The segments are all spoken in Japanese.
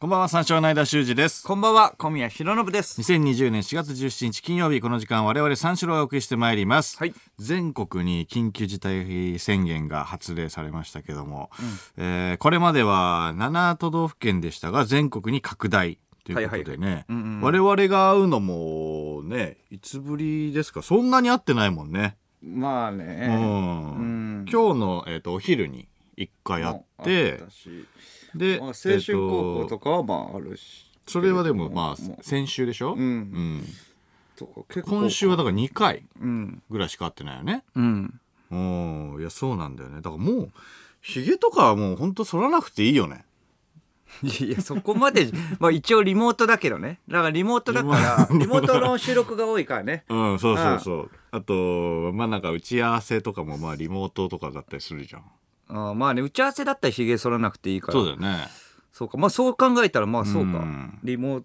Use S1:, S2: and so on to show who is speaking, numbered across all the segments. S1: こんばんは、三照の間修二です。
S2: こんばんは、小宮弘信です。
S1: 2020年4月17日金曜日、この時間、我々三四郎をお送りしてまいります。
S2: はい
S1: 全国に緊急事態宣言が発令されましたけども、えーこれまでは7都道府県でしたが、全国に拡大ということでね、我々が会うのもね、いつぶりですか、そんなに会ってないもんね。
S2: まあ
S1: う
S2: ね。
S1: ん
S2: うん
S1: 今日の、えー、とお昼に1回会って、
S2: あったし
S1: で、
S2: まあ、青春高校
S1: えー
S2: とかはまああるし。
S1: それはでもま
S2: も
S1: あ先週でしょ、
S2: う。
S1: うんん
S2: とか結構。
S1: 今週はだから2回
S2: うん。
S1: ぐらいしか会ってないよね
S2: うん。
S1: うんいやそうなんだよねだからもうひげとかはもうほんと剃らなくていいよね
S2: いや、そこまで、 まあ一応リモートだけどね。だからリモートだから、リモートの収録が多いからね。
S1: うんそうそうそうあとまあなんか打ち合わせとかもまあリモートとかだったりするじゃん
S2: あまあね、打ち合わせだったら髭剃らなくていいから。
S1: そうだよね
S2: そうか。まあそう考えたら、まあそう
S1: う
S2: か
S1: ん。
S2: リモー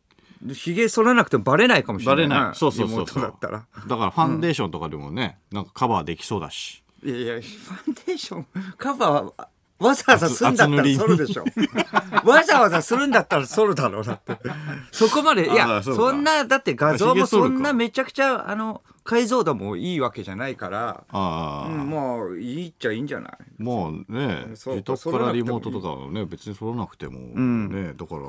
S2: ト、髭剃らなくてもバレないかもしれない。
S1: バレないそうそうそう
S2: リモートだったら。
S1: だからファンデーションとかでもね、なんかカバーできそうだし
S2: いやいや、ファンデーション、カバーは、わざわざするんだった
S1: 厚塗り
S2: ら
S1: に
S2: 剃るでしょ。 わざわざするんだったら剃るだろうなって。そこまで、い
S1: あー
S2: や、
S1: そう
S2: そ
S1: か
S2: んな、だって画
S1: あ
S2: 像
S1: 髭
S2: も
S1: 剃る
S2: そ
S1: か
S2: んなめちゃくちゃ、あの、解像度もいいわけじゃないから、
S1: ああ、
S2: うん、まあ、いいっちゃいいんじゃない
S1: もうね
S2: そう
S1: 自
S2: か
S1: 宅からリモートとかはね別に剃らなくてもね、
S2: ん
S1: だから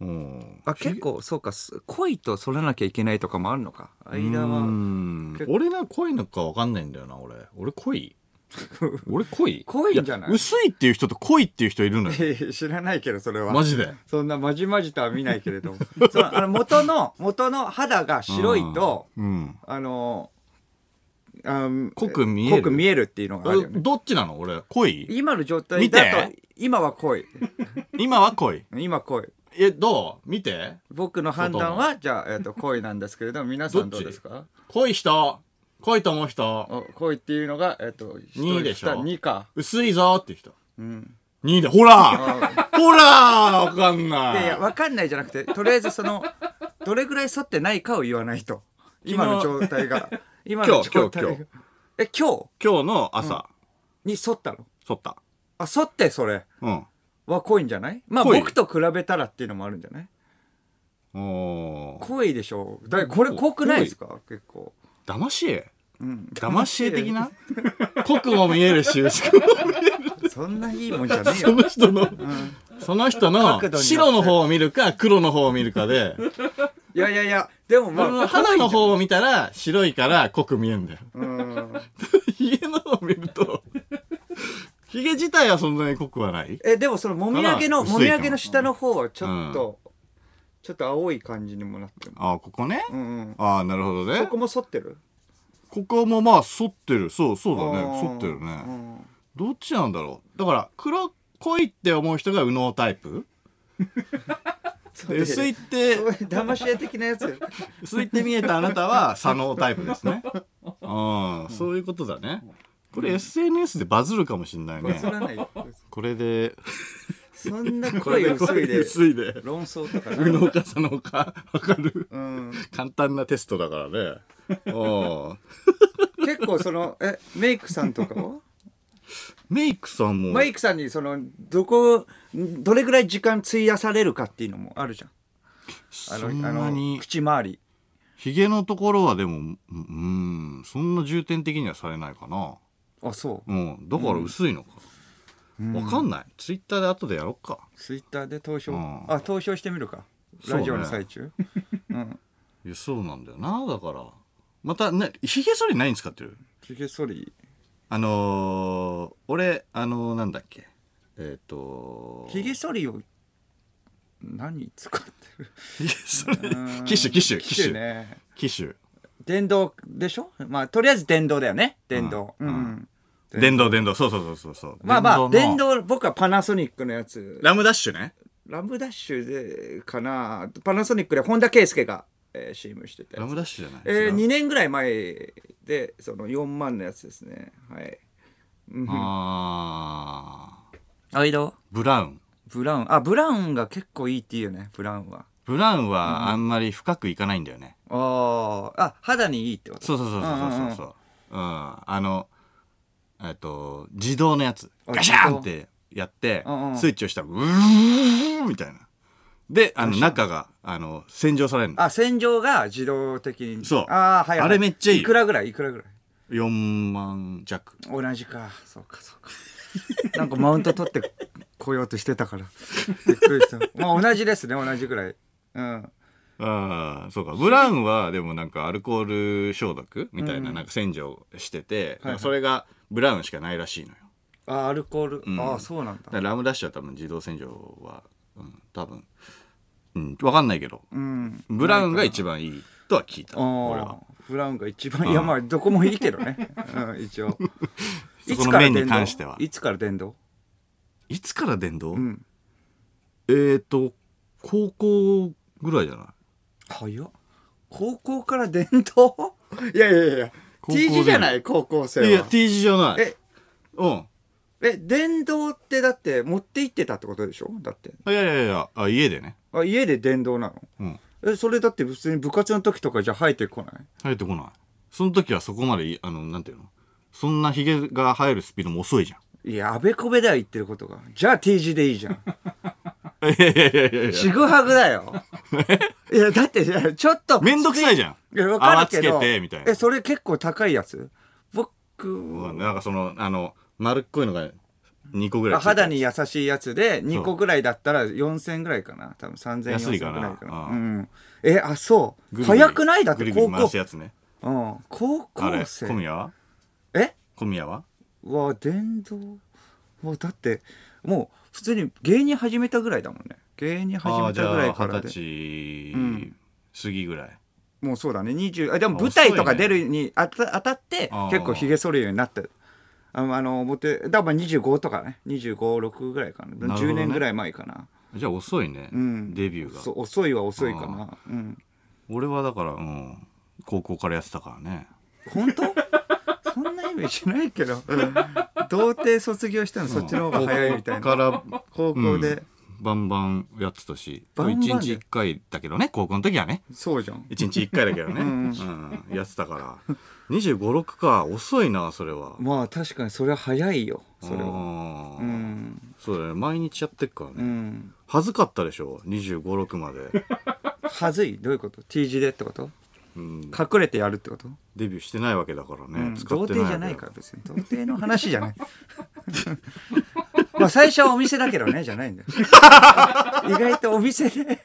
S1: うん
S2: あ、結構、そうか、す恋と剃らなきゃいけないとかもあるのか。間
S1: う
S2: は。
S1: ん俺な濃いのかわかんないんだよな俺俺濃 い俺濃い
S2: 濃いんじゃない
S1: や薄いっていう人と濃いっていう人いるの よ
S2: 知らないけど、それは
S1: マジで
S2: そんなまじまじとは見ないけれども。 そのあの元の、元の肌が白いと、
S1: うん
S2: あのあん
S1: 濃く見える
S2: 濃く見えるっていうのがあるよね。
S1: どっちなの俺濃い
S2: 今の状態だ
S1: 見
S2: と、今は濃い。
S1: 今は濃い
S2: 今濃い。
S1: えどう見て
S2: 僕の判断は、じゃあ、えっと、濃いなんですけれども、皆さん
S1: ど
S2: ど
S1: っち
S2: うですか
S1: 濃い人濃いと思う人
S2: お濃いっていうのが、えっと、
S1: 二位でしょ
S2: 2か。
S1: 薄いぞっていう人
S2: うん。
S1: 2でほ ら
S2: あ
S1: ほらわかん
S2: い
S1: ない
S2: やいや、わかんないじゃなくて、とりあえずその、どれぐらい沿ってないかを言わないと。今の状態が。今の状態が
S1: 今日今日
S2: え、今日
S1: 今日の朝、
S2: に沿ったの
S1: 剃った
S2: あ、沿ってそれ
S1: うん
S2: は濃いんじゃないまあ、
S1: 濃い
S2: 僕と比べたらっていうのもあるんじゃない
S1: おー
S2: 濃いでしょだからこれ濃くないですか結構、
S1: 騙し絵
S2: うん、
S1: 騙し絵的 な濃くも見えるし薄くも
S2: そんないいもんじゃねえ
S1: そ
S2: よ
S1: の人の、その人の
S2: 角度によって
S1: 白の方を見るか黒の方を見るかで、
S2: いやいやいやでも まあ
S1: 花の方を見たら白いから濃く見えるんだよ。
S2: うん
S1: ヒゲの方を見ると、 ヒゲ自体はそんなに濃くはない
S2: えでもそのもみあげの
S1: ただ
S2: もみあげの下の方はちょっ
S1: う
S2: と、ちょっと青い感じにもなってる
S1: ああ、ここね。
S2: うんうん
S1: ああ、なるほど
S2: そ
S1: ね。
S2: こも反ってる
S1: ここもまあ、反ってる。そう、そうだ
S2: あ
S1: ね。
S2: ー
S1: 反ってる
S2: う
S1: ね。
S2: ん
S1: どっちなんだろう。だから、黒っ濃いって思う人が右脳タイプ
S2: そう
S1: で薄いっ
S2: そ
S1: て
S2: う、いう騙し絵的なやつ
S1: 薄いって見えたあなたは左脳タイプですね。うん、そういうことだね。これ SNS でバズるかもしんないね
S2: そ。らないよ
S1: これで、
S2: そんな濃い薄いで
S1: 薄いで。
S2: 論争とかな
S1: 右脳か左脳かわかる
S2: うん
S1: 簡単なテストだからね。うん
S2: 結構そのえメイクさんとかは
S1: メイクさんも
S2: マ、イクさんにそのどこどれぐらい時間費やされるかっていうのもあるじゃんあ
S1: そ
S2: の
S1: ん
S2: あ
S1: な
S2: の
S1: に、
S2: 口周り
S1: ヒゲのところはでも、うんうん、そんな重点的にはされないかな。
S2: あそ
S1: う
S2: う
S1: ん、だから薄いのか。わかんない。ツイッターで後でやろっか。
S2: ツイッターで投票
S1: うん
S2: あ投票してみるか
S1: そうね
S2: ラジオの最中うん
S1: いや、そうなんだよな。だから。また、ね、ヒゲ剃り何使ってる
S2: ひげ剃り
S1: あのー、俺、あのー、なんだっけ。えっ、と
S2: ひげ剃りを何使ってる
S1: ヒゲ剃り
S2: うん
S1: 機種、機種、 機
S2: 機種
S1: 種。
S2: ね
S1: 機種。
S2: 電動でしょまあとりあえず電動だよね電動
S1: う
S2: うんん、
S1: 電動、電動。そうそうそうそうそう。
S2: まあまあ電
S1: の
S2: 動僕はパナソニックのやつ
S1: ラムダッシュね。
S2: ラムダッシュでかなパナソニックで本田圭佑が、えー、CM してて
S1: ラ、ムダッシュじゃない。
S2: え
S1: 違
S2: ー、
S1: う
S2: 2年ぐらい前でその4万のやつですねはい
S1: あー
S2: 間は
S1: ブラウン。
S2: ブラウンあブラウンが結構いいっていうよねブラウンは
S1: ブラウンはあんまり深くいかないんだよね。
S2: あーあ肌にいいってこと
S1: そうそうそうそうそうそう。うん。あの、えっと、自動のやつ。
S2: あ
S1: ガシャーンってやって
S2: うんう、ん
S1: スイッチをしたら、うーみたいな。であの中があの洗浄されるの
S2: あ、洗浄が自動的に。
S1: そう
S2: ああ、はい、は
S1: あ
S2: い。
S1: れめっちゃいい
S2: いくらぐらいいくらぐらい
S1: 4万弱
S2: 同じか。そうか、 そうか。なんかマウント取ってこようとしてたから。 びっくりした。まあ同じですね、同じぐらい。うん。
S1: ああそうかブラウンはでもなんかアルコール消毒みたいな,、なんか洗浄してて、なんかそれがブラウンしかないらしいのよ
S2: あ、アルコール。ああ、そうなん
S1: だ
S2: だ。
S1: からラムダッシュは多分自動洗浄は、うん、多分うん分かんないけど
S2: うん。
S1: ブラウンが一番いいとは聞いた俺
S2: あ
S1: は
S2: あ、ブラウンが一番、いやまあどこもいいけどね。 うん、一応。
S1: そこの面に関してはい
S2: つから電動
S1: いつから電動、
S2: うん。
S1: えっ、と高校ぐらいじゃない
S2: 早っ。高校から電動 いやいやいや。
S1: 高校
S2: T
S1: 電動
S2: 字じゃない高校生は。
S1: いや T 字じゃない
S2: え、
S1: うん
S2: え、電動ってだって持って行ってたってことでしょだって。
S1: あいやいやいやあ家でね
S2: あ、家で電動なの
S1: うん
S2: え、それだって普通に部活の時とかじゃ生えてこない
S1: 生えてこないその時はそこまでいあのなんていうのそんなひげが生えるスピードも遅いじゃん
S2: いや、あべこべだよ言ってることが。じゃあ T 字でいいじゃん。
S1: いやいやいやいやいや
S2: ちぐはぐだ よ。いや、だって、ちょっと。
S1: めんどくさいじゃん
S2: いや、わかるけど。
S1: 泡つけてみたいな
S2: え、それ結構高いやつ僕
S1: う
S2: は
S1: んなんかそのあの丸っこいのが2個ぐらい
S2: あ
S1: ついてる
S2: 肌に優しいやつで2個ぐらいだったら4000ぐらいかな多分3000円
S1: 安いか
S2: ぐ
S1: な
S2: らいかな、
S1: う
S2: うん、えあそう
S1: ぐるぐる
S2: 早くないだって
S1: ぐる
S2: 高
S1: ぐる回
S2: 校
S1: すやつね
S2: うん高
S1: あれ
S2: 校
S1: 小
S2: 生
S1: 宮は
S2: え
S1: 小宮は
S2: うわ電動もうだってもう普通に芸人始めたぐらいだもんね芸人始
S1: あー
S2: め
S1: じ
S2: たぐ
S1: ゃ
S2: ら
S1: あ
S2: いから
S1: 二
S2: で
S1: 十
S2: ん
S1: 歳過ぎぐらい
S2: もうそうだね20あでも
S1: あ
S2: 舞台と
S1: 遅い
S2: か
S1: ね
S2: 出るにあた当たって
S1: あー
S2: 結構ひげ剃るようになってあのあの表だから25とかね256ぐらいかな
S1: るほどね
S2: 10年ぐらい前かな
S1: じゃあ遅いね
S2: うん
S1: デビュー
S2: そ
S1: が
S2: う遅いは遅いかなうん
S1: 俺はだからうん高校からやってたからね
S2: 本当 そんなイメージないけど、童貞卒業したのそっちの方が早いみたいな
S1: から
S2: 高校で、
S1: うんバンバンやってたし
S2: バンバンで
S1: 1日1回だけどね高校の時はね
S2: そうじゃん
S1: 1日1回だけどね、うんやってたから2 5六6か遅いなそれは
S2: まあ確かにそれは早いよそれは
S1: はう
S2: うんん
S1: そうだね毎日やってっからね、
S2: うん
S1: 恥ずかったでしょ2 5六6まで、
S2: はずいどういうこと T 字でってこと
S1: うん、
S2: 隠れてやるってこと、
S1: デビューしてないわけだからね、
S2: うん、
S1: 使
S2: 童
S1: ってない
S2: 貞じゃないから別に童貞の話じゃない まあ最初はお店だけどねじゃないんだよ意外とお店で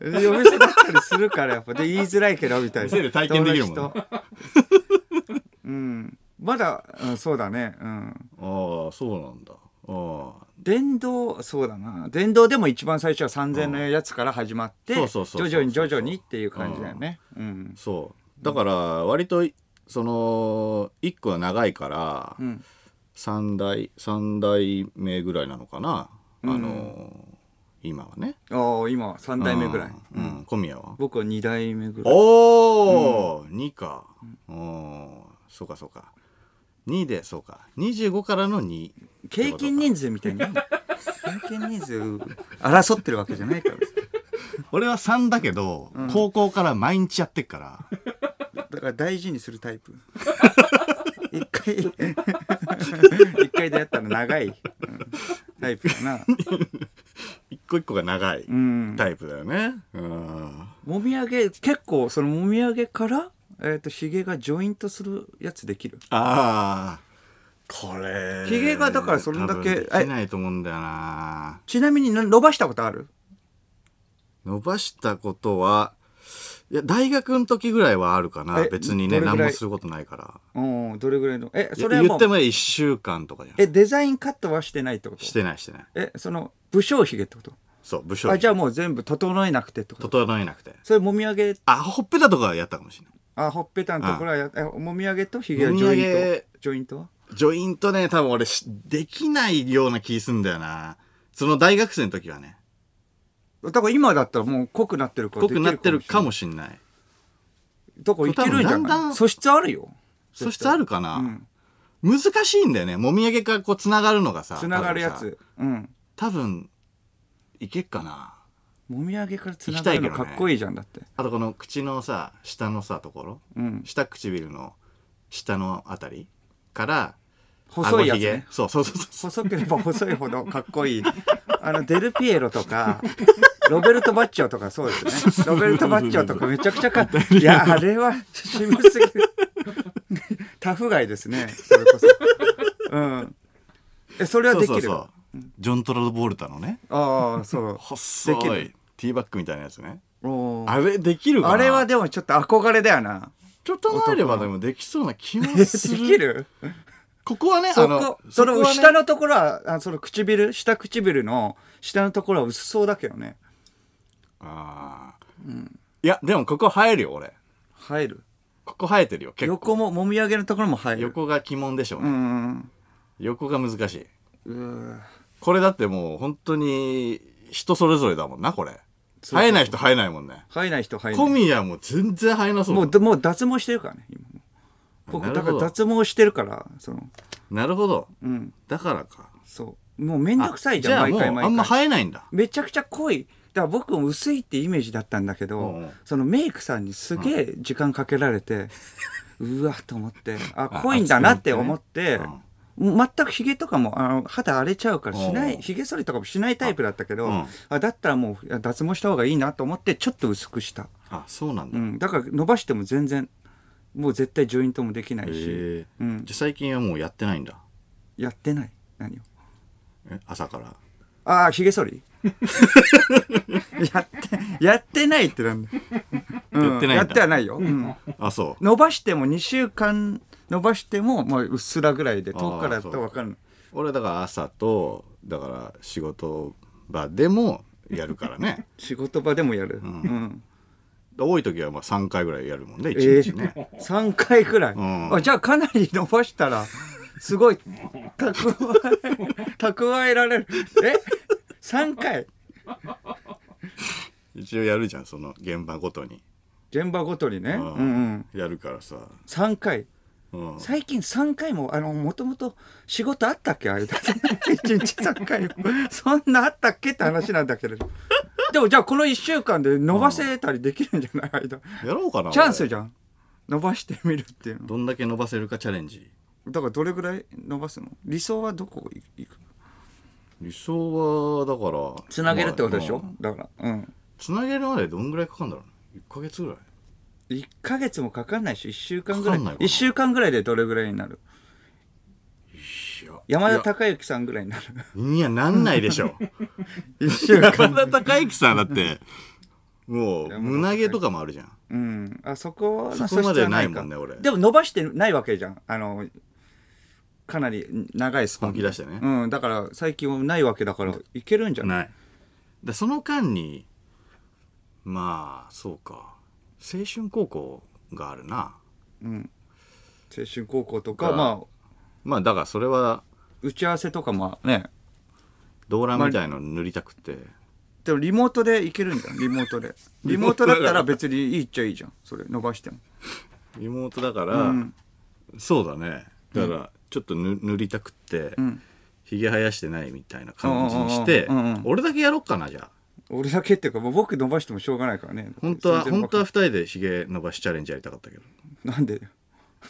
S2: お店だったりするからやっぱで言いづらいけどみたいな
S1: 店で体験できるもんね
S2: どの人うんまだ、うん、そうだねうん
S1: ああそうなんだああ
S2: 電動そうだな電動でも一番最初は3000のやつから始まって
S1: そう
S2: 徐
S1: そうそうそう
S2: 々に徐々にっていう感じだよねうん
S1: そうだから割とその1個は長いから、
S2: うん
S1: 3代3代目ぐらいなのかな、
S2: ん
S1: あのー今はね
S2: ああ今は3代目ぐらい、
S1: うんうん小宮は
S2: 僕は2代目ぐらい
S1: おお、二2かうんそうかそうか2でそうか25からの2
S2: 経験人数みたいに言うな経験人数争ってるわけじゃないからです
S1: 俺は3だけど、高校から毎日やってっ から
S2: だから大事にするタイプ一回一回でやったら長い、うんタイプかな
S1: 一個一個が長い
S2: うん
S1: タイプだよねうん
S2: もみあげ結構そのもみあげからえっ、とひげがジョイントするやつできる
S1: ああこれ
S2: ひげがだからそれだ
S1: 多
S2: け
S1: 分できないと思うんだよな
S2: ちなみにな伸ばしたことある
S1: 伸ばしたことはいや大学の時ぐらいはあるかな
S2: え
S1: 別にね
S2: どれぐらい
S1: 何もすることないから
S2: うんどれぐらいのえそ
S1: それ
S2: れは
S1: 言
S2: も
S1: って
S2: う
S1: も1週間とかじゃん
S2: えデザインカットはしてないってこと
S1: してないしてない
S2: えその武将ひげってこと
S1: そう部署
S2: あじゃあもう全部整えなくてってこと
S1: 整えなくて
S2: それもみあげ
S1: あほっぺたとかはやったかもしれない
S2: あ、ほっぺたのところはや、えもみあげとひげは
S1: も
S2: ジ
S1: み
S2: ョ
S1: あ
S2: イン
S1: げ
S2: ト。ジョイントは
S1: ジョイントね多分俺しできないような気すんだよなその大学生の時はね
S2: だから今だったらもう濃くなってるから
S1: 濃くなってるか
S2: も
S1: もしんない
S2: しれない。だからいけるんじ
S1: 多分
S2: ゃ
S1: だん
S2: な
S1: だん
S2: い素質あるよ。
S1: 素質あるかな、
S2: ん
S1: 難しいんだよねもみあげからこうつながるのがさ
S2: つながるや
S1: 多分さ
S2: つ。うん。
S1: 多分いけっかな
S2: もみあげからつながるの
S1: 行きたいけど
S2: かっ
S1: ね
S2: こいいじゃんだって。
S1: あとこの口のさ下のさところ、
S2: うん。
S1: 下唇の下のあたりから
S2: 細いや
S1: あご
S2: つ、
S1: ひ
S2: ね
S1: げ。そうそうそうそう
S2: 細ければ細いほどかっこいい。あの、デルピエロとか、ロベルト・バッチョとかそうです ね。ロベルト・バッチョとかめちゃくちゃか、いや、あれは渋すぎる。タフガイですね、それこそ。うん。え、それは
S1: そう
S2: で
S1: そ
S2: き
S1: う
S2: る。
S1: そうジョン・トラボルタのね
S2: ああ、そう。
S1: 細
S2: でき
S1: いティーバッグみたいなやつね
S2: おー
S1: あれできるかな
S2: あれはでもちょっと憧れだよな。
S1: ちょっと前ればでもできそうな気も
S2: です
S1: る
S2: きる
S1: ここはね
S2: そ
S1: あの
S2: こ、そ
S1: こ
S2: の
S1: はね
S2: 下のところは、あその唇、下唇の下のところは薄そうだけどね。
S1: あーいやでもここ生えるよ俺
S2: 入る。
S1: ここ生えてるよ結構
S2: 横も、もみあげのところも入る。
S1: 横が鬼門でしょう
S2: う
S1: ね、
S2: ん。
S1: 横が難しいう
S2: ー
S1: これだってもう本当に人それぞれだもんなこれ
S2: そうそう
S1: 生えない人生えないもんね
S2: 入らない人入
S1: 小
S2: る。
S1: 宮も全然生えなそう
S2: もう、もう脱毛してるからね、今。
S1: な
S2: 僕、
S1: る
S2: だ
S1: ほ
S2: か
S1: ど
S2: ら脱毛してるから、その、
S1: なるほど
S2: うん、
S1: だからか
S2: そう。もうめんどくさいじ
S1: じ
S2: ゃ
S1: ゃ
S2: ん、
S1: あもう
S2: 毎
S1: あ
S2: 回毎回。
S1: んま生えないんだ
S2: めちゃくちゃ濃いだから僕も薄いってイメージだったんだけど、
S1: うんうん
S2: そのメイクさんにすげえ時間かけら れて、うわと思ってあ濃いんだなって思って、全くひげとかもあの肌荒れちゃうからしな
S1: うん
S2: いひげ剃りとかもしないタイプだったけど、
S1: うん
S2: あだったらもういや脱毛した方がいいなと思ってちょっと薄くした、
S1: あそうなん
S2: う
S1: だ、
S2: ん、だから伸ばしても全然もう絶対ジョイントもできな
S1: へ
S2: いし、
S1: え
S2: うん、
S1: じゃあ最近はもうやってないんだ
S2: やってない何を
S1: え朝から
S2: ああひげ剃り やってやってないってなんだうん
S1: やってないんだ
S2: やってはないよ、うん
S1: あそ
S2: 伸ばしても2週間伸ばしても、まあ、うっすらぐらいで
S1: あー
S2: 遠くからやったら分かんないう
S1: 俺だから朝とだから仕事場でもやるからね
S2: 仕事場でもやる、うん
S1: 多い時はまあ3回ぐらいやるもんね
S2: ええ
S1: 1日ね、
S2: 3回ぐらい、
S1: ん
S2: あじゃあかなり伸ばしたらすごい蓄え蓄えられるえ3回
S1: 一応やるじゃんその現場ごとに、
S2: 現場ごとにね、
S1: う
S2: う
S1: ん
S2: うん、
S1: やるからさ、
S2: 3回
S1: うん、
S2: 最近3回もあのもともと仕事あったっけあれ だ一日3回もそんなあったっけって話なんだけれどでもじゃあこの1週間で伸ばせたりできるんじゃない間
S1: やろうかな
S2: チャンス
S1: 俺
S2: じゃん伸ばしてみるっていうの
S1: どんだけ伸ばせるかチャレンジ
S2: だからどれぐらい伸ばすの理想はどこいく
S1: 理想はだから
S2: つなげるってことでしょ、
S1: まあうん
S2: だからうん
S1: つなげるまでどんぐらいかかるんだろう1ヶ月ぐらい
S2: 1ヶ月もかかんないし1週間ぐら
S1: か
S2: い
S1: かんないかな
S2: 1週間ぐらいでどれぐらいになる
S1: いや
S2: 山田孝之さんぐらいになる
S1: いやなんないでし ょ
S2: 1週間
S1: 山田孝之さんだってもう胸毛とかもあるじゃん
S2: うん、あそこの
S1: そこまで
S2: 素質はか
S1: ないもんね俺
S2: でも伸ばしてないわけじゃんあのかなり長いスパン
S1: 本気出してね
S2: うんだから最近はないわけだからいけるんじゃない
S1: ないでその間にまあそうか青春高校があるな
S2: 青春高校とか
S1: か
S2: まあ
S1: まあだからそれは
S2: 打ち合わせとかもね
S1: 動乱みたいの塗りたくて、
S2: でもリモートでいけるんじゃんリモー トでリモートだったら別にいいっちゃいいじゃんそれ伸ばしても
S1: 妹だから、そうだねだからちょっとぬ塗りたくって、ひげ生やしてないみたいな感じにして、
S2: うんうんうんうん
S1: 俺だけやろっかなじゃあ
S2: 俺だけっていうかもう僕伸ばしてもしょうがないからね
S1: 本当は
S2: 全然
S1: 本
S2: わ
S1: 当
S2: かん
S1: は2人でひげ伸ばしチャレンジやりたかった けど
S2: なんで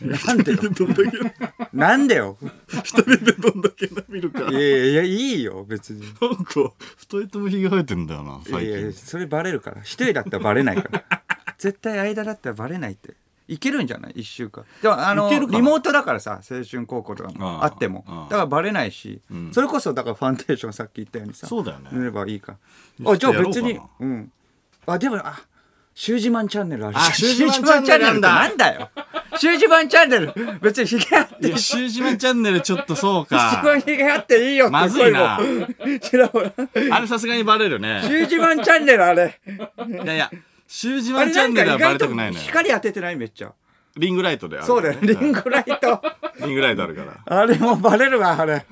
S2: なんでよ
S1: どんだけ
S2: なんでよ
S1: 2人でどんだけ伸びるか
S2: いやいやいいよ別に
S1: なんか2人ともひげ生えてんだよない
S2: や
S1: 最
S2: いやいや
S1: 近
S2: それバレるから一人だったらバレないから 絶対間だったらバレないっていけるんじゃない1週間でもあの
S1: いけるかな
S2: リモートだからさ青春高校とか
S1: あ
S2: も
S1: あ
S2: あっても
S1: ああ
S2: だからバレないし、
S1: ん
S2: それこそだからファンデーションさっき言ったようにさ
S1: そうだよね
S2: 塗ればいいか
S1: ちょ
S2: あ
S1: っ
S2: じ
S1: と
S2: ゃあ
S1: やろうかな
S2: 別にうんあでもあシュージマンチャンネルある
S1: あシュージマンチャンネルなんだ
S2: シュージマンチャンネルってなんだよシュージマンチャンネル別にひげあって
S1: いや週島チャンネルちょっとそう
S2: 一
S1: か
S2: 番 ひげあっていいよって
S1: まずい な
S2: 声もちらほらシ
S1: あれさすがにバレるね
S2: ュージマンチャンネルあれ
S1: いやいや週
S2: あ
S1: 島
S2: れ
S1: チャ
S2: なん
S1: ンネ
S2: か意
S1: ルはバレ
S2: 外
S1: た
S2: と
S1: くないのよ
S2: 光当ててないめっちゃ。
S1: リングライトである
S2: そう
S1: か
S2: だ
S1: ら
S2: よ、
S1: ね
S2: リングライト。
S1: うんリングライトあるから
S2: あれもバレるわ、あ れ。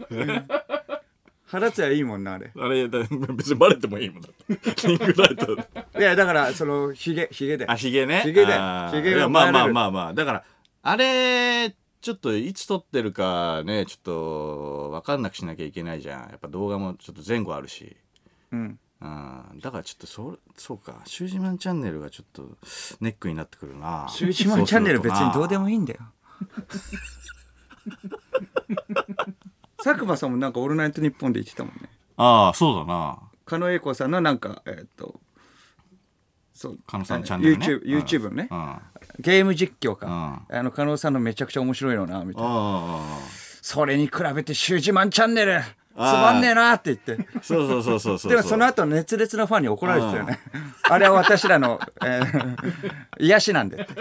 S2: 払つやいいもんな、あれ。
S1: あれだ別にバレてもいいもんだってリングライト
S2: いや、だから、その、ひげ、ひげで
S1: あ。ひげね
S2: ひげだよ
S1: あー
S2: ひげが
S1: いやまあま
S2: バ
S1: あ
S2: レる
S1: まあまあだからあれちょっといつ撮ってるかねちょっと分かんなくしなきゃいけないじゃんやっぱ動画もちょっと前後あるし
S2: うん。
S1: うんだからちょっとそそうか「シュージマンチャンネル」がちょっとネックになってくるな
S2: シュージマンチャンネル別にどうで
S1: も
S2: もいいん だよ。佐久間さんもなんか、オールナイトニッポンで言ってたもんね。
S1: ああそうだな
S2: 狩野英孝さんのなんかえーっとそう
S1: 狩野さんチャンネルね
S2: YouTube,
S1: うん
S2: YouTube のね、
S1: うんあ
S2: ゲーム実況か、あの狩野さんのめちゃくちゃ面白いのなみたいな
S1: あ
S2: それに比べて「シュージマンチャンネルつまんねえな」って言って。
S1: そうそうそうそうそう
S2: でもその後熱烈なファンに怒られてたよね。あれは私らの、えー癒しなん でって。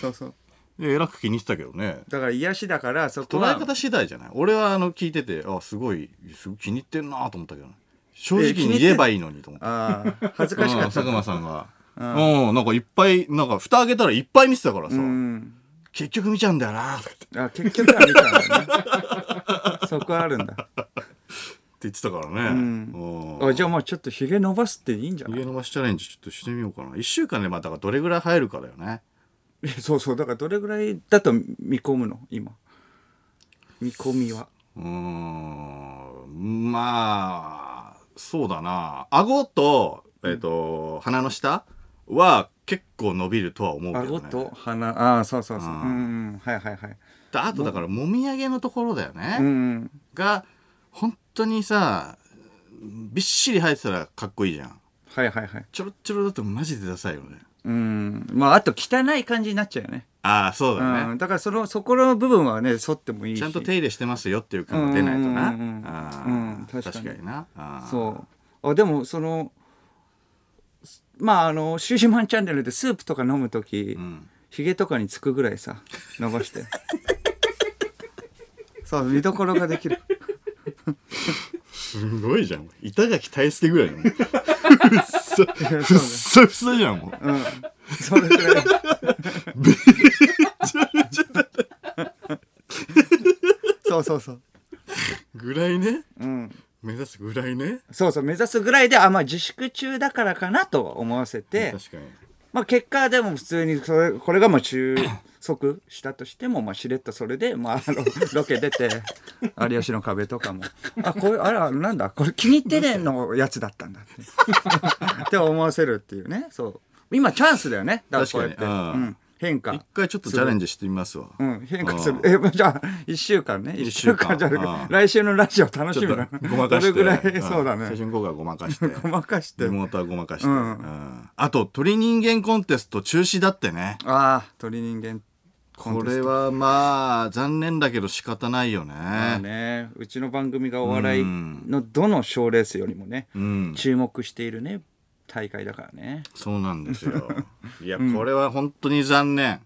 S2: そうそう。
S1: いや偉く気にしてたけどね
S2: だから癒しだからそこ
S1: 捉え
S2: は。
S1: 方次第じゃない俺はあの聞いててあすごいすごい気に入ってんなと思ったけどね正
S2: え気に
S1: 直に
S2: 入って
S1: 言えばいいのにと思って
S2: ああ恥ず
S1: う
S2: か
S1: ん
S2: しかっ
S1: 佐
S2: た。
S1: 久間さんがうんなんかいっぱいなんか蓋開けたらいっぱい見てたからさ
S2: うん。
S1: 結局見ちゃうんだよなとかって
S2: あ結局は見たんだね。そこはあるんだ。
S1: 言ってたからねうん
S2: あじゃあもうちょっとひげ伸ばすっていいんじゃない
S1: 家伸ばしチャレンジちょっとしてみようかな1週間でまたどれぐらい入るかだよね
S2: えそうそうだからどれぐらいだと見込むの今。見込みは。
S1: うーんまあそうだな顎と,、えーと鼻の下は結構伸びるとは思うけど、ね、
S2: 顎と鼻ああそうそうそう。うんはいはいはい。
S1: であとだからもみあげのところだよね、
S2: うん。
S1: が本当にさびっしり生えてたらかっこいいじゃん
S2: はいはいはい。
S1: ちょろちょろだとマジでダサいよね
S2: うん。まああと汚い感じになっちゃうよね。
S1: ああそうだね、
S2: うん、だからそのそこの部分はね剃ってもいいし
S1: ちゃんと手入れしてますよっていう感が出ないとな、
S2: うんうんうんうん
S1: あ
S2: うん
S1: ー
S2: 確かに
S1: 確かになあー
S2: そうあでもそのまああの「シュージマンチャンネル」でスープとか飲む時
S1: ん
S2: ひげ、とかにつくぐらいさ伸ばして そう見どころができる
S1: すごいじゃん。板垣大輔ぐらい の。うっさ、うっさうっさじゃん、もう。
S2: それぐ らい そうそうそう
S1: ぐらいね。
S2: うん
S1: 目指すぐらいね。
S2: そうそう目指すぐらいであまあ自粛中だからかなと思わせて
S1: 確かに。
S2: まあ結果でも普通にそれこれがまあ収束したとしても、まあ、しれっとそれで、まあ、あのロケ 出て「有吉の壁」とかも「あこれあらなんだこれ気に入ってねのやつだったんだ」 ってって思わせるっていうねそう今チャンスだよねだからこうやって、
S1: 確
S2: う
S1: かにうん
S2: ん、変化
S1: 一回ちょっとチャレンジしてみますわ。
S2: うん、変化す
S1: あ。
S2: る
S1: ー
S2: え、じゃあ、一週間ね。一週間
S1: 一週間
S2: じゃ
S1: あ
S2: なく
S1: ー
S2: て、来週のラジオ楽し
S1: ち
S2: み
S1: ょっ
S2: だ
S1: と
S2: な。
S1: ごまかして。
S2: どれぐら
S1: ん
S2: い、そうだ
S1: 最
S2: ね。
S1: 初に今回はごまかして。
S2: ごまかして
S1: リ。モートはごまかして。
S2: う
S1: うんんあと、鳥人間コンテスト中止だってね。
S2: ああ、鳥人間コンテ
S1: こ
S2: スト。
S1: れはまあ、残念だけど仕方ないよ
S2: まあ
S1: ね。
S2: ね、うちの番組がお笑いのどの賞ーレースよりもね、
S1: うん。
S2: 注目しているね大会だからね
S1: そうなんです よ。いや、これは本当に残念。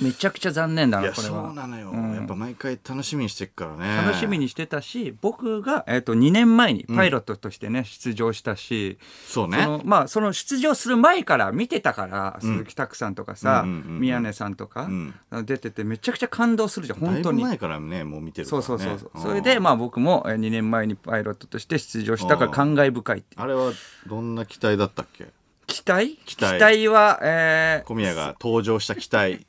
S2: めちゃくちゃ残念だ
S1: い
S2: な
S1: や
S2: これ
S1: そう
S2: は
S1: なのよ、やっぱ毎回楽しみにしてっからね
S2: 楽しみにしてたし僕が、えっと2年前にパイロットとしてね、出場したし
S1: そう
S2: そ
S1: ね
S2: のまあその出場する前から見てたから、鈴木拓さんとかさ、
S1: うんうんうんうん
S2: 宮根さんとか、
S1: ん
S2: 出ててめちゃくちゃ感動するじゃん
S1: だい
S2: 本当
S1: ぶ
S2: に。
S1: 前からねもう見てるから、
S2: そう
S1: ね、
S2: そうそうそう、
S1: ん
S2: それでまあ僕もえー2年前にパイロットとして出場したから感慨深いっていう
S1: あれはどんな期待だったっけ
S2: 期待
S1: 期待
S2: は、えー
S1: 小宮が登場した期待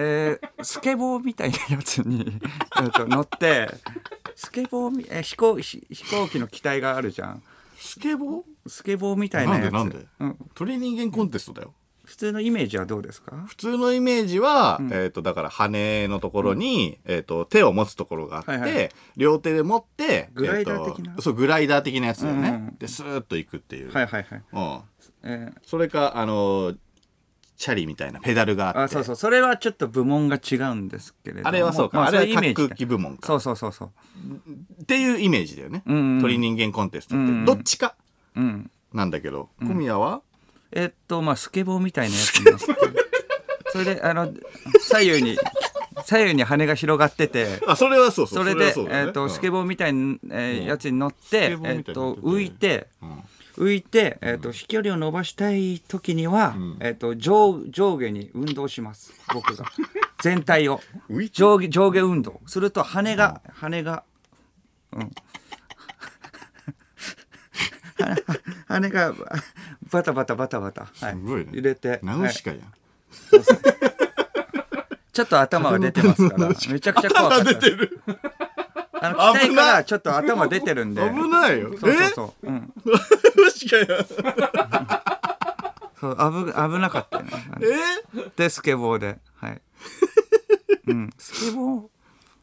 S2: えースケボーみたいなやつに えっと乗ってスケボーみ、えー飛行ひ飛行機の機体があるじゃん
S1: スケボー
S2: スケボーみたい
S1: な
S2: な
S1: ん
S2: や
S1: で
S2: つ
S1: なんで、
S2: うん、
S1: 鳥人間コンテストだよ
S2: 普通のイメージはどうですか
S1: 普通のイメージは、えっ、と、だから羽のところに、えっ、と、手を持つところがあって、
S2: はいはい
S1: 両手で持って、
S2: グライダー的な
S1: えとそう、グライダー的なやつだよね。
S2: うんうんうん
S1: で、スーッと行くっていう。
S2: はいはいはい、
S1: うん。
S2: えー
S1: それか、あの、チャリみたいなペダルがあって。
S2: あそうそうそれはちょっと部門が違うんですけれども
S1: あれはそうか、
S2: ま
S1: あ、れ
S2: いイメ
S1: は
S2: ージ
S1: 各機部門か。
S2: そうそうそうそう
S1: っていうイメージだよね。
S2: うんうんうん
S1: 鳥人間コンテストって、
S2: うんうん
S1: どっちか
S2: うん
S1: なんだけど、小宮は、
S2: えっとまあスケボーみたいなやつ に乗ってそれであの左右に左右に羽が広がってて
S1: あ、それはそうそう。
S2: それ
S1: は
S2: で、
S1: うだよ
S2: えっ、
S1: ね
S2: と、スケ
S1: うん
S2: ボーみたいな、えー
S1: うん
S2: やつに乗っ
S1: スケ
S2: て、
S1: ボー
S2: えっ
S1: みたいに乗
S2: と、
S1: ってて
S2: 浮いて、
S1: うん
S2: 浮いて、えっと、飛距離を伸ばしたい時には、えっと、上、上下に運動します。僕が。全体を。
S1: 浮いちゃ
S2: 上下、上下運動。すると、羽が、羽が、うん。 羽が、バタバタバタバタ。はい。
S1: すごいね
S2: 入れて。
S1: ナウ
S2: はい
S1: シカやん。
S2: ちょっと頭が出てますから、めちゃくちゃ怖かった。
S1: 出てる。
S2: あの、機体からちょっと頭出てるんで。
S1: 危ないよ。
S2: そうそうそう。うん。
S1: えナウシカやん。
S2: そう、危、危なかったよね。
S1: え
S2: で、スケボーで。はい。うん。スケボー、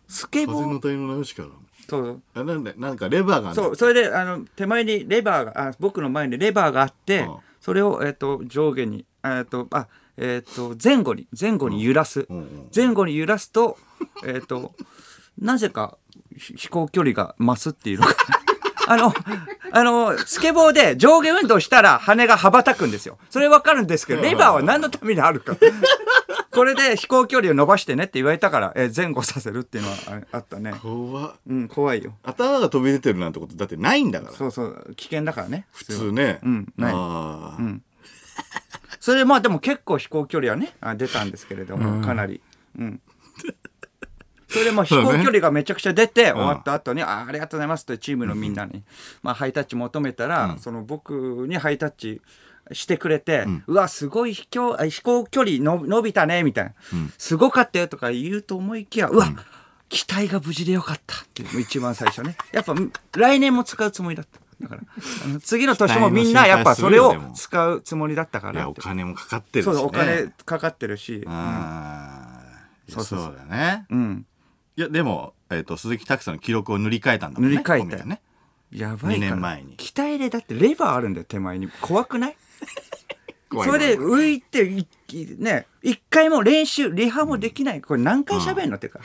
S2: スケ
S1: 風
S2: ボー、
S1: の谷のナウシカだ。
S2: そう
S1: あなんだなんかレバーがある
S2: そうそれであの手前にレバーがあ僕の前にレバーがあって、
S1: うん
S2: それを、えっと上下にえっとあえっと前後に前後に揺らす、
S1: うんうん
S2: 前後に揺らすとえっとなぜかひ飛行距離が増すっていうのが あのあのスケボーで上下運動したら羽が羽ばたくんですよそれわかるんですけどレバーは何のためにあるかこれで飛行距離を伸ばしてねって言われたから、えー前後させるっていうのはああったね
S1: 怖っ
S2: うん怖いよ
S1: 頭が飛び出てるなんてことだってないんだから
S2: そうそう危険だからね普
S1: 普通ね
S2: うんない
S1: あー
S2: それでまあでも結構飛行距離はねあ出たんですけれども、かなりうんそれでもう飛
S1: そうね
S2: 行距離がめちゃくちゃ出て、終わった後にあ「ありがとうございます」ってチームのみんなに、まあ、ハイタッチ求めたら、その僕にハイタッチしてくれて「うわすごい飛距あ飛行距離の伸びたね」みたいな、すごかったよ」とか言うと思いきや「うわ、機体が無事でよかった」っていう一番最初ねやっぱ来年も使うつもりだっただからあの次の年もみんなやっぱそれを使うつもりだったか
S1: い
S2: ら
S1: や
S2: っ
S1: お
S2: て
S1: 金もかかってるし
S2: そ
S1: ね
S2: うお金かかってるし、
S1: あーい
S2: そ
S1: や
S2: うそう
S1: そ
S2: そう
S1: うだね
S2: うん、
S1: いやでもえっと鈴木拓さんの記録を塗り替えたんだもんね
S2: 塗り替えたよ
S1: 小宮ね
S2: やばいから
S1: 二年前に
S2: 機体でだってレバーあるんだよ手前に怖くない
S1: 怖い
S2: そ
S1: わ
S2: れで浮いていいね一回も練習リハもできないこれ何回喋んのっていうか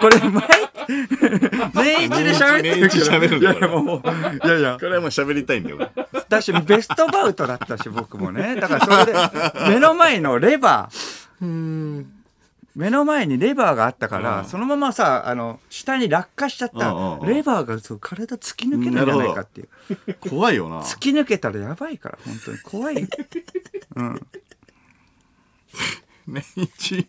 S2: これこれ前年一で喋ってるけど
S1: 年一で喋るんだ
S2: いやいやもういやいや
S1: これはもう喋りたいんだよ俺
S2: だしベストバウトだったし僕もねだからそれで目の前のレバー目の前にレバーがあったから、
S1: うん
S2: そのままさあの下に落下しちゃった、
S1: うんうんうん
S2: レバーがそう体突き抜けるんじゃないかっていう
S1: 怖いよな
S2: 突き抜けたらやばいから本当に 怖いよ
S1: 年一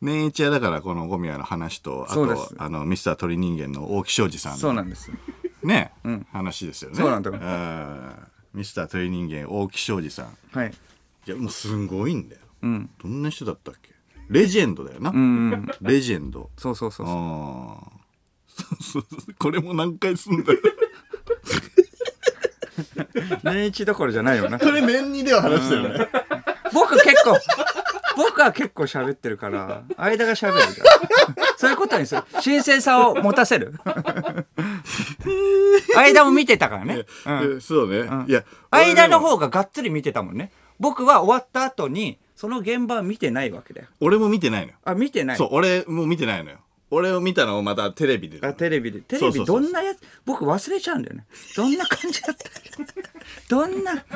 S1: 年一はだからこの小宮の話とあ
S2: そうで
S1: と
S2: す
S1: あのミスター鳥人間の大木庄司さん
S2: そう
S1: の
S2: なんです
S1: ね話ですよね
S2: そうなんだよ
S1: うんミスター鳥人間大木庄司さん
S2: はい
S1: いやもうすごいんだよ
S2: うん
S1: どんな人だったっけレジェンドだよな、
S2: うんうん
S1: レジェンド
S2: そうそうそうそう
S1: ああそうそう そうこれも何回すんだよ
S2: 年一 どころじゃないよな
S1: これ年にでは話してるね
S2: 僕結構僕は結構喋ってるから間が喋るじゃんそういうことにする新鮮さを持たせる 間も見てたからね、うん、
S1: えそうね、いや
S2: 間の
S1: 俺も
S2: 方ががっつり見てたもんね僕は終わった後にその現場は見てないわけだよ
S1: 俺も見てないのよ、
S2: あ見てない
S1: そう俺もう見てないのよ俺を見たのをまたテレビで
S2: あテレビでテ
S1: そ
S2: レ
S1: うそ
S2: ビ
S1: うそう
S2: どんなやつ僕忘れちゃうんだよねどんな感じだったっけどんな
S1: だか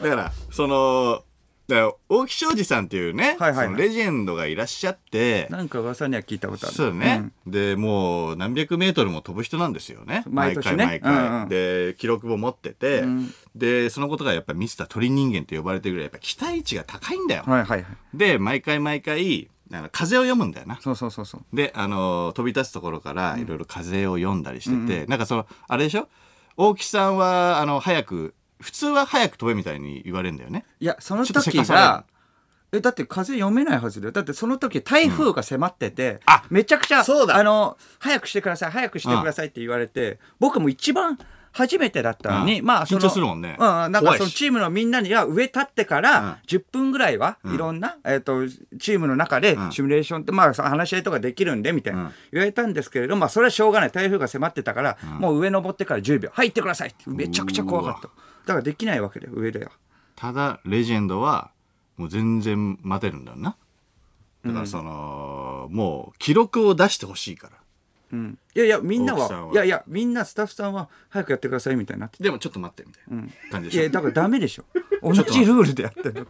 S1: らそのだから大木庄司さんっていうね、
S2: はいはいはい
S1: そのレジェンドがいらっしゃって
S2: なんか噂には聞いたことある
S1: そうね、でもう何百メートルも飛ぶ人なんですよね
S2: 毎年ね
S1: 毎回毎回、
S2: うんうん
S1: で記録も持ってて、
S2: ん
S1: でそのことがやっぱミスター鳥人間と呼ばれてるぐらいやっぱ期待値が高いんだよ、
S2: うんはいはいはい
S1: で毎回毎回あの風を読むんだよな
S2: そうそうそうそう
S1: であの飛び立つところからいろいろ風を読んだりしてて、なんかそのあれでしょ大木さんはあの早く普通は早く飛べみたいに言われるんだよね
S2: いや、その
S1: ちょっとせ
S2: 時
S1: かされる
S2: が、え、だって風読めないはずだよ。だってその時台風が迫ってて、
S1: あ
S2: めちゃくちゃ、
S1: そうだ
S2: あの、早くしてください、早くしてくださいって言われて、僕も一番初めてだったのに、
S1: うん
S2: まあ、その
S1: 緊張するもんね
S2: うんうん、なん
S1: 怖いし
S2: かそのチームのみんなには上立ってから、10分ぐらいは、いろんな、えっ、と、チームの中で
S1: ん
S2: シミュレーションって、まあ、その話し合いとかできるんで、みたいな、
S1: うん
S2: 言われたんですけれど、まあ、それはしょうがない。台風が迫ってたから、もう上登ってから10秒、入ってくださいって、めちゃくちゃ怖かった。だからできないわけで、上では。
S1: ただレジェンドはもう全然待てるんだよなだからその、もう記録を出してほしいから
S2: うんいやいやみんな
S1: 奥さん
S2: は
S1: はい
S2: やいやみんなスタッフさんは早くやってくださいみたいになって
S1: でもちょっと待ってみたいな感じで
S2: い
S1: しょ、
S2: やだからダメ でしょ同じルールでやってるの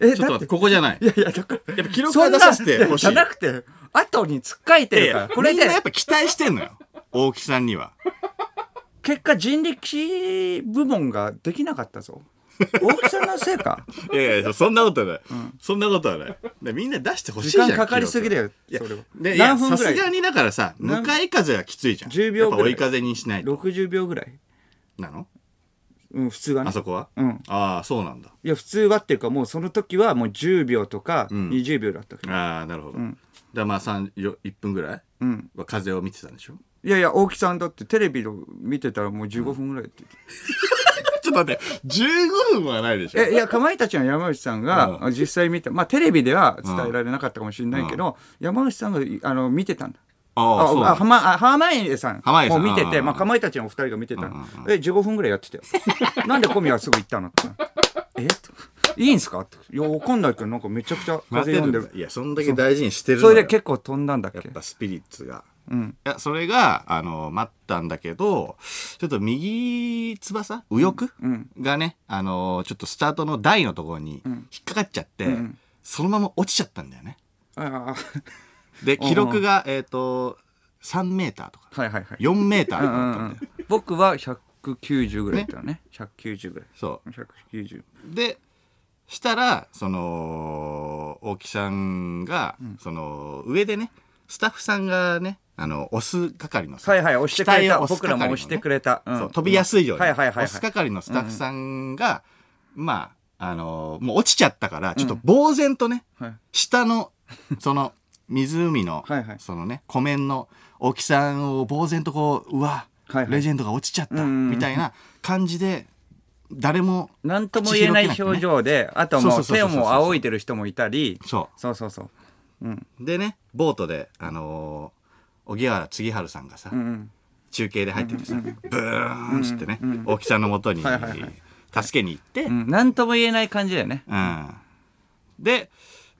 S2: え
S1: ちょっと
S2: だっ
S1: 待って
S2: て
S1: ここじゃない
S2: いやいやだから
S1: やっぱ記録は出させてほしい
S2: そんなじゃなくて後につっかえてるからこ
S1: こ
S2: れ
S1: れみん
S2: で
S1: なやっぱ期待してんのよ大木さんには
S2: 結果人力部門ができなかったぞ 大木さんのせいか
S1: いやいやそんなことない、そんなことはないでみんな出してほしい
S2: 時
S1: じゃん
S2: 間かかりすぎだよ
S1: 記
S2: それ
S1: 録
S2: はい
S1: やでいや
S2: 何分
S1: さ
S2: ぐら
S1: す
S2: い
S1: がにだからさ向かい風はきついじゃん
S2: 10秒ぐらい
S1: やっぱ追い風にしないと
S2: 60秒ぐらい、
S1: なの
S2: うん、普通はね
S1: あそこは、
S2: うん
S1: ああそうなんだ
S2: いや普通はっていうかもうその時はもう10秒とか20秒だったけど、
S1: ああなるほど、だからまあ3よ1分ぐらい
S2: うん、
S1: は風を見てたんで しょ
S2: いやいや大木さんだってテレビの見てたらもう15分ぐらいって、
S1: ちょっと待って、15分はないでしょ。
S2: えいやかまいたちの山内さんが
S1: う
S2: 実際見てまあテレビでは伝えられなかったかもしれないけど、山内さんがいあの見てたんだ
S1: ああ、そう
S2: あ、
S1: だ
S2: はま、あ、濱家さん。
S1: 濱家さん
S2: もう見て
S1: うんうんう
S2: て、
S1: ん
S2: まあ、かまいたちのお二人が見てた
S1: うん
S2: の
S1: うん。
S2: え、15分ぐらいやって たよ。なんで小宮はすぐ行ったの って。えといいんすかって。いや、わかんないけど、なんかめちゃくちゃ風
S1: 待
S2: 読ん
S1: っ
S2: で
S1: て
S2: る
S1: る。いや、そんだけ大事にしてるの
S2: そ
S1: よ
S2: れで結構飛んだんだっ
S1: や
S2: け
S1: っぱスピリッツが。
S2: うん。
S1: いや、それが、あの、待ったんだけど、ちょっと右翼右翼、
S2: うん。
S1: がね、あの、ちょっとスタートの台のところに
S2: うん
S1: 引っかかっちゃって、
S2: うん
S1: そのまま落ちちゃったんだよね。
S2: ああ、
S1: で、
S2: うんうん
S1: 記録が、えっ、と、3メーターとか、
S2: はいはいはい。
S1: 4メーター
S2: う
S1: と
S2: んう
S1: かだった
S2: んうん
S1: だよ。
S2: ん。僕は190ぐらいだったよね。190ぐらい。
S1: そう。
S2: 190。
S1: でしたらその大木さんが、その上でねスタッフさんがねあの押す係のさ
S2: はいはい、押してく
S1: 額
S2: れた。
S1: を押す
S2: 僕らも押してくれた。
S1: そ
S2: うん
S1: う飛びやすいように、
S2: はいはいはいはい。
S1: 押す係のスタッフさんが、まああのもう落ちちゃったからちょっと呆然とね、
S2: はい
S1: 下のその湖の
S2: はいはい
S1: そのね湖面の大木さんを呆然とこううわ、
S2: はいはい
S1: レジェンドが落ちちゃった、
S2: うんうんうん
S1: みたいな感じで誰も
S2: なんとも言えない表情で、あとはもう
S1: そうそう
S2: 手
S1: そ
S2: を
S1: うそうそう
S2: もう仰いでる人もいたり、
S1: そう
S2: そうそうそう。うん。
S1: でねボートであのー、荻原次春さんがさ、
S2: うんうん。
S1: 中継で入っててさ、ブーンっつってね、大木さんのもとに
S2: はいはいはい
S1: 助けに行って、
S2: うん、なんとも言えない感じだよね。
S1: うんで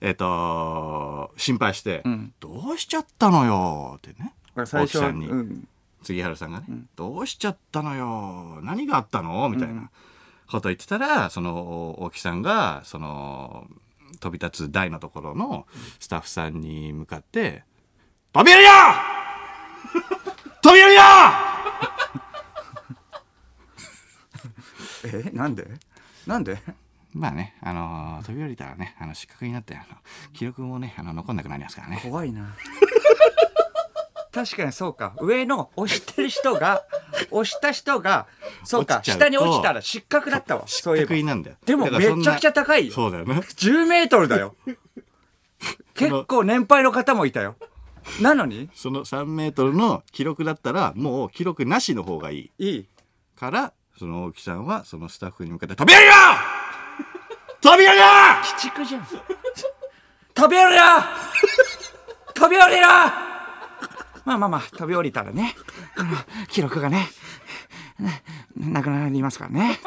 S1: えっ、と心配して、
S2: ん
S1: どうしちゃったのよ」ってね
S2: 最
S1: 大木
S2: 初
S1: さ
S2: は、うん
S1: に、
S2: ん、
S1: 杉原さんがね、どうしちゃったのよ何があったの?」みたいなこと言ってたらその大木さんがその飛び立つ台のところのスタッフさんに向かって「飛び降りよ 飛び降りよ!」
S2: えなんでなんで
S1: まあね、あの飛び降りたらね、あの失格になって、あの記録もね、あの残んなくなりますからね。
S2: 怖い な。確かにそうか。上の押してる人が、押した人が、そうか、
S1: 落ちちゃうと
S2: 下に落ちたら失格だったわ。そういえ
S1: 失
S2: ば
S1: 格に。なんだよ。
S2: でも
S1: だからそんな
S2: めちゃくちゃ高いよ
S1: そうだよね。
S2: 10メートルだ よ。結構年配の方もいたよ。なのに
S1: その3メートルの記録だったら、もう記録なしの方がいい。
S2: いい。
S1: から、その大木さんは、そのスタッフに向かって、飛び降り よ飛び降りよ
S2: 鬼畜じゃん。飛び降りろ飛び降りろまあまあまあ、飛び降りたらね、うん記録がね、ななくなりますからね。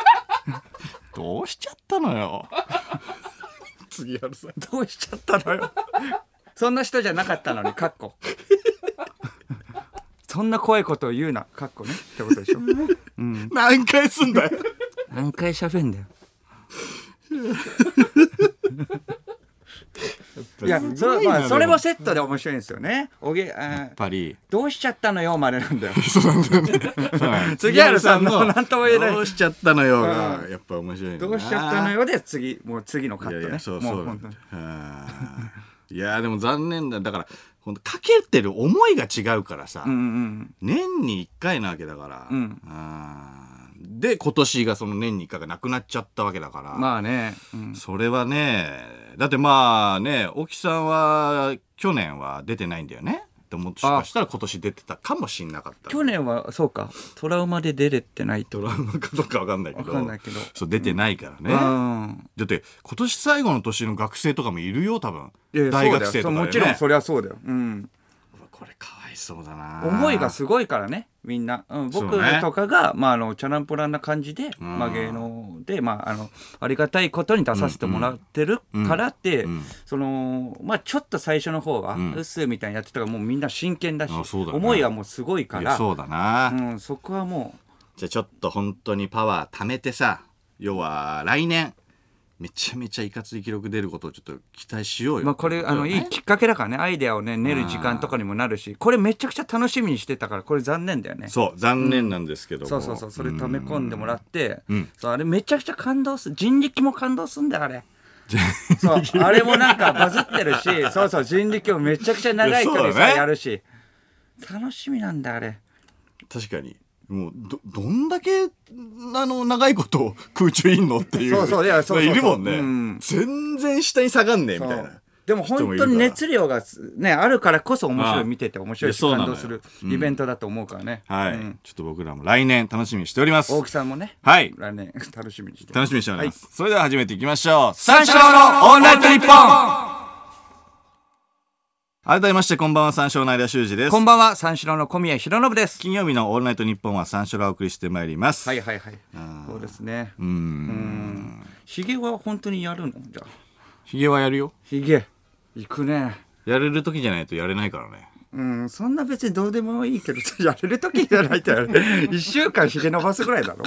S1: どうしちゃったのよ。次原さん。
S2: どうしちゃったのよ。そんな人じゃなかったのに、かっこ。そんな怖いことを言うな、かっこね。ってことで しょ。
S1: 何回すんだよ。
S2: 何回喋んだよ。いや、それ,、まあ、それもセットで面白いんですよね。おげ、あ
S1: やっ
S2: ー
S1: ぱり、
S2: どうしちゃったのよ、までな んだよ。
S1: 杉
S2: 杉原さんのなんとも言えない
S1: どうしちゃったのよが、やっぱ面白いね
S2: どうしちゃったのよで次もう次のカッ
S1: い
S2: ト
S1: や
S2: ね
S1: いやそうそ
S2: も
S1: う
S2: 本当に
S1: あーいやでも残念だだからほんとかけてる思いが違うからさ、
S2: うんうん
S1: 年に1回なわけだから、
S2: うん
S1: あーで今年がその年に1回がなくなっちゃったわけだから、
S2: うんまあね、うん
S1: それはねだってまあね沖さんは去年は出てないんだよねでもしかしたら今年出てたかもしんなかった
S2: 去年はそうかトラウマで出れてないと
S1: ドラマかどうかわかんないけ
S2: わ
S1: ど
S2: かんないけど、
S1: そう出てないからね、
S2: うん
S1: だって今年最後の年の学生とかもいるよ多分
S2: いやいや
S1: 大学生とか
S2: そうだよそう
S1: で、ね、
S2: もちろんそりゃそうだよ、うん、
S1: うわこれかわいそうだな
S2: 思いがすごいからねみんな、うん、僕
S1: そうね
S2: とかが、まあ、あのチャランポランな感じで、
S1: ん
S2: まあ、芸能で、まあ、あのありがたいことに出させてもらってるからって、
S1: うんうん
S2: そのまあ、ちょっと最初の方は
S1: ん
S2: うっすーみたいにやってたからもうみんな真剣だし
S1: あそうだね
S2: 思いはもうすごいか
S1: い
S2: ら
S1: やそうだな、
S2: うん、そこはも
S1: じゃあちょっと本当にパワー貯めてさ要は来年めちゃめちゃいかつい記録出ることをちょっと期待しよう
S2: う、
S1: よ
S2: まあ、これあのいいきっかけだからねアイデアをね練る時間とかにもなるしこれめちゃくちゃ楽しみにしてたからこれ残念だよねそ
S1: そう残念なんですけども、
S2: うそうそうそれ溜め込んでもらって、
S1: ん
S2: そうあれめちゃくちゃ感動する人力も感動すんだよあれ。そうあれもなんかバズってるし そうそう人力もめちゃくちゃ長い距離
S1: いやそうだ
S2: さ
S1: ね
S2: やるし、楽しみなんだあれ
S1: 確かにもうどどんだけあの長いこと空中いんのっていう
S2: そうそういやそうそうそう
S1: るもんね、
S2: うん
S1: 全然下に下がんねえみたい
S2: そ
S1: な
S2: うでも本当に熱量がねあるからこそ面白
S1: ああ
S2: い見てて面白いし
S1: いやそうな
S2: 感
S1: のよ
S2: 動するイベントだと思うからね、
S1: はい、
S2: うん
S1: ちょっと僕らも来年楽しみにしております
S2: 大木さんもね
S1: はい
S2: 来年 楽しみにして
S1: 楽しみにしております、それでは始めていきましょう三
S2: 四郎のオールナイトニッポン
S1: 改めましてこんばんは三四郎の間修司です
S2: こんばんは、三四郎の小宮浩信です。
S1: 金曜日の「オールナイトニッポン」は三四郎をお送りしてまいります、
S2: はいはいはい。そうですね。う
S1: うーん
S2: ん。ひげは本当にやるのじゃあ。
S1: ひげはやるよ
S2: ひげ。いくね。
S1: やれる時じゃないとやれないからね
S2: うん、そんな別にどうでもいいけど、やれる時じゃないとや る。一週間ひげ伸ばすぐらいだろ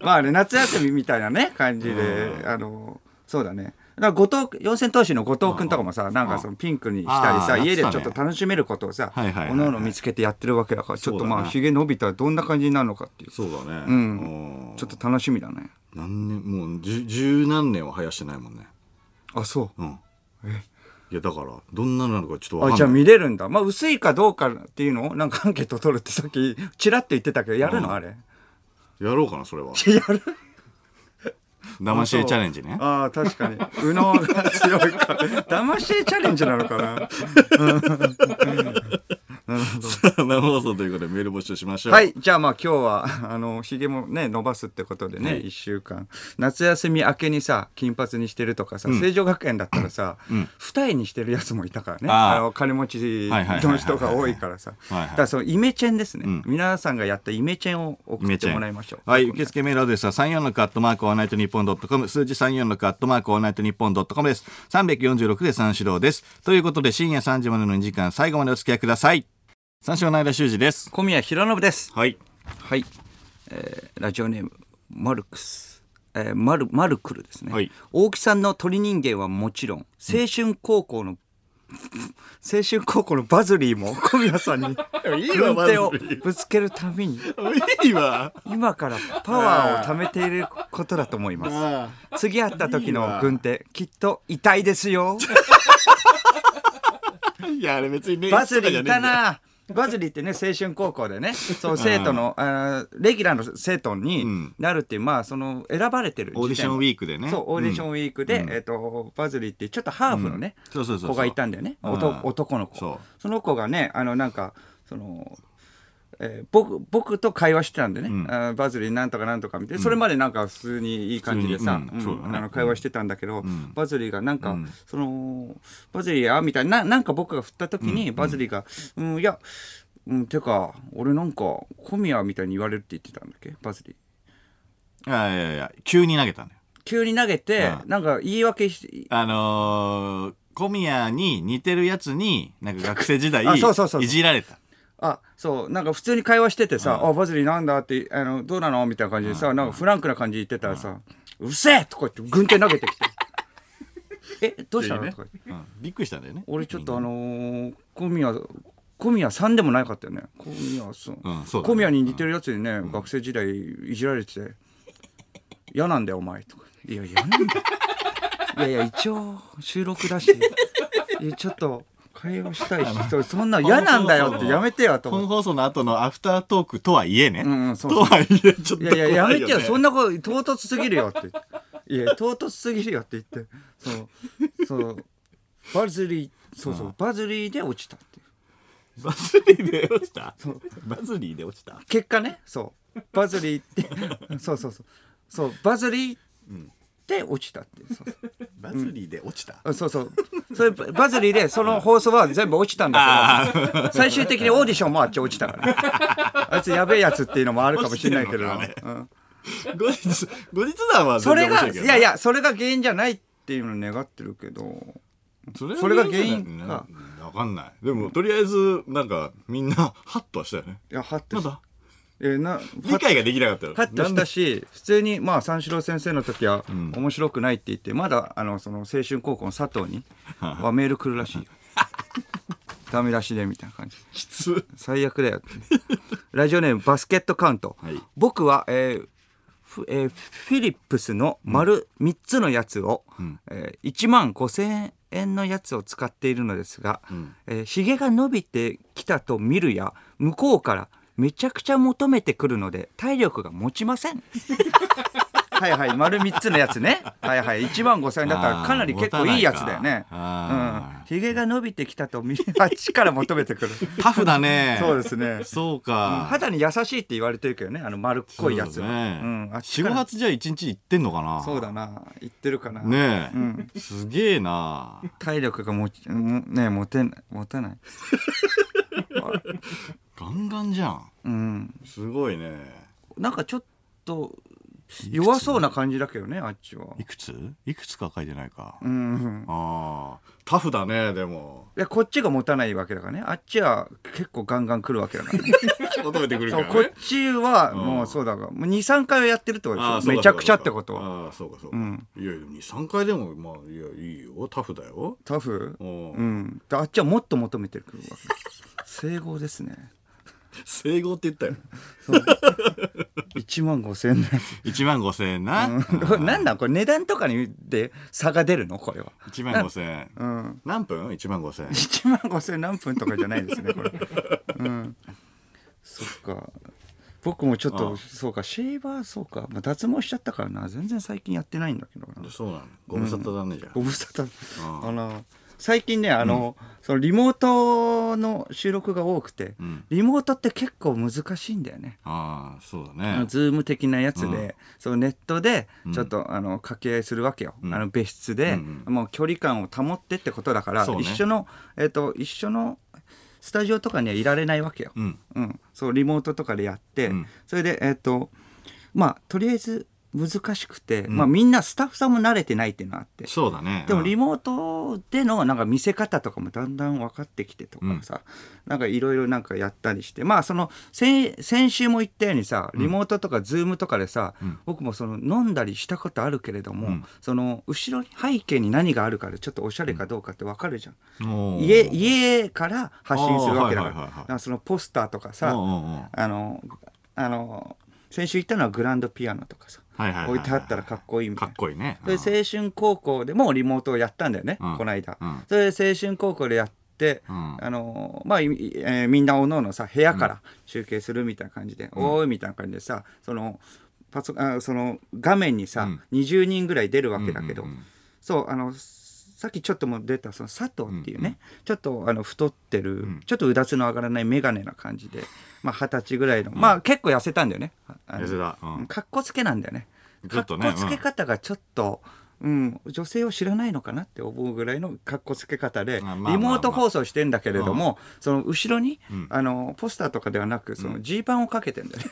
S2: まあね、夏休みみたいなね、感じで、あの、そうだね。だから後藤、四千頭身の後藤君とかもさ、なんかそのピンクにしたり
S1: あ
S2: さ、
S1: ー
S2: 家でち
S1: やっ
S2: ょって
S1: たね
S2: と楽しめることをさ、
S1: はいはいはいはい
S2: おのおの見つけてやってるわけだから、ちょっと
S1: そ
S2: ま
S1: う
S2: あ、
S1: だね
S2: ひげ伸びたらどんな感じになるのかっていう。
S1: そうだね
S2: うん。ちょっと楽しみだね。
S1: 何年もう十十何年は生やしてないもんね
S2: あ、そう。
S1: うんいやだからどんなのなのかちょっとわ
S2: あ
S1: かん
S2: じ
S1: な
S2: ゃあ
S1: い
S2: 見れるんだまあ薄いかどうかっていうのをなんかアンケート取るってさっきチラッと言ってたけどやるの、あれ
S1: やろうかなそ れは
S2: やる
S1: 騙し絵チャレンジね
S2: ああ確かに右脳が強いから騙し絵チャレンジなのか な
S1: さ あ生放送ということでメール募集しましょう
S2: はいじゃあまあ今日はあのひげもね伸ばすってことでね、一週間夏休み明けにさ金髪にしてるとかさ、成城学園だったらさ、二重にしてるやつもいたからね
S1: あ
S2: あ
S1: あ
S2: の金持ち
S1: はいはいはいはいは
S2: の
S1: い
S2: 人が多いからさ
S1: はいはい
S2: だからそのイメチェンですね、皆さんがやったイメチェンを
S1: イ
S2: 送っ
S1: メチ
S2: て
S1: ェン
S2: もらいましょう
S1: はい、受付メールアドレスは346アットマークオールナイトニッポンドットコム、数字346アットマークオールナイトニッポンドットコムです。346で三四郎です。ということで深夜3時までの2時間、最後までお付き合いください。三四郎の間修司です。
S2: 小宮浩信です
S1: はい。
S2: はい、えーラジオネームマルクス、えーマルマルクルですね、
S1: はい
S2: 大木さんの鳥人間はもちろん青春高校の、 青春高校のバズリー も小宮さんに
S1: い
S2: 軍手をぶつけるために
S1: いいわ。
S2: 今からパワーを貯めていることだと 思います次会った時の軍手きっと痛いですよ
S1: いや、あれ別に
S2: バズリーいたな。バズリーってね青春高校でねそう生徒のあーレギュラーの生徒になるっていう、まあその選ばれてる
S1: オーディションウ
S2: ー
S1: ィークでね。
S2: そうオーディションウィークで、えっとバズリーっていうちょっとハーフのね、
S1: うんそうそうそうそう
S2: 子がいたんだよね、お
S1: う
S2: と
S1: ん
S2: 男の子
S1: そ
S2: そうの子がねあのなんかその、えー僕僕と会話してたんでね、あーバズリーなんとかなんとかみたいなそれまでなんか普通にいい感じでさ、
S1: 普通にうん
S2: うん
S1: そうだね
S2: あの会話してたんだけど、バズリーがなんか、そのバズリーやみたいなななんか僕が振った時にバズリーが「うん、いや、うん、てか俺なんか小宮みたいに言われるって言ってたんだっけバズリー。
S1: いやいやいや、急に投げたのよ。
S2: 急に投げて、
S1: う
S2: なんか言い訳し
S1: あのー、小宮に似てるやつに、なんか学生時代、
S2: あそうそうそうそう
S1: いじられた。
S2: あそうなんか普通に会話しててさ「あバズリーなんだ?」ってあの「どうなの?」みたいな感じでさなんかフランクな感じで言ってたらさ「うっせえ!」とか言って軍手投げてきて「 えどうしたの?」とか言って
S1: うんびっくりしたんだよね。
S2: 俺ちょっとあのー、小宮小宮さんでもないかったよね小宮さん、
S1: うんそうだね
S2: 小宮に似てるやつにね、学生時代いじられてて「嫌なんだよお前」とか「いや嫌なんだよ」いやいや一応収録だしいやちょっと会話した いしそうそんな嫌なんだよってやめてよと思って
S1: 本放送の後のアフタートークとはいえね。
S2: んうんそう
S1: とはいえ、ちょっと
S2: いやいや、や
S1: 怖
S2: め
S1: い
S2: て
S1: ね
S2: よ、そんなこと、唐突すぎるよって。い や、唐突すぎるよって言って、そう、そう、バズリー、そうそう、バズリーで落ちたっていう。
S1: バズリーで落ちたバズリーで落ちた
S2: 結果ね、そう、バズリーって、 そうそうそう、そう、バズリーで落ちたっていう。そうそう
S1: バズリーで落ちた、
S2: そうそう。それバズリーでその放送は全部落ちたんだけど、最終的にオーディションもあっち落ちた から。あいつやべえやつっていうのもあるかもしれないけど。
S1: 落ちて
S2: うん
S1: 後日後日談は
S2: そ
S1: 全然面
S2: れが、
S1: 白い
S2: い
S1: けど
S2: やいや、それが原因じゃないっていうのを願ってるけど。
S1: それ
S2: それが原因か
S1: 分かんないでもとりあえずなんかみんなハッとはしたよね
S2: いや、ハッと
S1: な
S2: し
S1: んだ
S2: えーな、ハ
S1: 理
S2: ッ
S1: 解ができなかったよ
S2: ハッとしたし、普通に、まあ、三四郎先生の時は、面白くないって言って、まだ、あの、その、青春高校の佐 藤に、はメール来るらしいよ。ダメ出しで、みたいな感じ。
S1: きつ
S2: 最悪だよって。 ラジオネーム、バスケットカウント。
S1: はい
S2: 僕は、えーフえーフィリップスの丸3つのやつを、えー1万5,000円のやつを使っているのですが、えーひげが伸びてきたと見るや向こうからめちゃくちゃ求めてくるので体力が持ちませ ん。はいはい丸3つのやつねはいはい1万5,000円だったらかなり結構いいやつだよね。
S1: あー持たないか
S2: うん、ひげが伸びてきたとみ あっちから求めてくる
S1: タフだね。
S2: そうですね
S1: そう
S2: うん
S1: か。
S2: 肌に優しいって言われてるけどねあの丸っこいやつ
S1: そう
S2: は
S1: だね
S2: うん、あっち
S1: 四
S2: か
S1: 五
S2: ら
S1: 発じゃ一日行ってんのかな。
S2: そうだな言ってるかな、
S1: ねえ、
S2: うん、
S1: すげえな。
S2: 体力がもちもね持てない持たない
S1: ガンガンじゃん。
S2: うん
S1: すごいね。
S2: なんかちょっと弱そうな感じだけどねあっちはい
S1: くつ？いくつか書いてないか。
S2: うんうん
S1: ああ、タフだねでも。
S2: いやこっちが持たないわけだからねあっちは結構ガンガン来るわけだから、 ね、
S1: 求めてくるか
S2: そう
S1: ら
S2: こ
S1: ね
S2: っ。ちは
S1: うん
S2: もうそうだが23回はやってるってこと
S1: あ
S2: で
S1: あ
S2: し
S1: そ
S2: ょ
S1: う
S2: め
S1: か
S2: ちゃくちゃってことは
S1: ああそうかそうか、
S2: うん
S1: いやいや23回でもまあいやいいよタフだよ
S2: タフ
S1: うん
S2: うんであっちはもっと求めてくるわけ 整合ですね
S1: 整合って言 ったよ
S2: 1万5000円のや
S1: 1万5千円な、
S2: つうんこれ何なんこれ値段とかにで差が出るのこれは
S1: 1万5千円
S2: うん
S1: 何分1万5千円
S2: 1万5000何分とかじゃないですねこれうんそっか僕もちょっ
S1: あ
S2: と
S1: あ
S2: そうかシェーバーそうか、まあ、脱毛しちゃったからな全然最近やってないんだけどな
S1: そうなのご無沙汰だねじゃあ、
S2: ご無沙汰
S1: ああ
S2: あの最近ねあの、そのリモートの収録が多くて、
S1: うん
S2: リモートって結構難しいんだよね、
S1: ああそうだ
S2: あの
S1: ね
S2: ズーム的なやつで、
S1: うん
S2: そのネットで
S1: うん
S2: ちょっと、あの掛け合いするわけよ、
S1: うん
S2: あの別室で、
S1: うんう
S2: もう距離感を保ってってことだから、
S1: そうね
S2: 一緒のえっ、と一緒のスタジオとかにはいられないわけよ、
S1: うん
S2: うんそうリモートとかでやって、
S1: うん
S2: それでえっ、とまあとりあえず難しくて、
S1: うん
S2: まあみんなスタッフさんも慣れてないっていうのがあって
S1: そうだね
S2: でもリ
S1: モ
S2: モートでのなんか見せ方とかもだんだん分かってきてとかさ、なんかいろいろなんかやったりしてまあその先先週も言ったようにさリモートとかズームとかでさ、
S1: うん
S2: 僕もその飲んだりしたことあるけれども、
S1: うん
S2: その後ろに背景に何があるかでちょっとおしゃれかどうかって分かるじゃん、
S1: ト
S2: 家家から発信するわけだか
S1: あーはいはい
S2: ら,、
S1: はいはい
S2: だからそのポスターとかさ、
S1: うんうんうんはい
S2: あのあの先週言ったのはグランドピアノとかさ
S1: はいはいはい
S2: 置いてあったらかっこいいみ
S1: か
S2: たい
S1: っ
S2: な。
S1: こいいね
S2: で青春高校でもうリモートをやったんだよね、
S1: うん
S2: この間、
S1: うん
S2: それで青春高校でやって、
S1: うん
S2: あのーまあ、いえーみんなおのおのさ部屋から集計するみたいな感じで「おーい」みたいな感じでさそのパソあその画面にさ、
S1: うん
S2: 20人ぐらい出るわけだけど、
S1: うんうんうん
S2: そうあのさっきちょっとも出たその佐藤っていう
S1: うんう
S2: ね、ちょっとあの太ってる、
S1: ん
S2: ちょっとうだつの上がらない眼鏡な感じでまあ二十歳ぐらいの、まあ結構痩せたんだよね。あの
S1: 痩せたうん
S2: かっこつけなんだよね。
S1: ちょっとね
S2: かっこつけ方がちょっと、うん、女性を知らないのかなって思うぐらいのかっこつけ方で、
S1: まあまあまあ
S2: リモート放送してんだけれども、その後ろに、
S1: うん
S2: あのポスターとかではなくそのジーパンをかけてんだよね。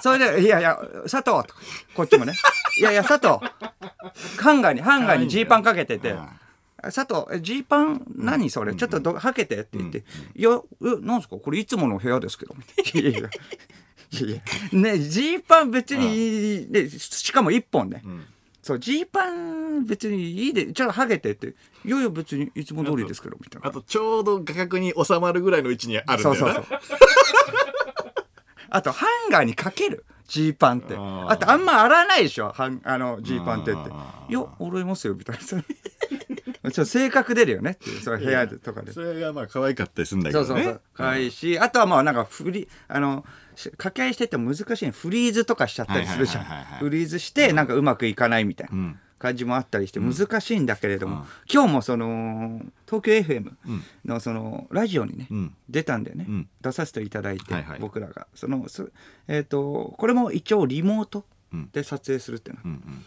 S2: それで「いやいや佐藤」とかこっちもね「いやいや佐藤ハンガーにハンガーにジーパンかけてて」
S1: うん
S2: 佐藤えジーパン何それ、ちょっとどはけて」って言って「いやえなんすかこれいつもの部屋ですけど」みたいな。いやいやいやいやねジーパン別にいい、でしかも1本ね、
S1: ん
S2: そうジーパン別にいいでちょっとはげてって「いやいや別にいつも通りですけど」みたいな
S1: あとちょうど画角に収まるぐらいの位置にあるんだ
S2: そ
S1: よ
S2: う
S1: な
S2: そうそう。 あとハンガーにかけるジーパンって。
S1: あー
S2: あとあんま洗わないでしょハンあのジーパンってって
S1: あ。ー
S2: よ洗いますよみたいな。 ちょっと性格出るよねっていうその部屋でとかで。
S1: それがまあ可愛かったりするんだけ
S2: そ
S1: ど
S2: う
S1: ね
S2: そうそう。可愛いし、あとはまあなんかフリあのし掛け合いしてても難しいフリーズとかしちゃったりするじゃん
S1: はいはいはいはいはい。
S2: フリーズしてなんかうまくいかないみたいな。
S1: うん
S2: 感じもあったりして難しいんだけれど
S1: う
S2: も、
S1: ん
S2: 今日もその東京 FM
S1: ん
S2: のそのラジオにね、
S1: うん
S2: 出たんだよね、
S1: うん
S2: 出させていただいて、
S1: はいはい
S2: 僕らがそのす、えー、とこれも一応リモート
S1: うん
S2: で撮影するっていうの
S1: う
S2: は、
S1: んうん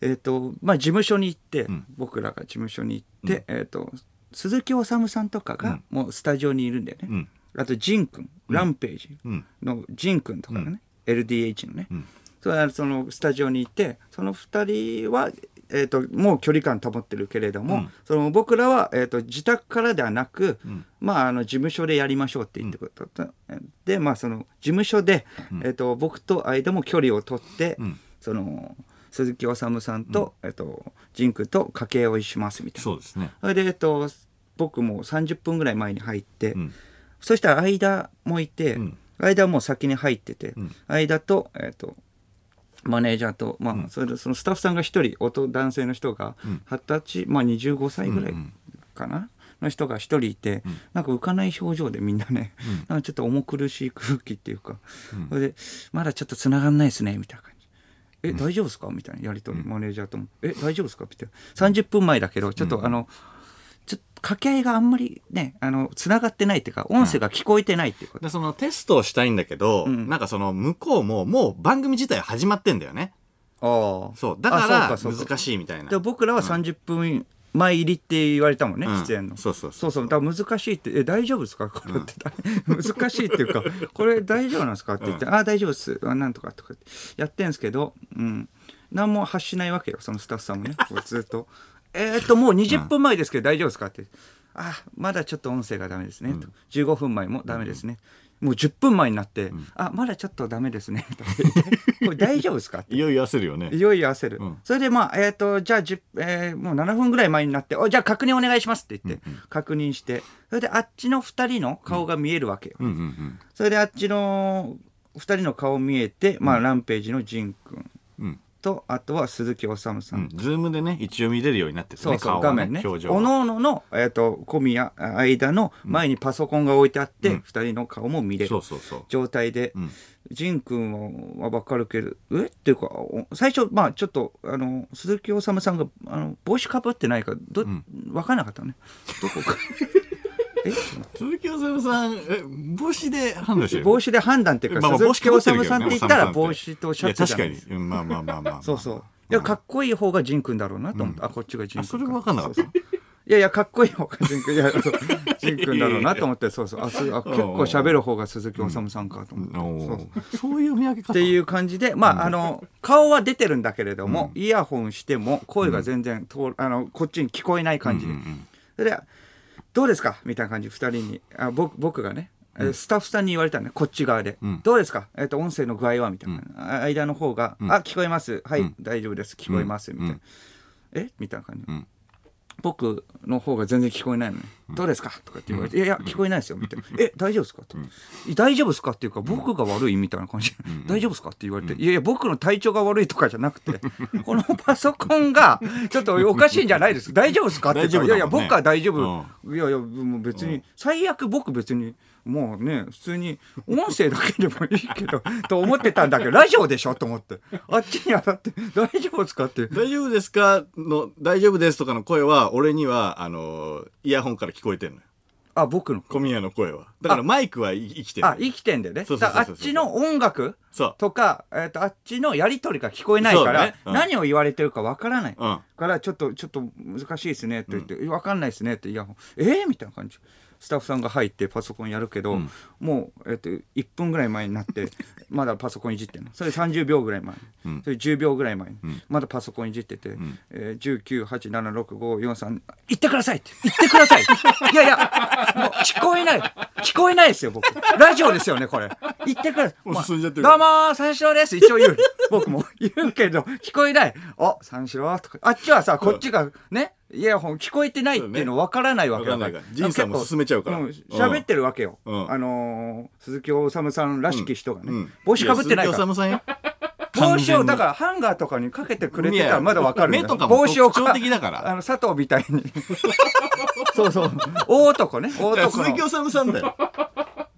S2: えーとまあ、事務所に行って、
S1: ん
S2: 僕らが事務所に行って、えー、と鈴木おさむさんとかがもうスタジオにいるんだよね、
S1: うん
S2: あとジン君ランページ
S1: うん
S2: のジン君とかがね、LDH のね、
S1: うん
S2: それはそのスタジオにいてその2人は、えー、ともう距離感保ってるけれども、
S1: うん
S2: その僕らは、えー、と自宅からではなく、
S1: ん
S2: まあ、あの事務所でやりましょうって言ってことと、で、まあ、その事務所で、えー、と僕と間も距離を取って、
S1: ん
S2: その鈴木おさむさんと,、えー、とジン君と掛け合いしますみたいな。
S1: そうですね
S2: それで、えっと、僕も30分ぐらい前に入って、
S1: ん
S2: そしたら間もいて、
S1: ん
S2: 間はもう先に入ってて、
S1: ん
S2: 間と,、えっとマネージャーと、まあそれでそのスタッフさんが一人男男性の人が二十歳、まあ、25歳ぐらいかな。の人が一人いて、なんか浮かない表情でみんなね、なんかちょっと重苦しい空気っていうか、それでまだちょっと繋がんないですねみたいな感じ。え、大丈夫ですかみたいなやり取り、マネージャーとも。え、大丈夫ですかみたいな。30分前だけど、ちょっとあの、ちょっと掛け合いがあんまりね、あの、繋がってないっていうか、音声が聞こえてないっていうこと。
S1: でそのテストをしたいんだけど、
S2: ん
S1: なんかその向こうももう番組自体始まってんだよね
S2: ああ。
S1: そうだから
S2: あそうかそうか
S1: 難しいみたいな
S2: で僕らは30分前入りって言われたもんね、
S1: うん
S2: 出演の。
S1: そうそう
S2: そ
S1: そうう
S2: そうだから難しいって「え大丈夫ですか?」これって、難しいっていうか「これ大丈夫なんですか?」って言って「ああ大丈夫ですあなんとか」とかってやってんですけど、うん、何も発しないわけよそのスタッフさんもねこうずっと 「えーっともう20分前ですけど大丈夫ですか?」って「あまだちょっと音声がダメですね」と「15分前もダメですね」もう10分前になって「あまだちょっとダメですね」とか言って「これ大丈夫ですか?」って
S1: いよいよ焦るよね
S2: いよいよ焦る。
S1: うん
S2: それでまあ、えっ、と、じゃあ、10えーもう7分ぐらい前になって、おじゃあ確認お願いしますって言って、確認して、それであっちの2人の顔が見えるわけよ。
S1: うんうんうん
S2: それであっちの2人の顔見えて、まあ、ランページの仁君
S1: うん
S2: と、あとは鈴木おさむさ
S1: う
S2: ん。
S1: ん、ズームでね一応見れるようになってて、ね、
S2: そうそう、
S1: 顔
S2: 画
S1: が
S2: 面ね。
S1: 表情
S2: お
S1: が
S2: のおのの、えっ、と、小宮、あ間の前にパソコンが置いてあって、2人の顔も見れる。
S1: そうそうそう
S2: 状態で、
S1: ん
S2: 仁君はは分かるけどえっていうかお最初まあちょっとあの鈴木おさむさんがあの帽子かぶってないからど、分かんなかったのねどこかえ
S1: 鈴木おさむさんえ帽子で判断してる
S2: 帽子で判断っていうか、鈴木おさむさんって言ったら帽子とシャツ
S1: じ
S2: じ
S1: ゃな
S2: ゃないい
S1: で
S2: ですす
S1: か確かにうんまあまあまあまあ、まあ、
S2: そうそういやかっこいい方が仁君だろうなと思って、あこっちが仁君
S1: あそれ分かんなかった
S2: そうそういやいやかっこいい方が仁君いやそう仁君だろうなと思ってそうそうあすあ結構喋る方が鈴木おさむさんかと思って、
S1: おー
S2: そうそう
S1: そういう見分け
S2: っ
S1: 方
S2: ていう感じで、まあ、あの、顔は出てるんだけれども、イヤホンしても、声が全然通る、あの、こっちに聞こえない感じで。それで、どうですかみたいな感じ、二人に、あ僕、僕がね、えースタッフさんに言われたね、こっち側で。どうですかえっ、と、音声の具合はみたいな。あ間の方が、あ、聞こえます。はい、大丈夫です。聞こえます。みたいな。えみたいな感じ。僕の方が全然聞こえないのに、どうですかとかって言われて、いやいや、聞こえないですよ、みたいな。え、大丈夫ですかと、大丈夫ですかっていうか、僕が悪いみたいな感じで、大丈夫ですかって言われて、いやいや、僕の体調が悪いとかじゃなくて、 このパソコンが、ちょっとおかしいんじゃないですか大丈夫ですかって言ったら、
S1: 大
S2: い
S1: 丈
S2: や
S1: 夫だも
S2: いや、
S1: んね
S2: 僕は大丈夫。いやいや、もう別に、最悪僕別に、もうね、普通に音声だけでもいいけど、と思ってたんだけど、ラジオでしょと思って。あっちに当たって、大丈夫ですかって。
S1: 大丈夫ですかの「大丈夫です」とかの声は俺にはあのイヤホンから聞こえてんのよ
S2: あ、僕の。
S1: 小宮の声はだからマイクは生きてる
S2: あ、生きてんだよね。
S1: そうそうそうそう
S2: だからあっちの音楽
S1: そう
S2: とか、えっ、と、あっちのやりとりが聞こえないから、
S1: そうだねうん
S2: 何を言われてるかわからない。
S1: うん
S2: から、ちょっと、ちょっと難しいですねって言って、わ、かんないですねって、イヤホン、えー、みたいな感じ。スタッフさんが入ってパソコンやるけど、もう、えっと1分ぐらい前になって まだパソコンいじってんのそれ30秒ぐらい前、それ10秒ぐらい前に、まだパソコンいじってて、えー、19876543行ってくださいって行ってください いやいやもう聞こえない聞こえないですよ僕ラジオですよねこれ行ってください
S1: もう進んじゃってる
S2: どうもー三四郎です一応言う 僕も言うけど聞こえないあ三四郎とかあっちはさこっちがねイヤホン聞こえてないっていうの分からないわけだ
S1: わからないから仁さんも進めちゃうから
S2: ん喋ってるわけよ、
S1: うん
S2: あのー鈴木おさむさんらしき人が
S1: う
S2: ね、
S1: ん
S2: 帽子かぶってないか
S1: や鈴木
S2: ら
S1: おさむさんよ
S2: 帽子をだかららハンガーとかにかけてくれてたらまだわかるんだ
S1: い
S2: よ
S1: や目とかも
S2: 帽子を
S1: 特徴的だから
S2: あの佐藤みたいに そうそう大男ね大男
S1: 鈴木
S2: の
S1: おさむさんだよ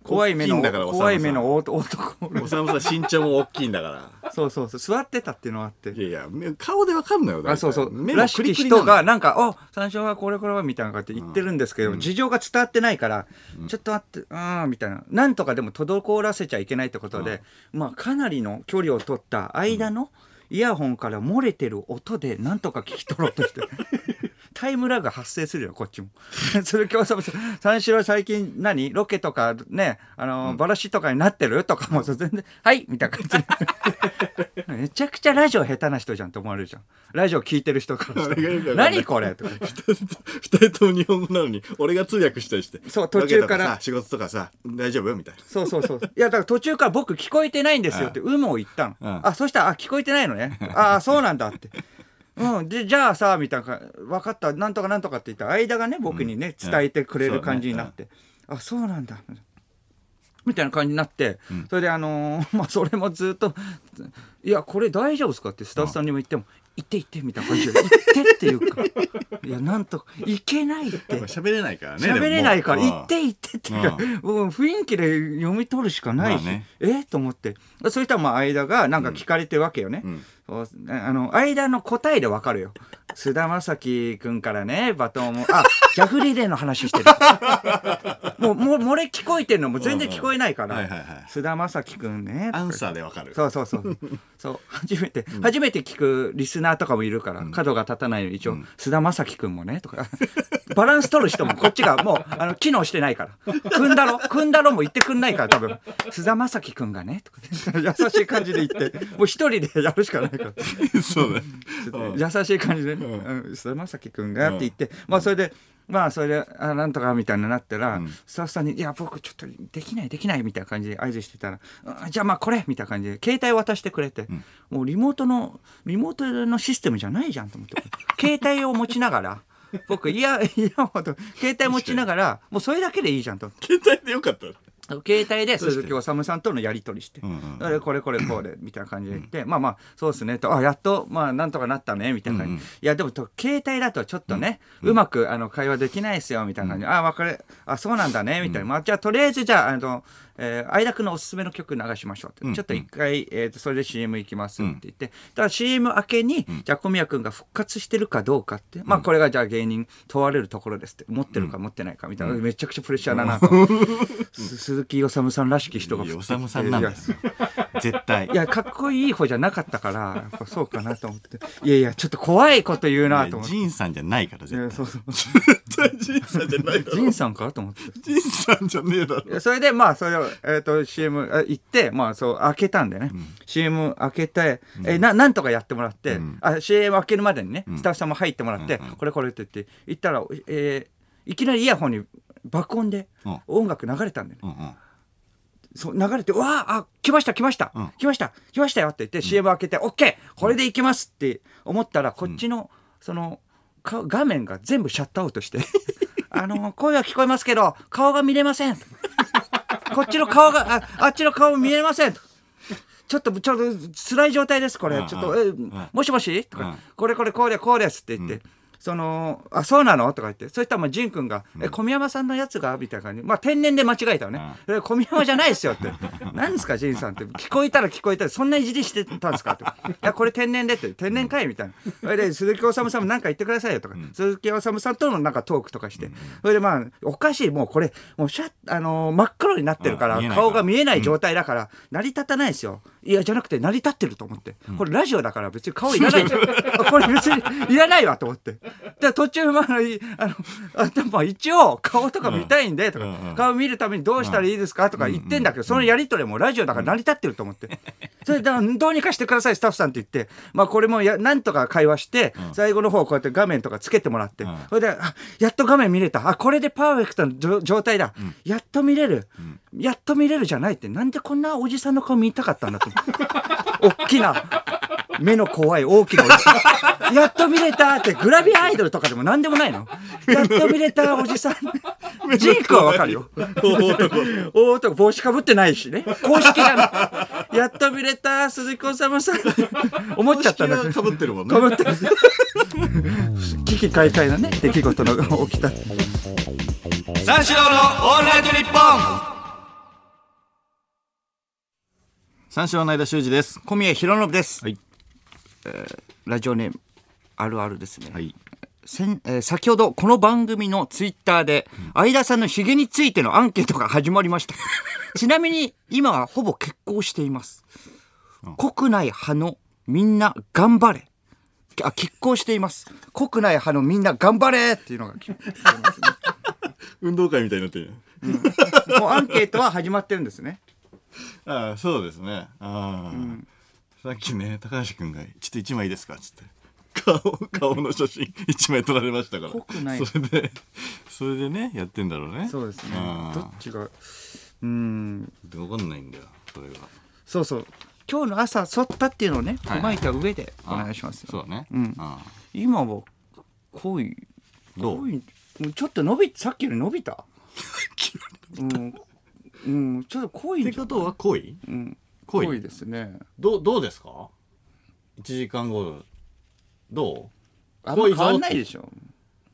S2: 怖い目の
S1: 大きいんだから
S2: 怖い目の大男
S1: おさむさん身長も大きいんだから
S2: そうそうそう座ってたっていうのがあって
S1: いやいや目顔でわかんないよ
S2: あそうそう
S1: 目
S2: ら
S1: の
S2: し
S1: ク
S2: き
S1: リクリ
S2: 人
S1: な
S2: が
S1: が
S2: なんか「お山椒はこれこれは」みたいな感じで言ってるんですけど、事情が伝わってないから、ちょっと待ってうーんみたいななんとかでも滞らせちゃいけないってことで、まあかなりの距離を取った間のイヤホンから漏れてる音でなんとか聞き取ろうとして。タイムラグが発生するよこっちも それ今日さ三四郎最近何ロケとかねあの、バラシとかになってるとかもう全然 「はい」みたいな感じで めちゃくちゃラジオ下手な人じゃんって思われるじゃん。ラジオ聞いてる人からし
S1: あれがよく
S2: て。
S1: わかんない
S2: 何これとか。
S1: 二人とも日本語なのに俺が通訳したりして
S2: そう途中か
S1: ロケ
S2: ら
S1: とさ仕事とかさ大丈夫みたいな
S2: そうそうそう。いや、だから途中から僕聞こえてないんですよって、有無を言ったの。
S1: うん
S2: あ、そしたら、あ、聞こえてないの ね。ああ、そうなんだって。うん、でじゃあさみたいなか分かったなんとかなんとかって言ったら間がね僕にね、伝えてくれる感じになって、あそうなんだ みたいな感じになって、それであのーまあそれもずっといやこれ大丈夫ですかってスタッフさんにも言っても「行って行って」みたいな感じで「行って」っていうか「いやなんと行けない」って
S1: 喋れないからね。
S2: 喋れないから「
S1: でも
S2: 行って行って」っていうかもう雰囲気で読み取るしかないし、
S1: まあね
S2: えと思ってそしたらまあ間がなんか聞かれてるわけよね、
S1: うん
S2: そうあの間の答えでわかるよ菅田将暉君からねバトンもあジャフリレーの 話してるもうもう漏れ聞こえてるのも全然聞こえないか
S1: うんうんはいはいは
S2: ら
S1: い
S2: 菅田将暉君ね
S1: アンサーでわかる。
S2: そうそう そうそう初めて、初めて聞くリスナーとかもいるから、角が立たないように一応菅、田将暉君もねとか バランス取る人もこっちがもうあの機能してないから「くんだろくんだろ」も言ってくんないから多分菅田将暉君がねとか 優しい感じで言って もう一人でやるしかないから。
S1: そうだ。うん
S2: 優しい感じでねうん「菅田将暉君が」って言って、まあそれで。まあそれで「あなんとか」みたいになったら、スタッフさんに「いや僕ちょっとできないできない」みたいな感じで合図してたら「うんじゃあまあこれ」みたいな感じで携帯渡してくれて、もうリモートのリモートのシステムじゃないじゃんと思って携帯を持ちながら僕いやいやほど携帯持ちながらもうそれだけでいいじゃんと思って
S1: 携帯でよかった。
S2: 携帯で鈴木おさむさんとのやり取りして、
S1: んうん
S2: あれこれこれこう でみたいな感じで言って、まあまあそうですねとあやっとまあなんとかなったねみたいな感じ、いやでもと携帯だとちょっとね、うまくあの会話できないですよみたいな感じで、あ別れあそうなんだねみたいな、まあ、じゃあとりあえずじゃああの、えー、相田君のおすすめの曲流しましょうって、ちょっと一回、えー、とそれで CM 行きますって言って、ただ CM 明けに、じゃあ小宮君が復活してるかどうかって、まあこれがじゃあ芸人問われるところですって持ってるか持ってないかみたいな、めちゃくちゃプレッシャーだなと。す鈴木おさむさんらしき人が
S1: い
S2: 降
S1: や
S2: って
S1: おさ
S2: きて
S1: むさんなんだよ。絶対
S2: い。やかっこいい方じゃなかったからやっぱそうかなと思っていやいやちょっと怖いこと言うなと思って
S1: ジンさんじゃないから
S2: い
S1: 絶
S2: やそう そう
S1: 対。ジンさんじゃないだ
S2: 仁さんかと思って
S1: ジンさんじゃねえだろ。
S2: いやそれでまあそれを、えー、と CM あ行ってまあそう開けたんでね、CM 開けて、えーななんとかやってもらって、あ CM 開けるまでにねスタッフさんも入ってもらって、これこれって言って行ったら、えーいきなりイヤホンに爆音で
S1: うん
S2: 音楽流れたんでね、
S1: うんうん。
S2: そう流れて「うわああ来ました来ました、
S1: うん
S2: 来ました来ましたよ」って言って CM 開けて「オッケーこれでいきます」って思ったらこっちのそのか画面が全部シャットアウトして 「あの声は聞こえますけど顔が見れません」 こっちの顔がああっちの顔見えません」ちょっと、ちょっと、辛い状態です、こ
S1: うんう
S2: れ。
S1: ん
S2: ちょっと、え
S1: ん、
S2: もしもしと
S1: うん
S2: か、これこれこうでこうですって言って、その、あ、そうなのとか言って、そしたらもう仁君が、え、小宮山さんのやつがみたいな感じ。まあ、天然で間違えたよね。え、小宮山じゃないですよって。何ですか、仁さんって。聞こえたら聞こえたら、そんないじりしてたんですかって。いや、これ天然でって、天然かいみたいな。それで、鈴木おさむさんもなんか言ってくださいよとか、鈴木おさむさんとのなんかトークとかして。それでまあ、おかしい、もうこれ、もうシャッ、あのー、真っ黒になってるか
S1: う
S2: ら
S1: ん見え、ないから
S2: 顔が見えない状態だから、成り立たないですよ。いや、じゃなくて成り立ってると思って。これラジオだから別に顔 いらない。あこれ別にいらないわと思って。で、途中まあいあの、あでも一応顔とか見たいんで、とか、
S1: うんうん
S2: 顔見るためにどうしたらいいですかとか言ってんだけど、そのやりとりもラジオだから成り立ってると思って。それで、どうにかしてください、スタッフさんって言って。まあこれもや、なんとか会話して、最後の方こうやって画面とかつけてもらって
S1: ん。
S2: それで、あ、やっと画面見れた。あ、これでパーフェクトなじょ状態だ。やっと見れる。やっと見れるじゃないって。なんでこんなおじさんの顔見たかったんだと。おっきな、目の怖い大きなおじさん。やっと見れたって、グラビアアイドルとかでも何でもないの。やっと見れたおじ さん。ジークはわか るよ。大男、帽子かぶってないしね。公式だな。やっと見れた鈴木おさむさん。思っちゃったんだけど。
S1: かぶってるもんね
S2: か。ぶってる。危機開会なね、出来事が起きた。
S1: 三四郎のオールナイトニッポン三四郎の間修二です。
S2: 小宮弘信です。
S1: はい。
S2: ラジオネーム、あるあるですね。
S1: はい。
S2: 先えー先ほどこの番組のツイッターで相田さんのヒゲについてのアンケートが始まり ましたちなみに今はほぼ結婚しています国内派のみんな頑張れあ拮抗しています国内派のみんな頑張れっていうのが拮抗してますね
S1: 運動会みたいになってる。
S2: もうアンケートは始まってるんですね
S1: ああ、そうですね。ああ、さっきね、高橋くんが、ちょっと一枚いいですかっつって。顔、顔の写真一枚撮られましたから。
S2: 濃くない
S1: それで、それでね、やってんだろうね。
S2: そうですね
S1: あ
S2: どっちがうーん
S1: あわかんないんだよ、それが。
S2: そうそう今日の朝剃ったっていうのをね
S1: はい
S2: 踏まえた上でお願いしますよ
S1: そうだね。
S2: ん
S1: ああ
S2: 今は濃い
S1: どう
S2: 濃いちょっと伸びさっきより伸びたうん、うん、ちょっと濃い
S1: っ
S2: ん
S1: て
S2: じ
S1: こ
S2: ゃん
S1: とは恋
S2: うん
S1: 恋
S2: ですね
S1: どう、どうですか1時間後ど
S2: あんま変わんないでしょ
S1: う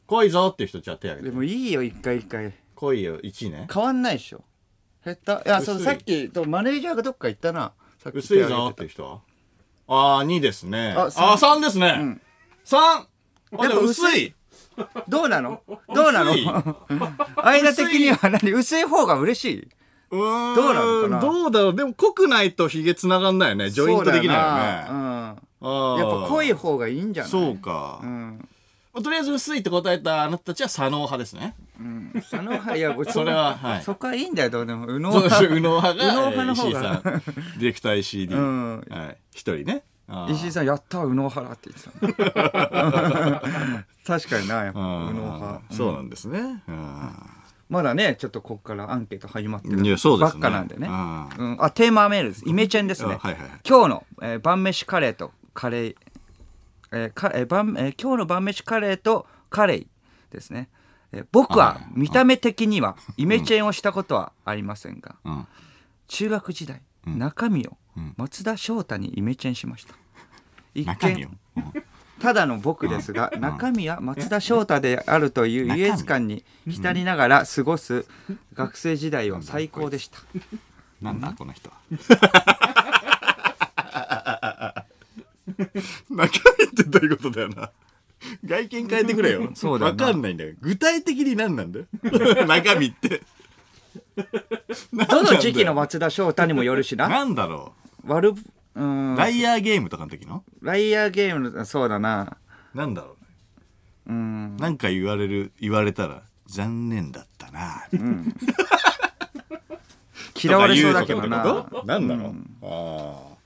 S1: 来いぞっていう人じゃあ手挙げ
S2: で
S1: て
S2: もいいよ一回一回
S1: 来いよ1ね
S2: 変わんないでしょ減ったいやそう
S1: 薄い
S2: さっきとマネージャーがどっか行ったなさっき
S1: 薄い
S2: 手
S1: ぞって
S2: 挙
S1: いう
S2: げ
S1: 人はああ2ですねあ
S2: あ三
S1: あ三3ですね、
S2: ん
S1: 三3あ
S2: やっ
S1: で
S2: ぱ
S1: も薄い
S2: たどうなのどうなの
S1: 薄い
S2: 間的には何薄い方が嬉しいう
S1: ーん
S2: どうなのかな
S1: どうだろうでも濃くないとヒゲつながんないよねジョイントできないよね
S2: ね
S1: あ
S2: うん
S1: ー
S2: やっぱ濃い方がいいんじゃない
S1: そうか
S2: う、ん
S1: とりあえず薄いって答えたあなたたちは左脳派ですね
S2: うんそのはいや別 に
S1: それははい
S2: そこはいいんだよどうでも右脳
S1: そうで
S2: は
S1: す右脳派が
S2: 右脳派の方が
S1: えー 石井さんディレクター石井 D
S2: うん
S1: はい一人ねあー
S2: 石井さんやった右脳派だって言っ てた確かになやっぱ
S1: うん
S2: 右脳派
S1: そうなんですねうん
S2: まだねちょっとここからアンケート始まってる
S1: いやそうですね
S2: ばっかなんでね
S1: うん
S2: うん、あテーマメールですイメチェンですね、
S1: あはいはいはい
S2: 今日の、えー晩飯カレーとカレー,、えーかえー晩えー今日の晩飯カレーとカレーですね、えー僕は見た目的にはイメチェンをしたことはありませんが、
S1: うん
S2: 中学時代、中身を
S1: ん
S2: 松田翔太にイメチェンしました一
S1: 中身を
S2: 見ただの僕ですが、中身は松田翔太であるという優越感に浸りながら過ごす学生時代は最高でした
S1: なんだこの 人は中身ってどういうことだよな外見変えてくれ よ
S2: そうだよ
S1: わ
S2: な
S1: かんないんだよ具体的に何なんだ よ中身って
S2: どの時
S1: なん
S2: 期の
S1: だよ
S2: 松田翔太にもよるしな
S1: なんだろ
S2: 悪ぶうー
S1: うんライアーゲームとかの時の
S2: ライアーゲームのそうだな
S1: なんだろうね
S2: うん
S1: なんか言われる言われたら残念だったな
S2: 嫌われそうだけどな
S1: 何なの、ああ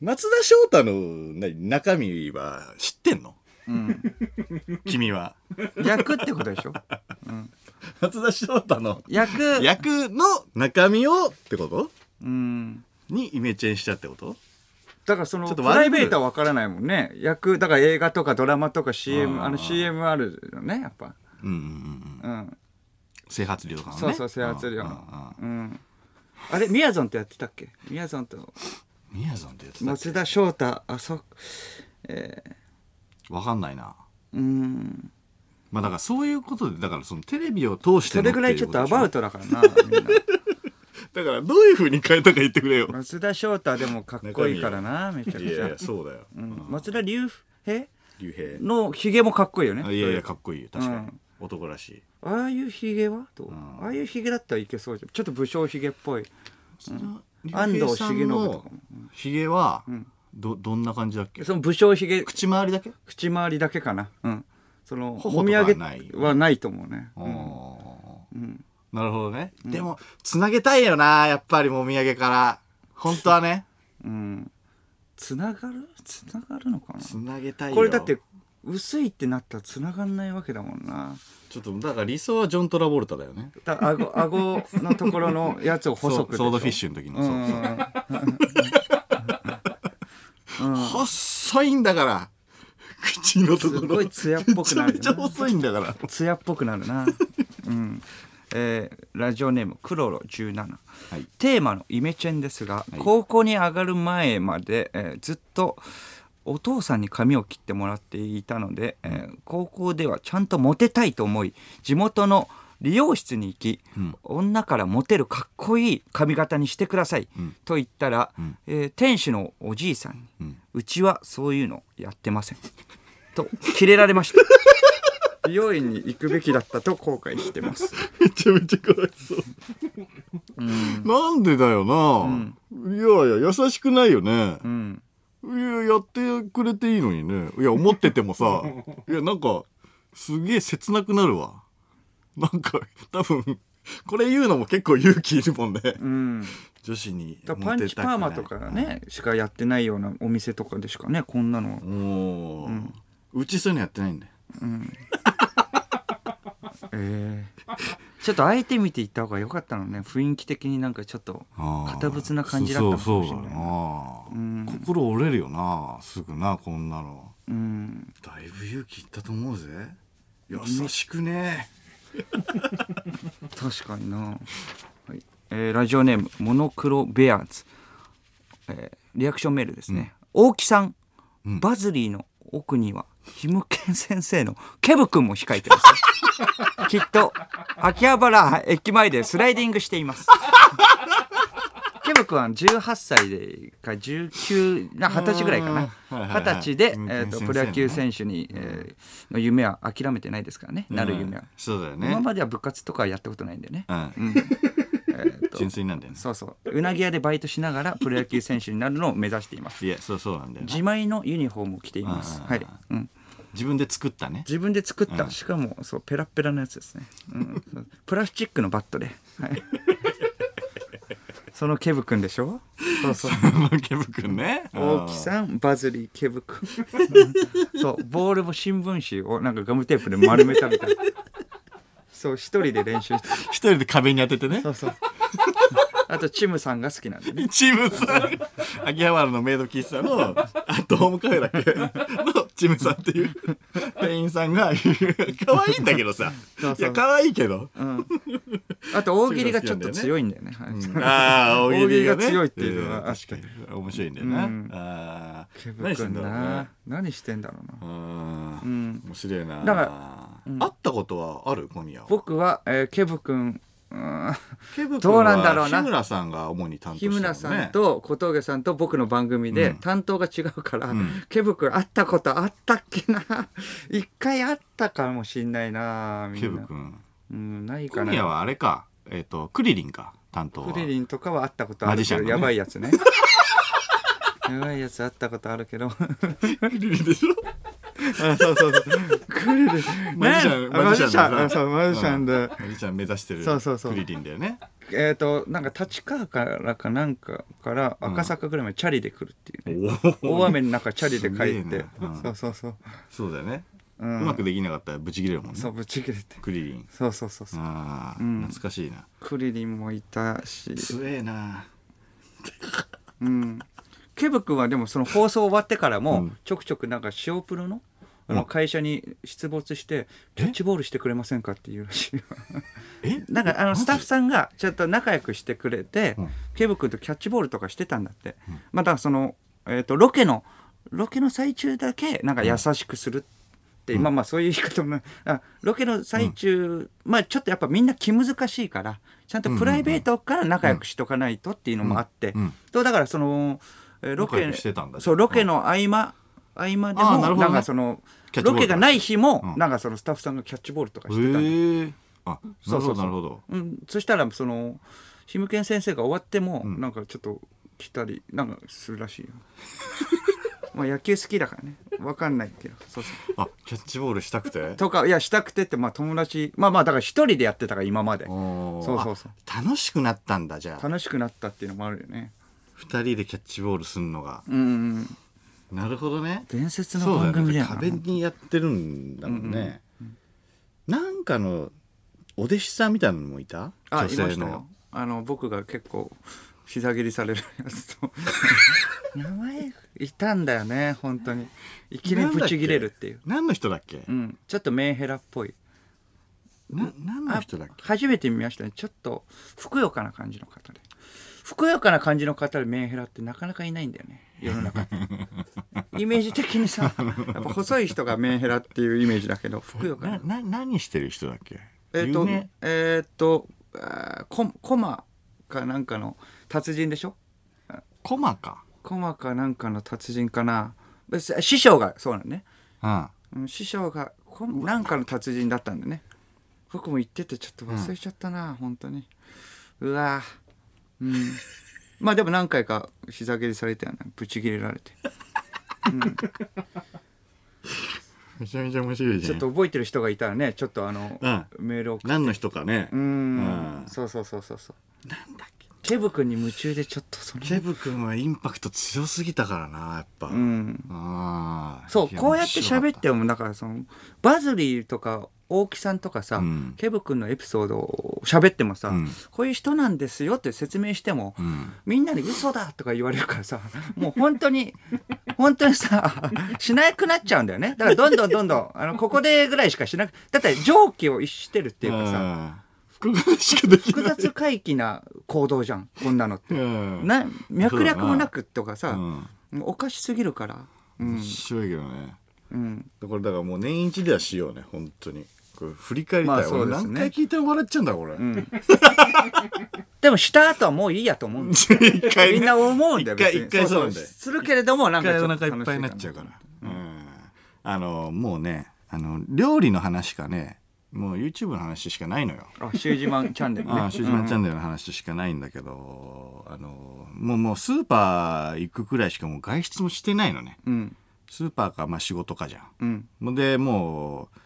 S1: 松田翔太の何中身は知ってんの、君は
S2: 役ってことでしょ
S1: 松田翔太の
S2: 役
S1: 役の中身をってこと
S2: うん
S1: にイメチェンしたってこと
S2: だからそ
S1: ちょ
S2: の
S1: っと
S2: プ
S1: 悪い
S2: ライベートは分からないもんね役だから映画とかドラマとか CM
S1: あー
S2: あの CM あるよねやっぱ
S1: うんうんうん
S2: うん
S1: 整髪量とかのね
S2: そうそう整髪量
S1: うんうんうん
S2: うんあれみやぞんってやってたっけみやぞんと
S1: みやぞんってやつだっけ
S2: 松田翔太あそえ
S1: わかんないな
S2: ーうん
S1: まあだからそういうことでだからそのテレビを通して
S2: そ
S1: の
S2: れ
S1: て
S2: ぐ
S1: う
S2: らいちょっとア
S1: こ
S2: バ
S1: でし
S2: ウトだから なみんな
S1: だからどういうふうに変えたか言ってくれよ
S2: 松田翔太でもかっ こいいからなめちゃく
S1: いやい
S2: ちゃ
S1: やそうだよ、う
S2: うん
S1: ん、
S2: 松田龍平
S1: 竜兵
S2: のひげもかっこいいよね
S1: あいやいやかっこいいよ確かに、
S2: うん
S1: 男らしい
S2: ああいうひげはどう、
S1: ん
S2: ああいうひげだったらいけそうじゃんちょっと武将ひげっぽい
S1: 安
S2: 安
S1: 藤
S2: 藤
S1: 重
S2: 重
S1: 信
S2: 信
S1: と
S2: と
S1: か
S2: か
S1: もひげはどどんな感じだっけ
S2: その武将ひげ
S1: 口周りだけ、
S2: 口周りだけかなうんその
S1: 頬とかは
S2: お土産
S1: ない
S2: はないと思うね、うん
S1: うんなるほどね、でもつなげたいよなやっぱりもみあげから本当はね
S2: うん、つながるつながるのか
S1: つ
S2: な
S1: なげたいよ
S2: これだって薄いってなったらつながんないわけだもんな
S1: ちょっとだから理想はジョン・トラボルタだよね
S2: だ顎顎のところのやつを細く
S1: そうソードフィッシュの時の、
S2: うん
S1: そうそう細いんだから口のところ
S2: すごい艶っぽくなるよね
S1: めちゃめちゃ細いんだから
S2: 艶っぽくなるな、うんえーラジオネームクロロ17、
S1: い
S2: テーマのイメチェンですが、高校に上がる前まで、えーずっとお父さんに髪を切ってもらっていたので、えー高校ではちゃんとモテたいと思い地元の理容室に行き、女からモテるかっこいい髪型にしてください、と言ったら、えー店主のおじいさんに、うちはそういうのやってませんとキレられました美容院に行くべきだったと後悔してます。
S1: めちゃめちゃかわいそう。なんでだよな、いやいや、優しくないよね。
S2: うん。
S1: いや、やってくれていいのにね。いや、思ってても さ、いや、なんか、すげえ切なくなるわ。なんか、多分、これ言うのも結構勇気いるもんね。
S2: うん。
S1: 女子にモテた
S2: だ
S1: く
S2: からパ
S1: ない。
S2: ンチパーマとかね、しかやってないようなお店とかでしかね、こんなの。
S1: もう、うちそういうのやってないんだよ。
S2: ええちょっとあえて見ていった方が良かったのね。雰囲気的になんかちょっと堅物な感じだったのかもしれ
S1: そうそう
S2: な
S1: だ
S2: い。
S1: よな、
S2: ん
S1: 心折れるよなすぐなこんなの
S2: うん。
S1: だいぶ勇気いったと思うぜ優しくね
S2: 確かにな。はい。えーラジオネームモノクロベアーズ。えーリアクションメールですね。大木さん、
S1: うん
S2: バズリーの奥にはキムケン先生のケブ君も控えてます よきっと秋葉原駅前でスライディングしています ケブ君は18歳でか19な二十歳ぐらいかな
S1: うんはいはいは
S2: 二
S1: い
S2: 十歳で、
S1: キムケン
S2: え
S1: 先生
S2: ー、と
S1: のね
S2: プロ野球選手に、えーの夢は諦めてないですからね、なる夢は
S1: うん、そうだよね
S2: 今までは部活とかはやったことないんだよね、
S1: うん
S2: えーと
S1: 純粋なんだよね
S2: そうそううなぎ屋でバイトしながらプロ野球選手になるのを目指しています
S1: いやそうそうなんだよな
S2: 自前のユニフォームを着ています、
S1: あー
S2: はいうん、
S1: 自分で作ったね
S2: 自分で作った、しかもそうペラッペラのやつですね、うん、そうプラスチックのバットで、 はい、そのケブ君でしょそうそう
S1: ケブ君ね
S2: 大木さんバズリーケブ君 そうボールも新聞紙をなんかガムテープで丸めたみた いなそう一人で練習して
S1: 一人で壁に当ててね
S2: そうそうあとチムさんが好きなんでね
S1: チムさん秋葉原のメイド喫茶のアットホームカフェだっけのチムさんっていう店員さんが可愛いんだけどさ
S2: そう
S1: い
S2: そう
S1: や可愛いけど、
S2: あと大喜利がちょっと強いんだよねはい
S1: ああ大喜利が,、ね、
S2: 大喜利が強いっていうのは
S1: ん確かに面白いんだよな、
S2: うん
S1: あー
S2: ケブ
S1: 何してんだ
S2: 君
S1: ろうね
S2: な何してんだろうな
S1: うん
S2: ん
S1: 面白いな
S2: だ
S1: から、会ったことはある小宮は
S2: 僕は、えーケブ君うん
S1: ケブ君は
S2: どうなんだろうな
S1: 日村さんが主に担当してたも
S2: 日
S1: んね
S2: 村さんと小峠さんと僕の番組
S1: う
S2: で
S1: ん
S2: 担当が違うから、
S1: うん
S2: ケブ君会ったことあったっけな 一回会ったかもしんないなみん
S1: ケ
S2: な
S1: ブ君
S2: うん、ないか
S1: 小
S2: な
S1: 宮はあれかえっ、とクリリンか担当は
S2: クリリンとかは会ったことあ
S1: マ
S2: るけど、
S1: ジシャンのね
S2: やばいや つねやばいやつ会ったことあるけど
S1: クリリンで しょ
S2: そうそうそうクリリン
S1: マジシャン
S2: ねマジシャン
S1: マ
S2: あ
S1: ジシ
S2: そ
S1: ャ
S2: う
S1: ン
S2: マジシャンで、
S1: マジシャン目指してる
S2: そうそうそう
S1: クリリンだよね
S2: えっ、となんか立川からかなんかから赤坂ぐらいまでチャリで来るっていうね、大雨の中チャリで帰っ
S1: すげ
S2: て
S1: え、なうん
S2: そうそうそう、
S1: そうだよね、
S2: う、
S1: うんまくできなかったらブチ切れるもんね
S2: そうぶち切れて
S1: クリリン
S2: そうそうそうそう、
S1: ああ、
S2: うん
S1: 懐かしいな
S2: クリリンもいたし、
S1: 強えな
S2: うん、ケブ君はでもその放送終わってから
S1: う
S2: も
S1: ん
S2: ちょくちょくなんか塩プロの
S1: う
S2: あ
S1: ん
S2: の会社に出没してキャッチボールしてくれませんかっていうらしいよ
S1: え
S2: なんかあのスタッフさんがちょっと仲良くしてくれて、
S1: うん
S2: ケブ君とキャッチボールとかしてたんだって、またその、えー、とロケのロケの最中だけなんか優しくするって、まあまあそういう言い方 もないあロケの最中、まあちょっとやっぱみんな気難しいからちゃんとプライベートから仲良くしとかないとっていうのもあって、
S1: うんうん
S2: とだからその、えーロ
S1: 仲
S2: ケ
S1: 良くしてたんだ
S2: そうロケの合間、合間で
S1: あー
S2: も
S1: な
S2: な
S1: るほどね
S2: んかその
S1: キャッチボールと
S2: ロ
S1: か
S2: ケがない日も、
S1: うん
S2: なんかそのスタッフさんがキャッチボールとか
S1: ええ
S2: してたんだ
S1: あなる
S2: そう
S1: ほど
S2: そうそう
S1: なるほど
S2: うん、そしたらそのシムケン先生が終わっても、
S1: ん
S2: なんかちょっと来たりなんかするらしいよ まあ野球好きだからねわかんないけどそうそう
S1: あキャッチボールしたくて
S2: とかいやしたくてってまあ友達まあまあだから一人でやってたから今まで
S1: おー
S2: そうそうそう
S1: あ楽しくなったんだじゃあ
S2: 楽しくなったっていうのもあるよね
S1: 二人でキャッチボールすんのが
S2: うんうんうん
S1: なるほどね
S2: 伝説の
S1: そうだ
S2: 番
S1: よね
S2: 組だよな
S1: 壁にやってるんだもんね、なんかのお弟子さんみたいなのもいた女
S2: あいま
S1: 性
S2: した
S1: の
S2: よあの僕が結構膝蹴りされるやつと 名前いたんだよね本当にいきなりブチ切れるっていう
S1: 何の人だっけ、
S2: うん、ちょっとメンヘラっぽい
S1: な何の人だっけ
S2: 初めて見ましたねちょっとふくよかな感じの方でふくよかな感じの方でメンヘラってなかなかいないんだよね世の 中ってイメージ的にさやっぱ細い人がメンヘラっていうイメージだ けどふくよか
S1: な
S2: な
S1: な何してる人だっけ
S2: えっ、と
S1: 有名
S2: えっ、とあーココマかなんかの達人でしょ
S1: コマか、
S2: コマかなんかの達人かなで師匠がそうなのね
S1: うん、
S2: うん師匠がこんなんかの達人だったんでね僕も行っててちょっと忘れちゃったな、本当にうわーうん まあでも何回か膝蹴りされたよねブチ切れられて
S1: めちゃめちゃ面白いじ
S2: ち
S1: ゃ
S2: ょっ
S1: ん
S2: と覚えてる人がいたらねちょっとあの、
S1: うん
S2: メールを送っ
S1: 何の人かね、
S2: うーん
S1: うん
S2: そうそうそうそうそう
S1: なんだっけ
S2: ケブ君に夢中でちょっとその
S1: ケブ君はインパクト強すぎたからなやっぱ、
S2: うん
S1: あー
S2: そう
S1: いや
S2: こうやって喋
S1: 面
S2: っ
S1: 白か
S2: てもだからそのバズリーとか大木さんとかさ、
S1: うん
S2: ケブ君のエピソードを喋ってもさ、
S1: うん
S2: こういう人なんですよって説明しても、
S1: たうん
S2: みんなに嘘だとか言われるからさ、もう本当に、 本当にさ、しなくなっちゃうんだよね。だからどんどんどんどん、あの、ここでぐらいしかしなく、だって常軌を逸してるっていうかさ、
S1: うん複雑しかでき
S2: 複雑回帰な行動じゃん、こんなのって。
S1: うん
S2: な、脈略もなくとかさ、
S1: うん
S2: おかしすぎるから、うん
S1: 面白いけどね
S2: うん
S1: これだからもう年一ではしようね本当にこれ振り返りたい、
S2: まあそうです
S1: 俺
S2: ね
S1: 何回聞いても笑っちゃうんだこれ、
S2: うん、でもした後はもういいやと思うんです
S1: 一回
S2: みん
S1: ね
S2: な思うんだよ
S1: 一回
S2: 別に
S1: 一回そうなんだよ
S2: するけれどもなん
S1: 一
S2: か
S1: 回
S2: ち
S1: お腹
S2: ょと
S1: いっぱいになっちゃうから、うんあのもうねあの料理の話しかねもう YouTube の話しかないのよ
S2: 楽しいかなあシュージマンチャンネルね
S1: ああ、シュージマンチャンネルの話しかないんだけど、あの、もうもうスーパー行くくらいしかもう外出もしてないのね。
S2: うん
S1: スーパーか、まあ仕事かじゃん。
S2: うん
S1: ので、もう、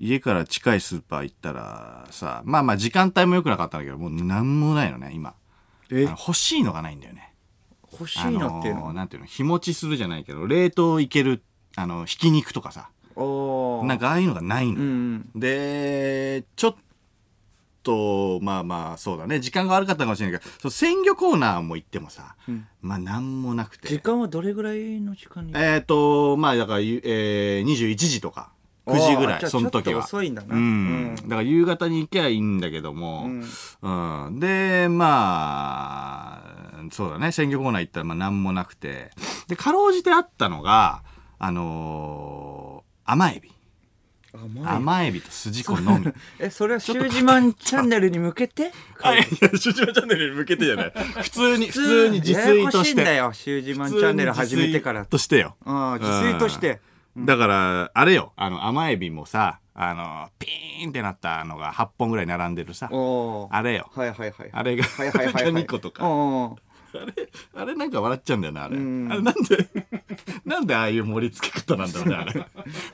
S1: 家から近いスーパー行ったらさ、まあまあ時間帯も良くなかったんだけど、もう何もないのね、今。あ
S2: え
S1: の欲しいのがないんだよね。
S2: 欲しいのっていうの
S1: あ
S2: は
S1: のなんていうの、日持ちするじゃないけど、冷凍いける、あの、ひき肉とかさ、
S2: おー
S1: なんかああいうのがないの
S2: う。ん
S1: で、ちょっと、まあまあ、そうだね。時間が悪かったかもしれないけど、その鮮魚コーナーも行ってもさ、
S2: うん
S1: まあ、なんもなく
S2: 時
S1: て。
S2: 間はどれぐらいの時間に
S1: えっ、と、まあ、だから、ゆえー、21時とか、9時ぐら
S2: あーじ
S1: い、
S2: ゃあ
S1: その時
S2: ちょっ
S1: は
S2: と。遅いんだな
S1: うん、だから夕方に行きゃいいんだけども、うんでまあそうだね鮮魚コーナー行ったらまあ何もなくてでかろうじてあったのがあのー甘エビ
S2: 甘い
S1: 甘エビとすじこのみ
S2: えそ れはシュージマンチャンネルに向けて
S1: はい、いや、主張チャンネルに向けてじゃ ない。普通に、普通に自
S2: やや
S1: 炊
S2: ことしい
S1: し
S2: んだ
S1: て。
S2: よシュージマ
S1: 普通
S2: ンチ
S1: に
S2: ャンネル始めてから
S1: 自炊としてよ。
S2: ああ自炊として
S1: だから、あれよ、あの、甘エビもさ、あの、ピーンってなったのが8本ぐらい並んでるさ、
S2: おー
S1: あれよ。
S2: はいはいはい
S1: あれが、
S2: はいは いはい
S1: あ
S2: は
S1: れ
S2: い
S1: が2個とか。
S2: おー
S1: あれ、あれなんか笑っちゃうんだよな、あれ。あれ
S2: うん
S1: なんで、 なんでああいう盛り付け方なんだろうね、あ れ。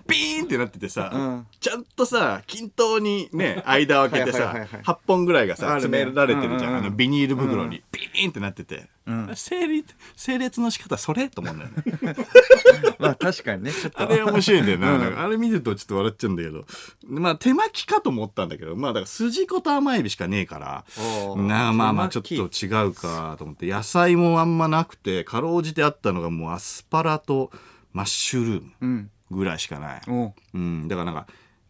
S1: ピーンってなってて
S2: う
S1: さ
S2: ん、
S1: ちゃんとさ、均等にね、間を空けて
S2: はいはい
S1: さ
S2: はいはい、
S1: 8本ぐらいがさ、
S2: ある
S1: 詰
S2: ね
S1: められてるじゃ
S2: うん
S1: ん、
S2: うんう
S1: あ
S2: ん
S1: のビニール袋に。ピーンってなってて
S2: ん。
S1: 整理、整列の仕方それと思うんだよね。
S2: まあ確かにねちょっと
S1: あれ面白いんだよな。なんかあれ見てるとちょっと笑っちゃうんだけど。まあ手巻きかと思ったんだけど、まあだから筋子と甘エビしかねえから。
S2: おー
S1: なあまあまあち
S2: 手
S1: ょっと
S2: 巻き
S1: 違うかと思って野菜もあんまなくてかろうじてあったのがもうアスパラとマッシュルー
S2: う
S1: ム
S2: ん
S1: ぐらいしかない、
S2: おー
S1: うん、だからなんか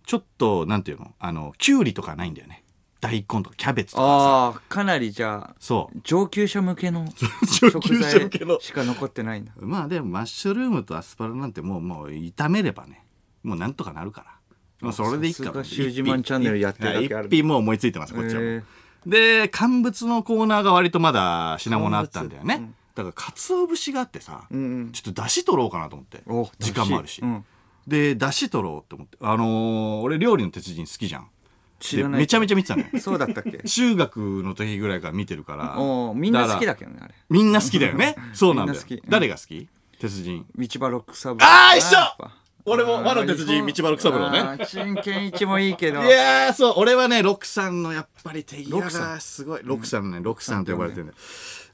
S1: ちょっとなんていうのあのきゅうりとかないんだよね大根とかキャベツとかさ
S2: ああかなりじゃあ
S1: そ
S2: 上級者向けの
S1: う上級者向けの
S2: 食材しか残ってないんだ
S1: まあでもマッシュルームとアスパラなんてもうもう炒めればねもうなんとかなるから。もうそれでいいか
S2: さす
S1: も。
S2: がシュージマンチャンネルやってるだけある
S1: 一品もう思いついてます、こっちはもう。で乾物のコーナーが割とまだ品物あったんだよね、
S2: 乾物
S1: だから鰹節があってさ、
S2: うんうん
S1: ちょっと出汁取ろうかなと思って
S2: お
S1: 時間もあるし、
S2: うん
S1: で出汁取ろうと思ってあのー俺料理の鉄人好きじゃん
S2: 知ら
S1: で
S2: ない
S1: めちゃめちゃ見てたのよ
S2: そうだったっけ
S1: 中学の時ぐらいから見てるから
S2: おーみんな好きだ
S1: か
S2: けどねあれ
S1: らみんな好きだよねそうなんだよ
S2: みんな好きうん
S1: 誰が好き鉄人
S2: 道場ロックサブ
S1: あー一緒
S2: やっぱ
S1: 俺も
S2: あー
S1: 和の鉄人道場六三郎ね
S2: あー陳建一もいいけど
S1: いやーそう俺はね六三のやっぱり手際
S2: 六
S1: が
S2: 三
S1: すごい六三のね六三と呼ばれてるんだよ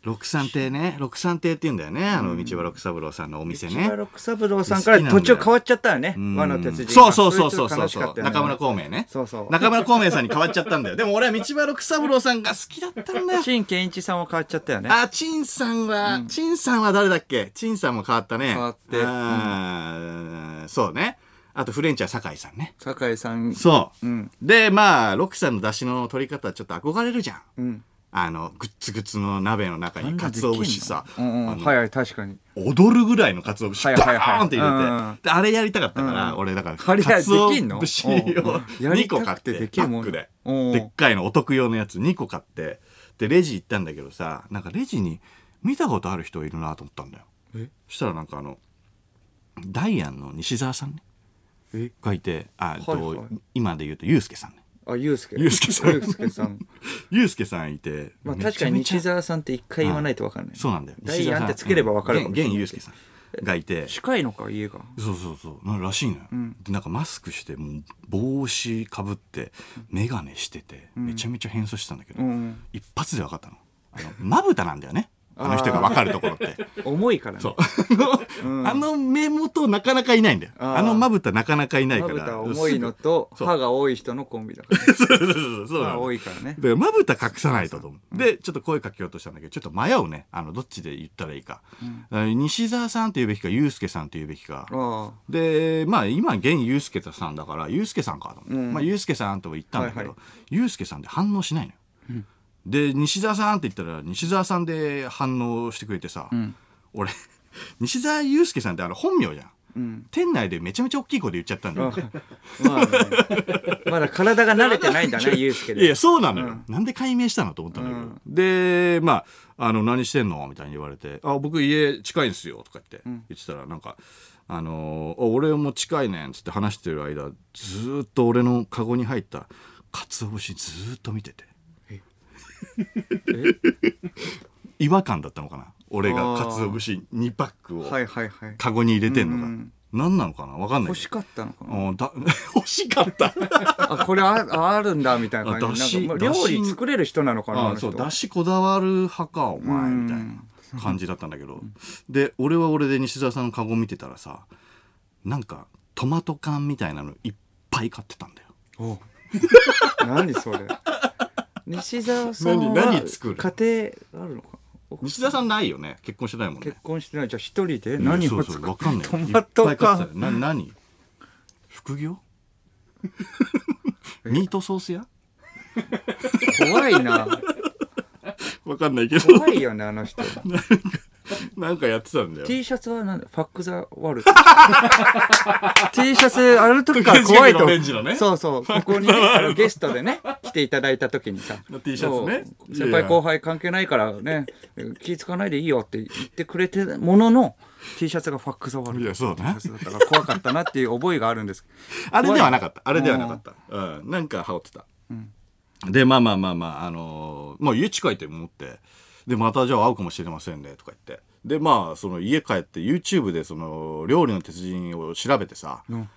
S1: 六三亭ね六三亭って言うんだよねあの道場六三郎さんのお店
S2: 道
S1: ね
S2: 場六三郎さんから途中変わっちゃったよね
S1: うん
S2: 和の鉄人
S1: そうそうそうそう
S2: れちょっと
S1: そう
S2: 悲し
S1: そ
S2: か
S1: う
S2: ったよね
S1: 中村孔明ね
S2: そうそう
S1: 中村孔明さんに変わっちゃったんだよでも俺は道場六三郎さんが好きだったんだよ
S2: 陳建一さんも変わっちゃったよね
S1: あ陳さんは陳さんは誰だっけ陳さんも変わったね
S2: 変わって
S1: あーそうねあとフレンチは酒井さんね
S2: 酒井さん
S1: そう
S2: うん
S1: でまあ六三の出汁の取り方ちょっと憧れるじゃん
S2: うん
S1: あのグッツグツの鍋の中
S2: あ
S1: に
S2: んな
S1: か
S2: でき
S1: つ
S2: んの
S1: お節さ、
S2: うんう
S1: あ
S2: ん
S1: の
S2: はいはい確かに
S1: 踊るぐらいのかつお節
S2: は
S1: バ
S2: いはいはい
S1: ーンって
S2: うんうんう
S1: 入れ
S2: ん
S1: てであれやりたかったから、
S2: うん
S1: 俺だから
S2: あれ
S1: かつお
S2: できんの
S1: 節を
S2: うんうんや
S1: 2
S2: り
S1: 個
S2: た
S1: 買っ
S2: くて
S1: て
S2: でき
S1: パ
S2: るも
S1: ッ
S2: ん
S1: クで
S2: うん
S1: でっかいのお得用のやつ2個買ってでレジ行ったんだけどさなんかレジに見たことある人いるなと思ったんだよ
S2: え
S1: そしたらなんかあのダイアンの西澤さんね
S2: え
S1: がいてあ、えっと
S2: はいはい
S1: 今で言うとユうスケさんね
S2: あゆうすけ
S1: ゆうすけさん
S2: ゆうすけさん
S1: ユうスケさんいて、
S2: まあ
S1: めちゃめ
S2: 確
S1: ちゃ
S2: かに西澤さんって一回言わないと分かんない
S1: そうなんだよ。
S2: ダイアンってつければ分かるかもしれない
S1: 現現ユースケさんがいて。
S2: 近いのか家が
S1: そうそうそう。なんからしいのよ。
S2: ん
S1: でなんかマスクして、もう帽子かぶって、眼鏡してて、めちゃめちゃ変装してたんだけど、
S2: うんうん
S1: 一発で分かったの。あの、まぶたなんだよね。あの人が分かるところっ て。
S2: 重いからね
S1: そう。 あのあの目元なかなかいないんだよ。
S2: あー
S1: あのまぶたなかなかいない
S2: ま
S1: から。
S2: ぶた重いのと
S1: そう
S2: 歯が多い人のコンビだから
S1: す
S2: ね
S1: ぐ。そうそうそうそうな
S2: 歯
S1: の
S2: 多いからね
S1: だからまぶた隠さないとと思うでちょっと声かけようとしたんだけどちょっと迷うねあのどっちで言ったらいいか、あ西澤さんって言うべきかユうスケさんって言うべきか
S2: あ
S1: でまあ今現ユうスケさんだからユうスケさんかと思って、
S2: うん
S1: まあ、ユうスケさんとも言ったんだけ
S2: はい
S1: ど、
S2: は
S1: ユうスケさんって反応しないのよ、で西澤さんって言ったら西澤さんで反応してくれてさ、
S2: ん
S1: 俺西澤ユうスケさんってあれ本名じゃん、
S2: うん
S1: 店内でめちゃめちゃ大きい声で言っちゃったんだ
S2: ま
S1: よ
S2: あ、まあねまだ体が慣れてないんだね、ユうスケ
S1: いや
S2: で。
S1: そうなのよ、
S2: うん
S1: なんで解明したのと思ったんだけど、
S2: うん
S1: でまああの「何してんの?」みたいに言われて「あ僕家近いんすよ」とか言って、
S2: ん
S1: 言ってたらなんか「あのーあ俺も近いねん」っつって話してる間ずーっと俺のカゴに入ったかつお節ずーっと見てて 違和感だったのかな俺が
S2: あー
S1: かつお節2パックを
S2: はいはいはい。
S1: カゴに入れてんのが、
S2: うんんうん
S1: 何なのかなわかんない
S2: 欲
S1: け
S2: し
S1: ど
S2: かったのかな。
S1: うんだ 欲しかった
S2: あ、これああるんだ、みたいな感じで。
S1: あ
S2: な
S1: だし
S2: んかまあ料理作れる人なのかな、あ
S1: あ
S2: の
S1: そ
S2: 人
S1: うだしこだわる派かお前
S2: うん
S1: みたいな感じだったんだけど で俺は俺で西澤さんのカゴ見てたらさなんかトマト缶みたいなのいっぱい買ってたんだよ
S2: お何それ。西澤さん
S1: 何
S2: は
S1: 何作る
S2: 家庭あるのか
S1: 西澤さんないよね結婚してないもんね
S2: 結婚してないじゃあ一人で何
S1: そ
S2: を
S1: うそう
S2: 作
S1: 分
S2: る
S1: か んない
S2: トマト
S1: いっぱい買っ
S2: 缶
S1: てたよな何副 業ミートソース屋
S2: 怖いな
S1: 分かんないけど
S2: 怖いよねあの人
S1: なんかやってたんだよ
S2: T シャツはなんだファック・ザ・ワールド T シャツあの時から怖いと
S1: オレンジのね
S2: そうそうここにねあのゲストでね来ていただいた時に さ
S1: T シャツね
S2: そう先輩後輩関係ないからね気付かないでいいよって言ってくれてるものの T シャツがファック・ザ・ワール
S1: い
S2: ド
S1: やそうだね
S2: だったから怖かったなっていう覚えがあるんです
S1: あれではなかった。あれではなかった。うん。なんか羽織ってた。で、まあまあまあまあ、あのーまあ家近いと思って、で、またじゃあ会うかもしれませんね、とか言って。で、まあ、その家帰って YouTube でその料理の鉄人を調べてさ、
S2: うん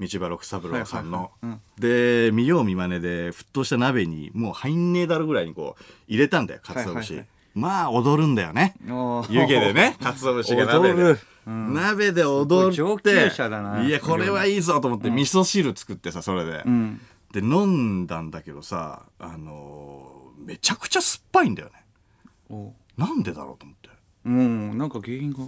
S1: 道場六三郎さんの、
S2: はいはいはい
S1: で見よう見まねで沸騰した鍋にもう入んねえだろぐらいにこう入れたんだよかつお節、
S2: はいはいはい
S1: まあ踊るんだよね
S2: おー
S1: 湯気でねかつお節が鍋で
S2: 踊る
S1: 鍋で踊って
S2: すごい上級者だない
S1: やこれはいいぞと思って味噌汁作ってさそれで、
S2: うん
S1: で飲んだんだけどさあのーめちゃくちゃ酸っぱいんだよね
S2: お
S1: なんでだろうと思って
S2: うんなんか原因が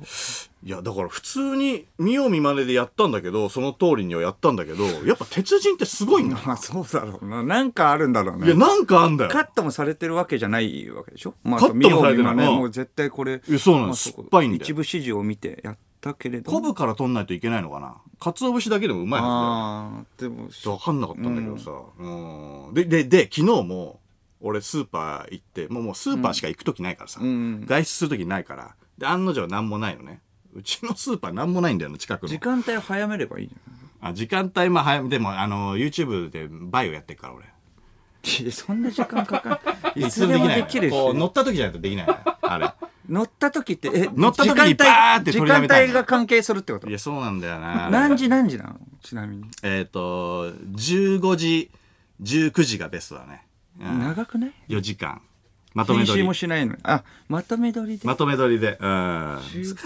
S1: いやだから普通に見よう見まねでやったんだけどその通りにはやったんだけどやっぱ鉄人ってすごいんだ
S2: まあそうだろうななんかあるんだろう
S1: いや
S2: ね
S1: なんかあんだよ
S2: カットもされてるわけじゃないわけでしょまあ
S1: カットもされてない
S2: 見よう見まね
S1: うん
S2: もう絶対これ
S1: いやそうなの
S2: まあ
S1: 酸っぱいんだよ
S2: 一部指示を見てやったけれど
S1: 昆布から取んないといけないのかな鰹節だけでもうまいは
S2: ああでも
S1: ずだよ分かんなかったんだけどさ、うんででで昨日も俺スーパー行ってもうもうスーパーしか行く時ないからさ、
S2: うん
S1: 外出する時ないからで案の定何もないのねうちのスーパー何もないんだよね近くの
S2: 時間帯を早めればいいじゃ
S1: あ時間帯まあ早めでもあの YouTube でバイオやってるから俺
S2: んいやそんな時間かか んいつでも
S1: のよ
S2: できるし
S1: こう乗った時じゃないとできないのよ あれ
S2: 乗った時ってえ
S1: 乗った時に
S2: 時間帯
S1: バーって取りやめたいの
S2: 時間帯が関係するってこと
S1: いやそうなんだよなあれ
S2: 何時何時なのちなみに
S1: えっ、と15時19時がベストだね、うん、
S2: 長くない
S1: 4時間まとめ
S2: 編
S1: 撮り
S2: 集もしないのにあまとめ撮りで
S1: まとめ撮りでうん難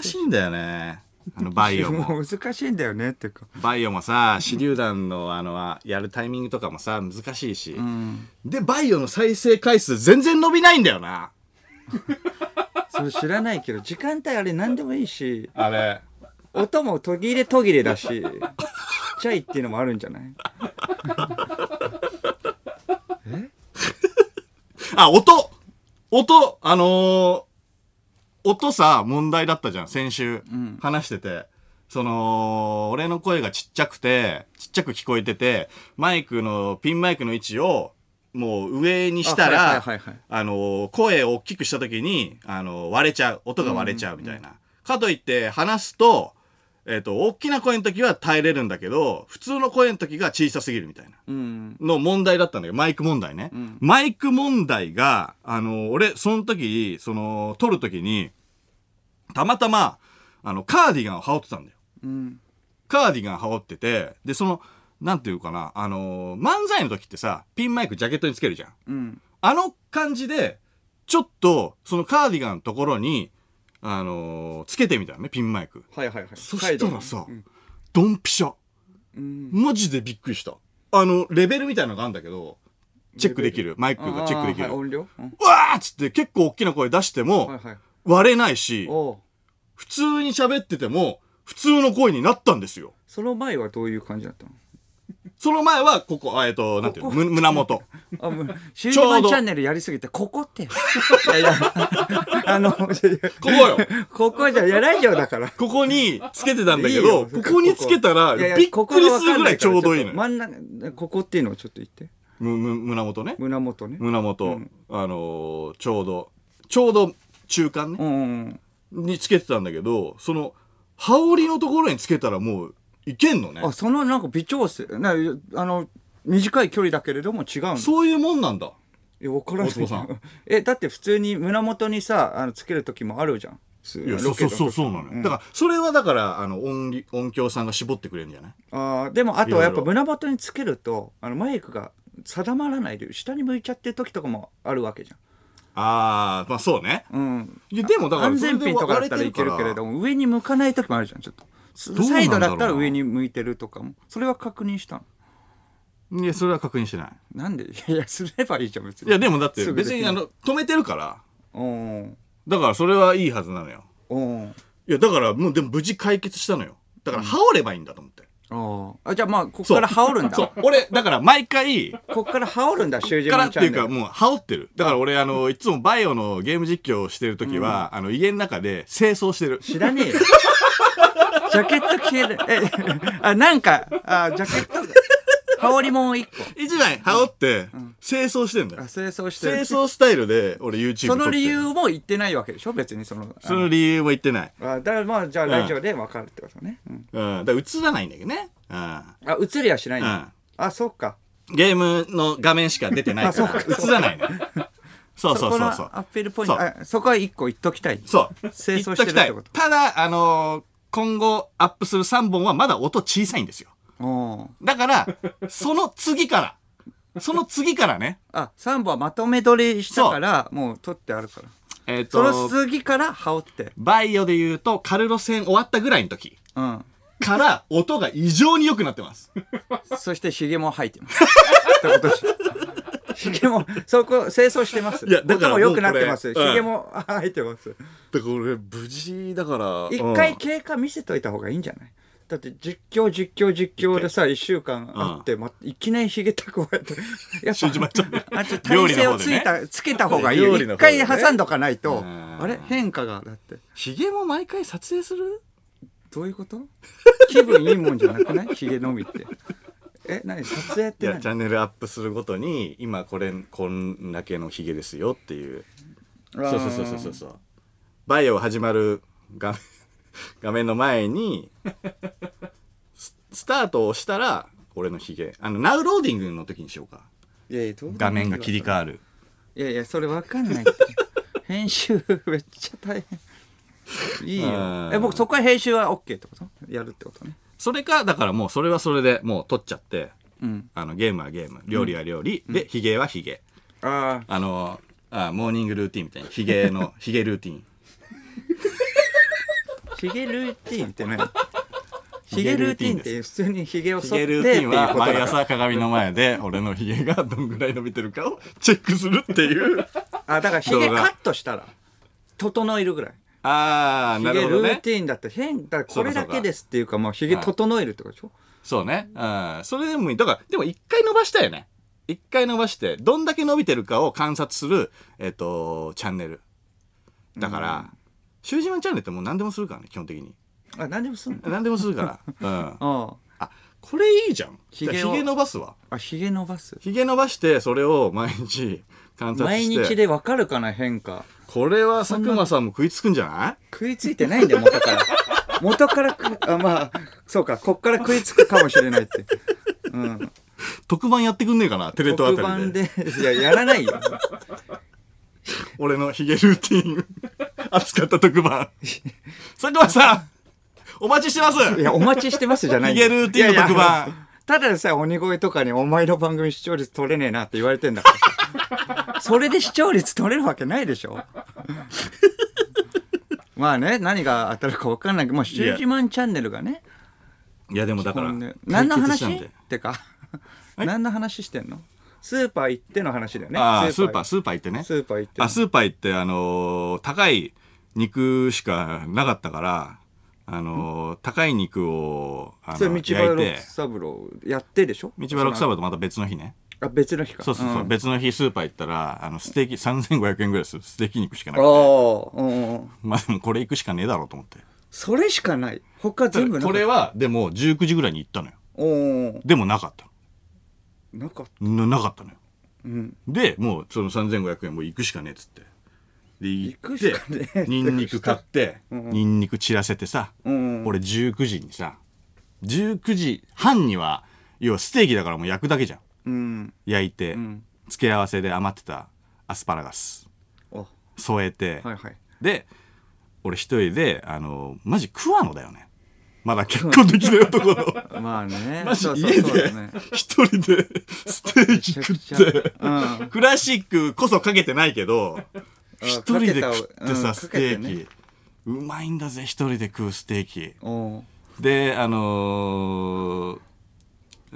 S1: しいんだよねあのバイオも
S2: もう難しいんだよねっていうか
S1: バイオもさ手榴弾のあのあやるタイミングとかもさ難しいし、
S2: うん
S1: でバイオの再生回数全然伸びないんだよな
S2: それ知らないけど時間帯あれ何でもいいし
S1: あれ
S2: 音も途切れ途切れだしチャイっていうのもあるんじゃない
S1: あ音音あのー音さ問題だったじゃん先週、話しててその俺の声がちっちゃくてちっちゃく聞こえててマイクのピンマイクの位置をもう上にした
S2: あはい
S1: ら
S2: はいはいはい
S1: あのー声を大きくした時に、あのー割れちゃう音が割れちゃうみたいな、かといって話すと,、えっと大きな声の時は耐えれるんだけど普通の声の時が小さすぎるみたいな
S2: うん
S1: の問題だったんだけど、マイク問題ね。
S2: ん
S1: マイク問題が、あの、俺、その時、その、撮る時に、たまたま、あの、カーディガンを羽織ってたんだよ。
S2: うん
S1: カーディガン羽織ってて、で、その、なんていうかな、あの、漫才の時ってさ、ピンマイクジャケットにつけるじゃん。
S2: うん
S1: あの感じで、ちょっと、そのカーディガンのところに、あの、つけてみたのね、ピンマイク。
S2: はいはいはい
S1: そしたらさ
S2: うん
S1: ドンピシャ。
S2: うん
S1: マジでびっくりした。あの、レベルみたいなのがあるんだけど、チェックできる。マイクがチェックでき
S2: あー
S1: る。
S2: はい音量うん
S1: うわーっつって結構大きな声出して
S2: は
S1: も
S2: いはい
S1: 割れないし、
S2: おう
S1: 普通に喋ってても普通の声になったんですよ。
S2: その前はどういう感じだったの
S1: その前は、ここ、あえっと、なんていうの、
S2: こ
S1: む胸元。
S2: あ もうシュー
S1: ちょう
S2: マ
S1: ど
S2: イチャンネルやりすぎて、ここって。いやいや、あの、い やいや
S1: ここよ。
S2: ここじゃ、いや、ラジオだから。
S1: ここにつけてたんだけ
S2: いいよ
S1: ど、ここにつけたら、
S2: いやいや
S1: びっくりするぐらいちょうどいいの
S2: ここ
S1: よ。
S2: がわかんないからちょっと真ん中、ここっていうのをちょっと言って。
S1: むむ胸元ね。
S2: 胸元ね。
S1: 胸元、あのーちょうど、ちょうど中間ね
S2: う。んうん
S1: につけてたんだけど、その、羽織のところにつけたらもう、いけんのね
S2: うん。。あ、そのなんか微調整、な、あの、短い距離だけれども違うの。
S1: そういうもんなんだ。
S2: いや、わから
S1: 大久保さ
S2: なんい。 え、だって普通に胸元にさ、あの、つける時もあるじゃん。
S1: いや、そうそうそう、そうなのよ。だから、それはだから、あの、音り、音響さんが絞ってくれるんじゃない
S2: あーでもあとはやっぱ
S1: いろ
S2: 胸元につけるとあのマイクが定まらないで下に向いちゃってる時とかもあるわけじ
S1: ああ、まあそうね。
S2: ゃん、うん、
S1: いや、でもだから、
S2: 安全ピンとかだったらいけるけれども上に向かない時もあるじゃんちょっと
S1: うなんだろうな
S2: サイドだったら上に向いてるとかもそれは確認したの
S1: も。いや、それは確認してない。
S2: なんでい やいやすればいいじゃん別に
S1: いや、でもだって、
S2: すぐでき
S1: 別
S2: る
S1: に、あの、止めてるから。
S2: うん
S1: だから、それはいいはずなのよ。
S2: うん
S1: いや、だから、もう、でも無事解決したのよ。だから、羽織ればいいんだと思って。
S2: ああじゃあまあここ
S1: そう
S2: から羽織るん
S1: そ
S2: だ
S1: う。俺、だから、毎回、
S2: ここから羽織るんだ習字
S1: から
S2: の
S1: って
S2: チ
S1: い
S2: ャ
S1: う
S2: ンネ
S1: か、
S2: ル
S1: もう、羽織ってる。だから、俺、あの、いつもバイオのゲーム実況をしてる時は、あの、家の中で清掃してる。
S2: 知らねえ よジャケット着てるえあなんかあジャケット羽織もう一個
S1: 一枚羽織って、清掃してんだよ
S2: あ。清掃して
S1: 清
S2: る
S1: 掃スタイルで、俺 YouTube 撮
S2: そ
S1: ってる
S2: の理由も言ってないわけでしょ別にそのあ
S1: その理由も言ってない。
S2: あだからまあじゃあ
S1: ん
S2: ラジオで分かるってことね、うん
S1: うん。だから映らないんだけどね。うん。
S2: あ映りはしないんだ、
S1: うん
S2: あそっか
S1: ゲームの画面しか出てないから、映らないのよ。そうそう
S2: こ
S1: そ
S2: の
S1: うそう。
S2: アピールポイント
S1: そう
S2: あそこは一個言っときたい
S1: そう。
S2: 清掃
S1: 言っと
S2: してるっ
S1: きた
S2: て
S1: い
S2: こと
S1: ただ、あのー今後アップする3本はまだ音小さいんですよ。
S2: おー
S1: だから、その次から、その次からね、
S2: あ三3本はまとめ撮りしたからもう撮ってあるから
S1: えっ、
S2: その
S1: と、
S2: 次から羽織って
S1: バイオで言うと、カルロ戦終わったぐらいの時
S2: うん
S1: から、音が異常に良くなってます。
S2: そしてひげも生えてますってことでしょひげもそこ清掃してます
S1: いやだから
S2: 音も良くなってま
S1: もう
S2: すひ
S1: これ
S2: げも生えてます
S1: だから俺、無事だから
S2: 一回経過見せといた方がいいんじゃないだって実況実況実況でさ一週間あって、ま、いきなりひげ蓄えてやっ
S1: 死んじまっちゃう
S2: あちょっと
S1: 料
S2: 体
S1: 理
S2: 勢
S1: の
S2: を
S1: 方
S2: つ
S1: で
S2: い
S1: ね
S2: た、つけた方がいいよ
S1: 料理
S2: 一
S1: の方で
S2: 回
S1: ね
S2: 挟んどかないと
S1: うん
S2: あれ変化がだって
S1: ヒゲも毎回撮影する
S2: どういうこと気分いいもんじゃなくないひげのみってえ何撮影っ
S1: い
S2: て
S1: や、チ
S2: 何
S1: ャンネルアップするごとに、今これ、こんだけのヒゲですよっていう。
S2: あー
S1: そうそうそうそうそうそう。バイオ始まる画面、 画面の前に、ススタートを押したら、俺のヒゲ。あの、ナウローディングの時にしようか。
S2: いやいやどう
S1: 画面が切り替わる。
S2: いやいやそれわかんないって編集めっちゃ大変いいよ
S1: うん
S2: え僕そこは編集は OK ってことやるってことね
S1: それか、だからもうそれはそれでもう撮っちゃって、
S2: うん
S1: あの、ゲームはゲーム、料理は料理、で、ヒゲはヒゲ。
S2: ああ
S1: あの、あモーニングルーティンみたいに、ヒゲの、 ヒゲルーティン。
S2: ヒゲルーティーン って何ヒゲルーティーンって普通にヒゲを
S1: ヒ
S2: 剃って
S1: ゲ
S2: ってい
S1: ル
S2: う
S1: ーティンは
S2: ことだか
S1: 毎
S2: ら
S1: 朝鏡の前で俺のヒゲがどんぐらい伸びてるかをチェックするって いう。
S2: あだからヒゲ
S1: 動
S2: カ
S1: 画
S2: ットしたら整えるぐらい
S1: ああ、
S2: ヒ
S1: な
S2: ゲ
S1: るほど
S2: ルー
S1: ね。
S2: ティーンだって変だからこれだけですっていうかもうヒゲ
S1: はい
S2: 整えるってことでしょ
S1: そうね。うん。それでもいい。だから、でも一回伸ばしたよね。一回伸ばして、どんだけ伸びてるかを観察する、えっ、と、チャンネル。だから、シュージマンチャンネルってもう何でもするからね、基本的に。
S2: あ何でもすんの
S1: 何でもする から。うん。
S2: あ
S1: あ、これいいじゃん。ヒ
S2: ヒゲ
S1: ゲ
S2: を
S1: 伸ばすわ。
S2: あヒゲ伸ばす
S1: ヒゲ伸ばして、それを毎日観察
S2: 毎
S1: して。
S2: 日でわかるかな変化
S1: これは佐久間さんも食いつくんじゃない
S2: 食いついてないんだよ元 から元からくあまあそうかこっから食いつくかもしれないってうん
S1: 特番やってくんねえかなテレ東あ
S2: 黒
S1: たり
S2: 板
S1: で
S2: でいややらないよ
S1: 俺のヒゲルーティン 扱った特 番佐久間さんお待ちしてます
S2: いや、お待ちしてますじゃないんだよ。
S1: ヒゲルーティンの特番
S2: いやいや。ただでさえ鬼越とかにお前の番組視聴率取れねえなって言われてんだ から。それで視聴率取れるわけないで しょ。まあね、何が当たるか分かんないけど、まあ、シュージマンチャンネルがね、
S1: いやでもだから
S2: このね何の
S1: 解決し
S2: 話
S1: たん
S2: っ
S1: で
S2: てか、何の話してんのスーパー行っての話だよね。
S1: ああスーパー
S2: ス
S1: スーパー行ってね
S2: ースーパー行って。
S1: あスーパー行ってあのー高い肉しかなかったからあのー高い肉をあの
S2: それ道
S1: 焼
S2: 場
S1: い
S2: 六
S1: て
S2: 三郎やってでしょ
S1: 道場六サ
S2: 郎
S1: バとまた別の日ね
S2: あ別の日か
S1: そうそうそう、
S2: ん
S1: 別の日スーパー行ったらあのステーキ3500円ぐらいするステーキ肉しかな
S2: あ
S1: く
S2: あ
S1: て
S2: うんうんうん
S1: まあでもこれ行くしかねえだろうと思って
S2: それしかない他全部なか
S1: こ
S2: った
S1: れはでも19時ぐらいに行ったのよ
S2: おお
S1: でもなかった
S2: なんか
S1: のななかったのよ
S2: うん
S1: でもうその3500円もう行くしかねえっつってで行っ
S2: 行くしかねえ
S1: てニンニク買ってニンニク散らせてさ、
S2: うんうん
S1: 俺19時にさ19時半には要はステーキだからもう焼くだけじゃん
S2: うん
S1: 焼いて、
S2: ん
S1: 付け合わせで余ってたアスパラガス
S2: あは
S1: 添えて、
S2: いはい
S1: で俺一人であのマジ桑野だよねまだ結婚できない男 の
S2: まあ ね
S1: マジ
S2: そうそう
S1: 家
S2: そうだ
S1: で
S2: ね
S1: 一人でステーキ食って
S2: うん
S1: クラシックこそかけてないけど一人で食ってさ、
S2: うん
S1: ステー
S2: かけて
S1: キ、うまいんだぜ一人で食うステーキ
S2: おう
S1: であのー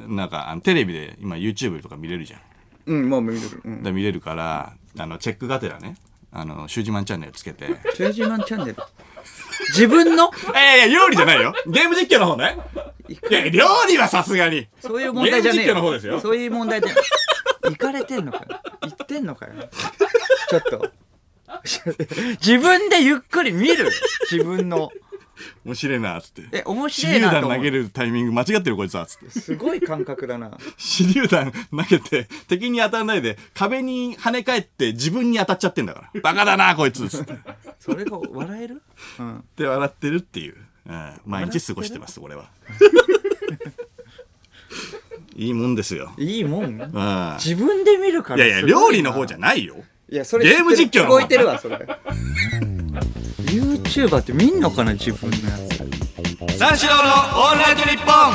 S1: なんかあのテレビで今 YouTube とか見れるじゃん
S2: うんまあ見るうん
S1: で見れるからあのチェックがてらねあのシュージマンチャンネルつ けてい
S2: チュージマンチャンネル自分の
S1: やいや料理じゃないよゲーム実況の方ね
S2: い
S1: いや料理はさすがに
S2: そういう問題じゃねえ
S1: ゲーム実況の方ですよ
S2: そういう問題で。行かれてんのかよ。行ってんのかよ。ちょっと。自分でゆっくり見る。自分の。
S1: 面白いなっつって
S2: え、面
S1: 手
S2: 白い
S1: 榴
S2: なと
S1: 弾
S2: 思
S1: 投げ
S2: う。
S1: るタイミング間違ってるこいつはっつって
S2: すごい感覚だな。
S1: 手榴弾投げて敵に当たらないで壁に跳ね返って自分に当たっちゃってんだからバカだなこいつっつって
S2: それが笑えるうん。
S1: で笑ってるっていう、うん、毎日過ごしてます俺 はいいもんですよ、
S2: いいもん。
S1: うん、いや
S2: 自分で見るから
S1: いや料理の方じゃ
S2: ん。
S1: ないよ
S2: いや、それ
S1: ゲーム実況
S2: 聞
S1: の方
S2: こえてるわ、それ。YouTuber って見んのかな、自分のやつ。
S1: 三四郎のオールナイトニッポン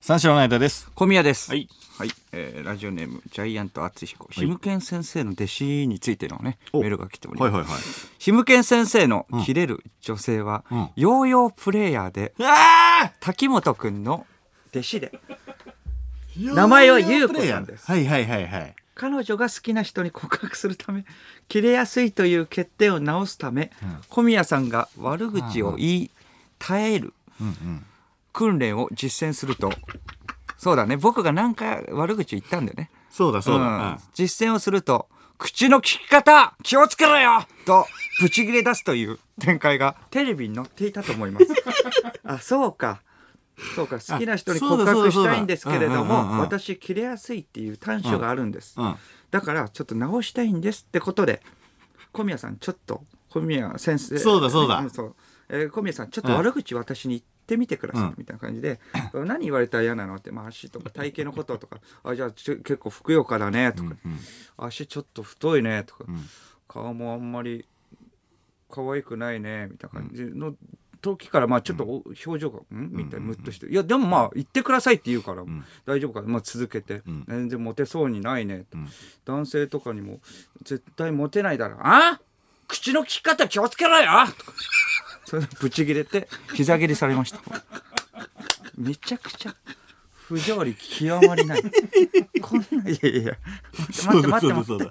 S1: 三四郎の間です
S2: 小宮です。
S1: はい
S2: はい、えーラジオネームジャイアント厚彦、シムケン先生の弟子についてのね
S1: お
S2: メールが来ており
S1: はい
S2: ます、
S1: はいはい
S2: シムケン先生の「切れる女性は」
S1: うん
S2: ヨーヨープレイヤーで
S1: あ
S2: 滝本くんの弟子で
S1: ー
S2: 名前は優子さんです
S1: はいはいはいはい
S2: 彼女が好きな人に告白するため切れやすいという欠点を直すため、小宮さんが悪口を言い耐える訓練を実践するとそうだね僕が何か悪口言ったんだよね
S1: そうだそうだ、
S2: うん
S1: うん
S2: 実践をすると口の利き方気をつけろよとブチ切れ出すという展開がテレビに載っていたと思います あそうかそうか好きな人に告
S1: あそうだ
S2: 白
S1: そう
S2: し
S1: だ
S2: たいんですけれど
S1: うんうんうんうん
S2: も私切れやすいっていう短所があるんです、
S1: うん
S2: だからちょっと直したいんですってことで小宮さんちょっと小宮先生
S1: そうだそうだ
S2: んそう、えー小宮さんちょっと悪口私に言ってみてください、
S1: うん
S2: みたいな感じで「何言われたら嫌なの?」って「まあ、足とか体型のこと」とか「あじゃあちょ結構ふくよかだね」とか、足ちょっと太いね」とか、顔もあんまり可愛くないね」みたいな感じの時からまあちょっとお表情が「ん?」みたいなムッとして「いやでもまあ言ってください」って言うから大丈夫かな、まあ、続けて
S1: ん
S2: 「全然モテそうにないね」と男性とかにも「絶対モテないだろ」「あ口の利き方気をつけろよ!」とかそれでブチ切れて膝蹴りされましためちゃくちゃ不条理極まりないこんないやいやいや待
S1: そ
S2: っ
S1: う
S2: て
S1: だ
S2: 待
S1: そ
S2: っ
S1: う
S2: て
S1: だ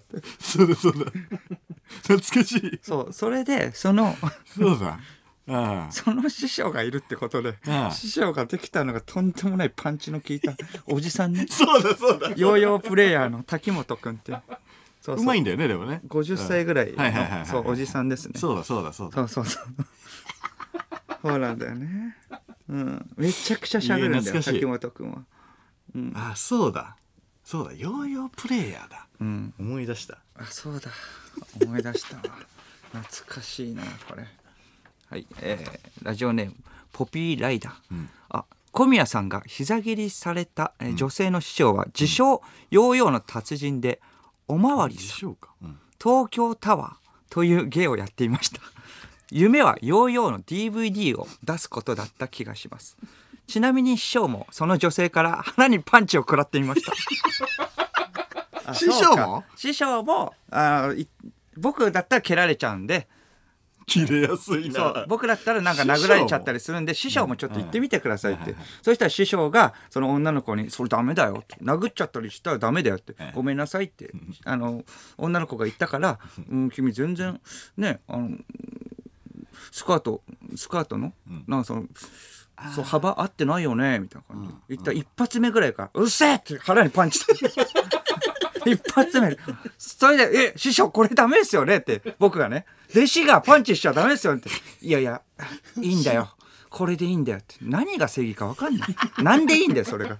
S2: 待
S1: そうだそうだそ
S2: って
S1: うだ懐かしい
S2: そうそれでその
S1: そうだああ
S2: その師匠がいるってことで
S1: ああ
S2: 師匠ができたのがとんでもないパンチの効いたおじさんね
S1: そうだそうだ
S2: ヨーヨープレイヤーの滝本くんってそう
S1: う
S2: そう
S1: まいんだよねでもね
S2: 50歳ぐらいの
S1: はいはいはいはい
S2: そうおじさんですね
S1: そうだそうだそうだ
S2: そうそうそう。そうなんだよね。うん、めちゃくちゃ喋るん
S1: いや
S2: だ
S1: 懐か
S2: よ、
S1: しい
S2: 滝本君は。
S1: あそうだそうだヨーヨープレイヤーだ
S2: うん、
S1: 思い出した
S2: あ、そうだ。思い出したわ。懐かしいな、これ。はい、えーラジオネーム、ポピーライダー。あ、小宮さんが膝蹴りされた、えー女性の師匠は自称、ヨーヨーの達人で。おまわり
S1: で
S2: さん。
S1: しょうかうん
S2: 東京タワーという芸をやっていました 夢はヨーヨーの DVD を出すことだった気がしますちなみに師匠もその女性から腹にパンチを食らっていま した
S1: 師匠も
S2: 師匠もあーい僕だったら蹴られちゃうんで
S1: 切れやすい
S2: そう
S1: な。
S2: 僕だったらなんか殴られちゃったりするんで師匠もちょっと行ってみてくださいって、そしたら師匠がその女の子に「それダメだよ」って殴っちゃったりしたらダメだよって「ごめんなさい」ってあの女の子が言ったから「うん君全然ねあのスカートスカートのなんかその。そう幅合ってないよねみたいな感じで言ったら一発目ぐらいから「うっせえ!」って腹にパンチして 一発目それで「え師匠これダメですよね」って僕がね弟子がパンチしちゃダメですよねって「いやいやいいんだよこれでいいんだよ」って何が正義か分かんないなんでいいんだよそれが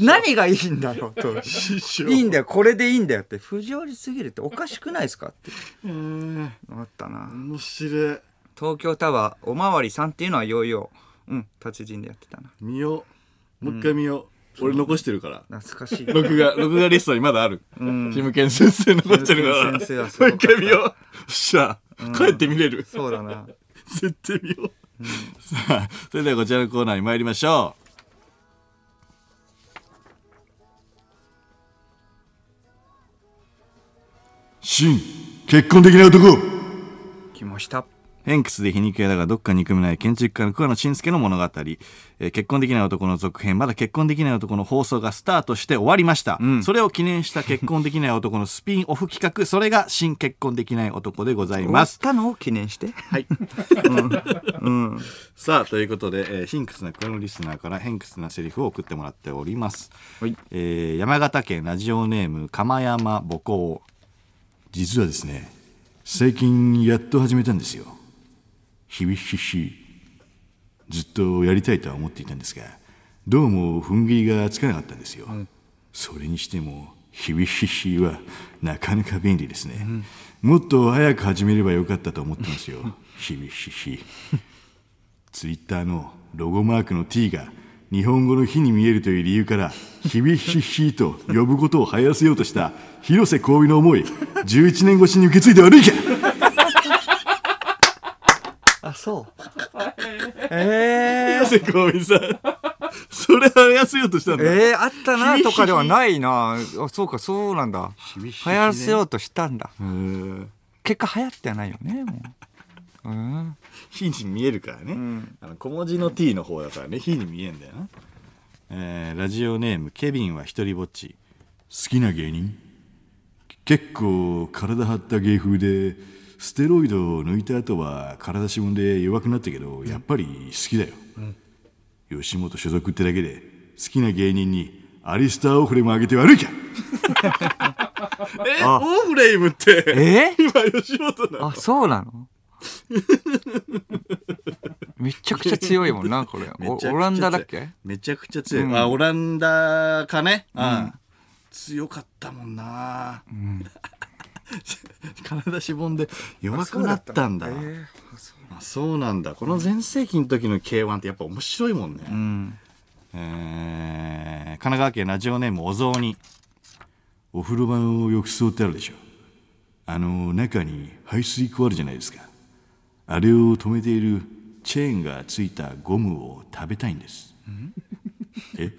S2: 何がいいんだよと
S1: 師匠
S2: いいんだよこれでいいんだよって不条理すぎるっておかしくないですかって
S1: えー
S2: あったな
S1: 面白い。
S2: 東京タワーおまわりさんっていうのはヨーヨーうん達人でやってたな
S1: 見よう。もう一回見よう。俺残してるから。
S2: 懐かしい
S1: 録画、録画リストにまだある。キムケン先生残してるから。
S2: キムケン先生はす
S1: も
S2: ご
S1: う
S2: かっ
S1: 一
S2: た
S1: 回見よう。よっしゃ、帰って見れる。
S2: そうだな
S1: 絶対見よう。 さあ、それではこちらのコーナーに参りましょう。新結婚できない男
S2: 来ました
S1: ヘンクスで皮肉屋だがどっか憎めない建築家の桑野信介の物語、えー結婚できない男の続編まだ結婚できない男の放送がスタートして終わりました、それを記念した結婚できない男のスピンオフ企画それが新結婚できない男でござい
S2: 終わ
S1: ま
S2: っ
S1: す
S2: たのを記念して
S1: はい、さあということで、えー、ヒンクスな声のリスナーからヘンクスなセリフを送ってもらっております、
S2: はい
S1: えー山形県ラジオネーム釜山母校実はですね最近やっと始めたんですよひびひしずっとやりたいとは思っていたんですがどうも踏ん切りがつかなかったんですよ、それにしてもひびひしはなかなか便利ですね、もっと早く始めればよかったと思ってますよひびひしツイッターのロゴマークの T が日本語の日に見えるという理由から「ひびひひ」と呼ぶことを流行らせようとした広瀬香美の思い11年越しに受け継いで 悪いか
S2: あそうえー
S1: 広瀬香美さんそれ流行らせようとしたんだ、
S2: えー、あったなとかではないなあそうかそうなんだ流
S1: しいね
S2: 行らせようとしたんだ
S1: うん
S2: 結果流行ってはないよねもううん
S1: 火に見えるからね、あの小文字の T の方だからね火に見えんだよな、えーラジオネームケビンは一人ぼっち好きな芸人結構体張った芸風でステロイドを抜いた後は体しぼんで弱くなったけどやっぱり好きだよ、吉本所属ってだけで好きな芸人にアリスター・オフレームあげて悪いか えオフレームって
S2: え ー、
S1: 今吉本な
S2: あそうなのめちゃくちゃ強いもんなこれ
S1: めち
S2: お
S1: ゃくちゃ
S2: オランダだっ
S1: 強い
S2: け
S1: めちゃくちゃ強い、
S2: うん
S1: あオランダかね、うん強かったもんな、 体しぼんで弱くなったんだ
S2: そう
S1: あ
S2: だ
S1: そう,、
S2: えーあそう
S1: なんだこの全盛期の時の k 1ってやっぱ面白いもんね、
S2: うん
S1: えー神奈川県ラジオネームお雑煮お風呂場の浴槽ってあるでしょあの中に排水口あるじゃないですかあれを止めているチェーンがついたゴムを食べたいんですえ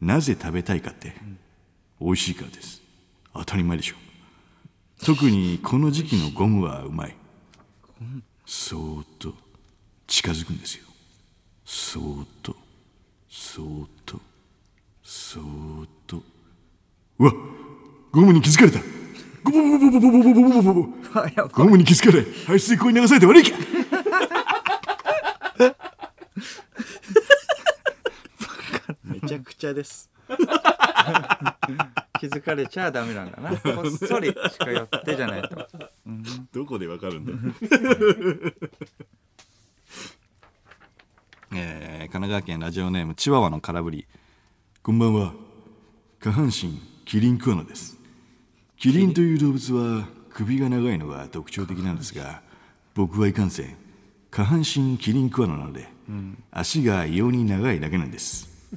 S1: なぜ食べたいかって美味しいからです当たり前でしょ特にこの時期のゴムはうまいそーっと近づくんですよそーっとそーっとそーっとうわゴムに気づかれたゴボボボボボボボボボボボボ
S2: あやば
S1: ゴムに気づかれ排水口に流されて悪いかめちゃくちゃです
S2: 気づかれちゃダメなんだなこっそり近寄ってじゃないと
S1: どこでわかるんだ えー神奈川県ラジオネームチワワの空振りこんばんは下半身キリンクワナですキリンという動物は首が長いのが特徴的なんですが僕はいかんせん下半身キリンクワナなので、足が異様に長いだけなんです、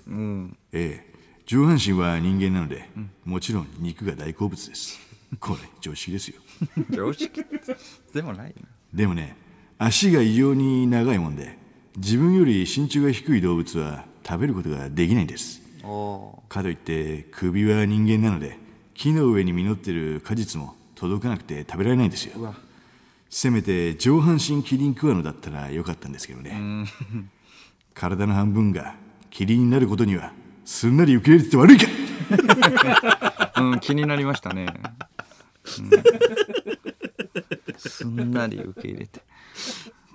S1: ええ上半身は人間なので、もちろん肉が大好物ですこれ常識ですよ
S2: 常識でもないな
S1: でもね足が異様に長いもんで自分より身長が低い動物は食べることができないんです
S2: お
S1: かといって首は人間なので木の上に実ってる果実も届かなくて食べられないんですよ
S2: ーうわ
S1: せめて上半身キリン食わのだったらよかったんですけどね 体の半分がキリンになることにはすんなり受け入れてて悪いか
S2: うん、気になりましたね。うんすんなり受け入れて。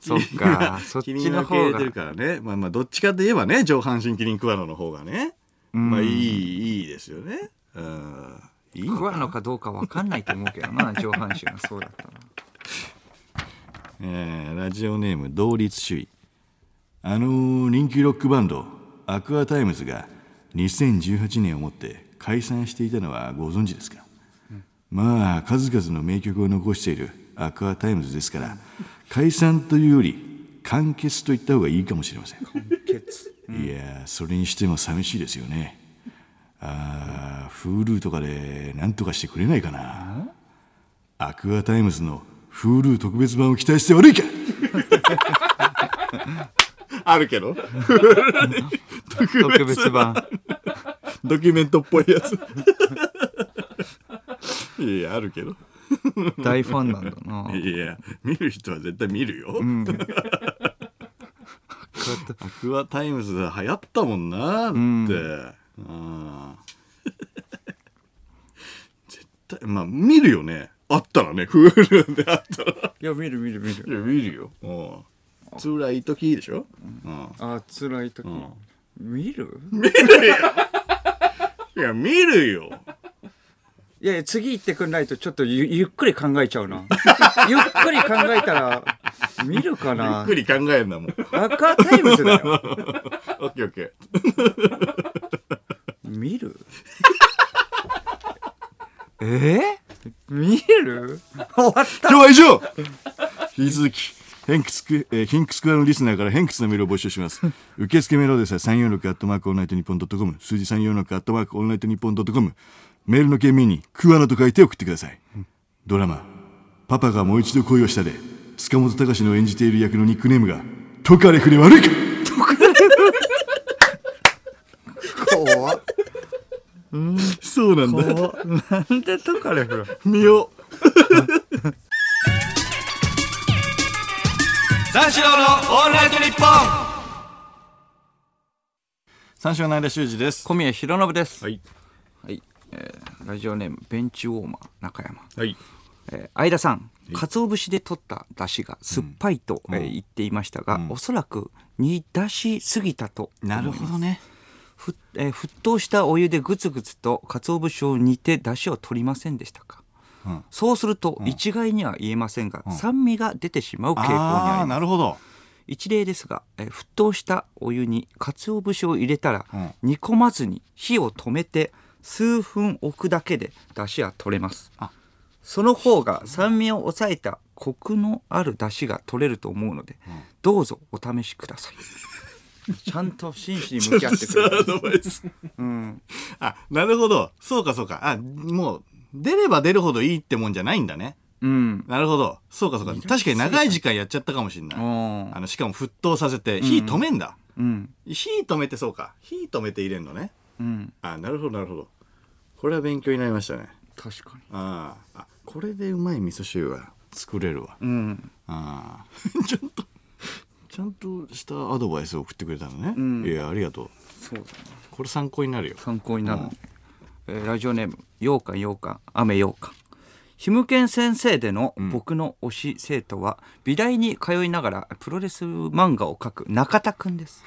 S2: そっ か、そっち
S1: キリンが
S2: の
S1: 受け入れ
S2: 方が
S1: て。るからねまあまあどっちかといえばね上半身キリン食わのの方がねまあいいいいですよねうんいいの
S2: 食わのかどうかわかんないと思うけどな、上半身はそうだ ったら。
S1: えーラジオネーム同率首位あのー人気ロックバンドアクアタイムズが2018年をもって解散していたのはご存知ですか、まあ数々の名曲を残しているアクアタイムズですから解散というより完結と言った方がいいかもしれません
S2: ケツ。
S1: いやーそれにしても寂しいですよねああ Hulu とかで何とかしてくれないかなアクアタイムズの Hulu 特別版を期待して悪いか あるけど
S2: 特別版。
S1: ドキュメントっぽいやつ いやあるけど
S2: 大ファンなんだな。
S1: いや見る人は絶対見るよ、 アクアタイムズ流行ったもんなだって、うん、絶対まあ見るよねあったらね Hulu であったら
S2: いや、見る見る見る。
S1: いや見るよ、うん、辛い時でしょ、うん、
S2: あ、辛い時。見る
S1: いや見るよ
S2: いやいや、次行ってくんないとちょっとゆゆっくり考えちゃう な。ゆっくり考えたら、見るか
S1: ゆっ
S2: な
S1: く。り考えるなもんオッ
S2: アクアタイムズだよ。
S1: ケーオッケー
S2: 見る えー、見る終わった
S1: 今日は以上引き続き、ヘンクスク、えー、ヒンクスクワのリスナーからヘンクスのメールを募集します。受付メールです346アットマークオールナイトニッポンドットコム、数字346アットマークオールナイトニッポンドットコム、メールの件名にクワナと書いて送ってください。ドラマ、パパがもう一度恋をしたで、塚本隆の演じている役のニックネームが、トカレフで悪いか
S2: 怖っ
S1: そうなんだ。
S2: なんでトカレフ
S1: 見よう。
S2: 三四郎のオールナイトニッポン
S1: 三章の間修二です。
S2: 小宮浩信ですはい、
S1: い。
S2: えーラジオネームベンチウォーマー中山、
S1: はい。
S2: えー、相田さん鰹節で取った出汁が酸っぱいと、えー言っていましたが、おそらく煮出しすぎたと思いま
S1: な
S2: す
S1: るほどね。
S2: ふ、えー沸騰したお湯でぐつぐつと鰹節を煮て出汁を取りませんでしたか、
S1: うん
S2: そうすると一概には言えませんが、酸味が出てしまう傾向に
S1: あ
S2: あ
S1: あ、
S2: ります
S1: なるほど。
S2: 一例ですが、えー沸騰したお湯に鰹節を入れたら、
S1: うん
S2: 煮込まずに火を止めて数分置くだけで出汁は取れます
S1: あ
S2: その方が酸味を抑えたコクのある出汁が取れると思うので、どうぞお試しください ちゃんと真摯に向き合ってくれる
S1: ドバイス。
S2: うん
S1: あ、なるほど。そうかそうか。あ、もう、出れば出るほどいいってもんじゃないんだね。
S2: うん。
S1: なるほど。そうかそうか。確かに長い時間やっちゃったかもしれない。あの、しかも沸騰させて、火止めんだ。
S2: うん。
S1: 火止めてそうか。火止めて入れんのね。
S2: うん。
S1: あ、なるほどなるほど。これは勉強になりましたね。
S2: 確か
S1: あーあ、これでうまい味噌汁が作れるわ。
S2: に。うん。
S1: ああ、ちゃんと、ちゃんとしたアドバイスを送ってくれたのね。
S2: ん
S1: いや、ありがとう。
S2: そうだね。
S1: これ参考になるよ。
S2: 参考になるね、えーラジオネーム、ようかんようかん、雨ようかん。ひむけん先生での僕の推し生徒は、美大に通いながらプロレス漫画を描く中田くんです。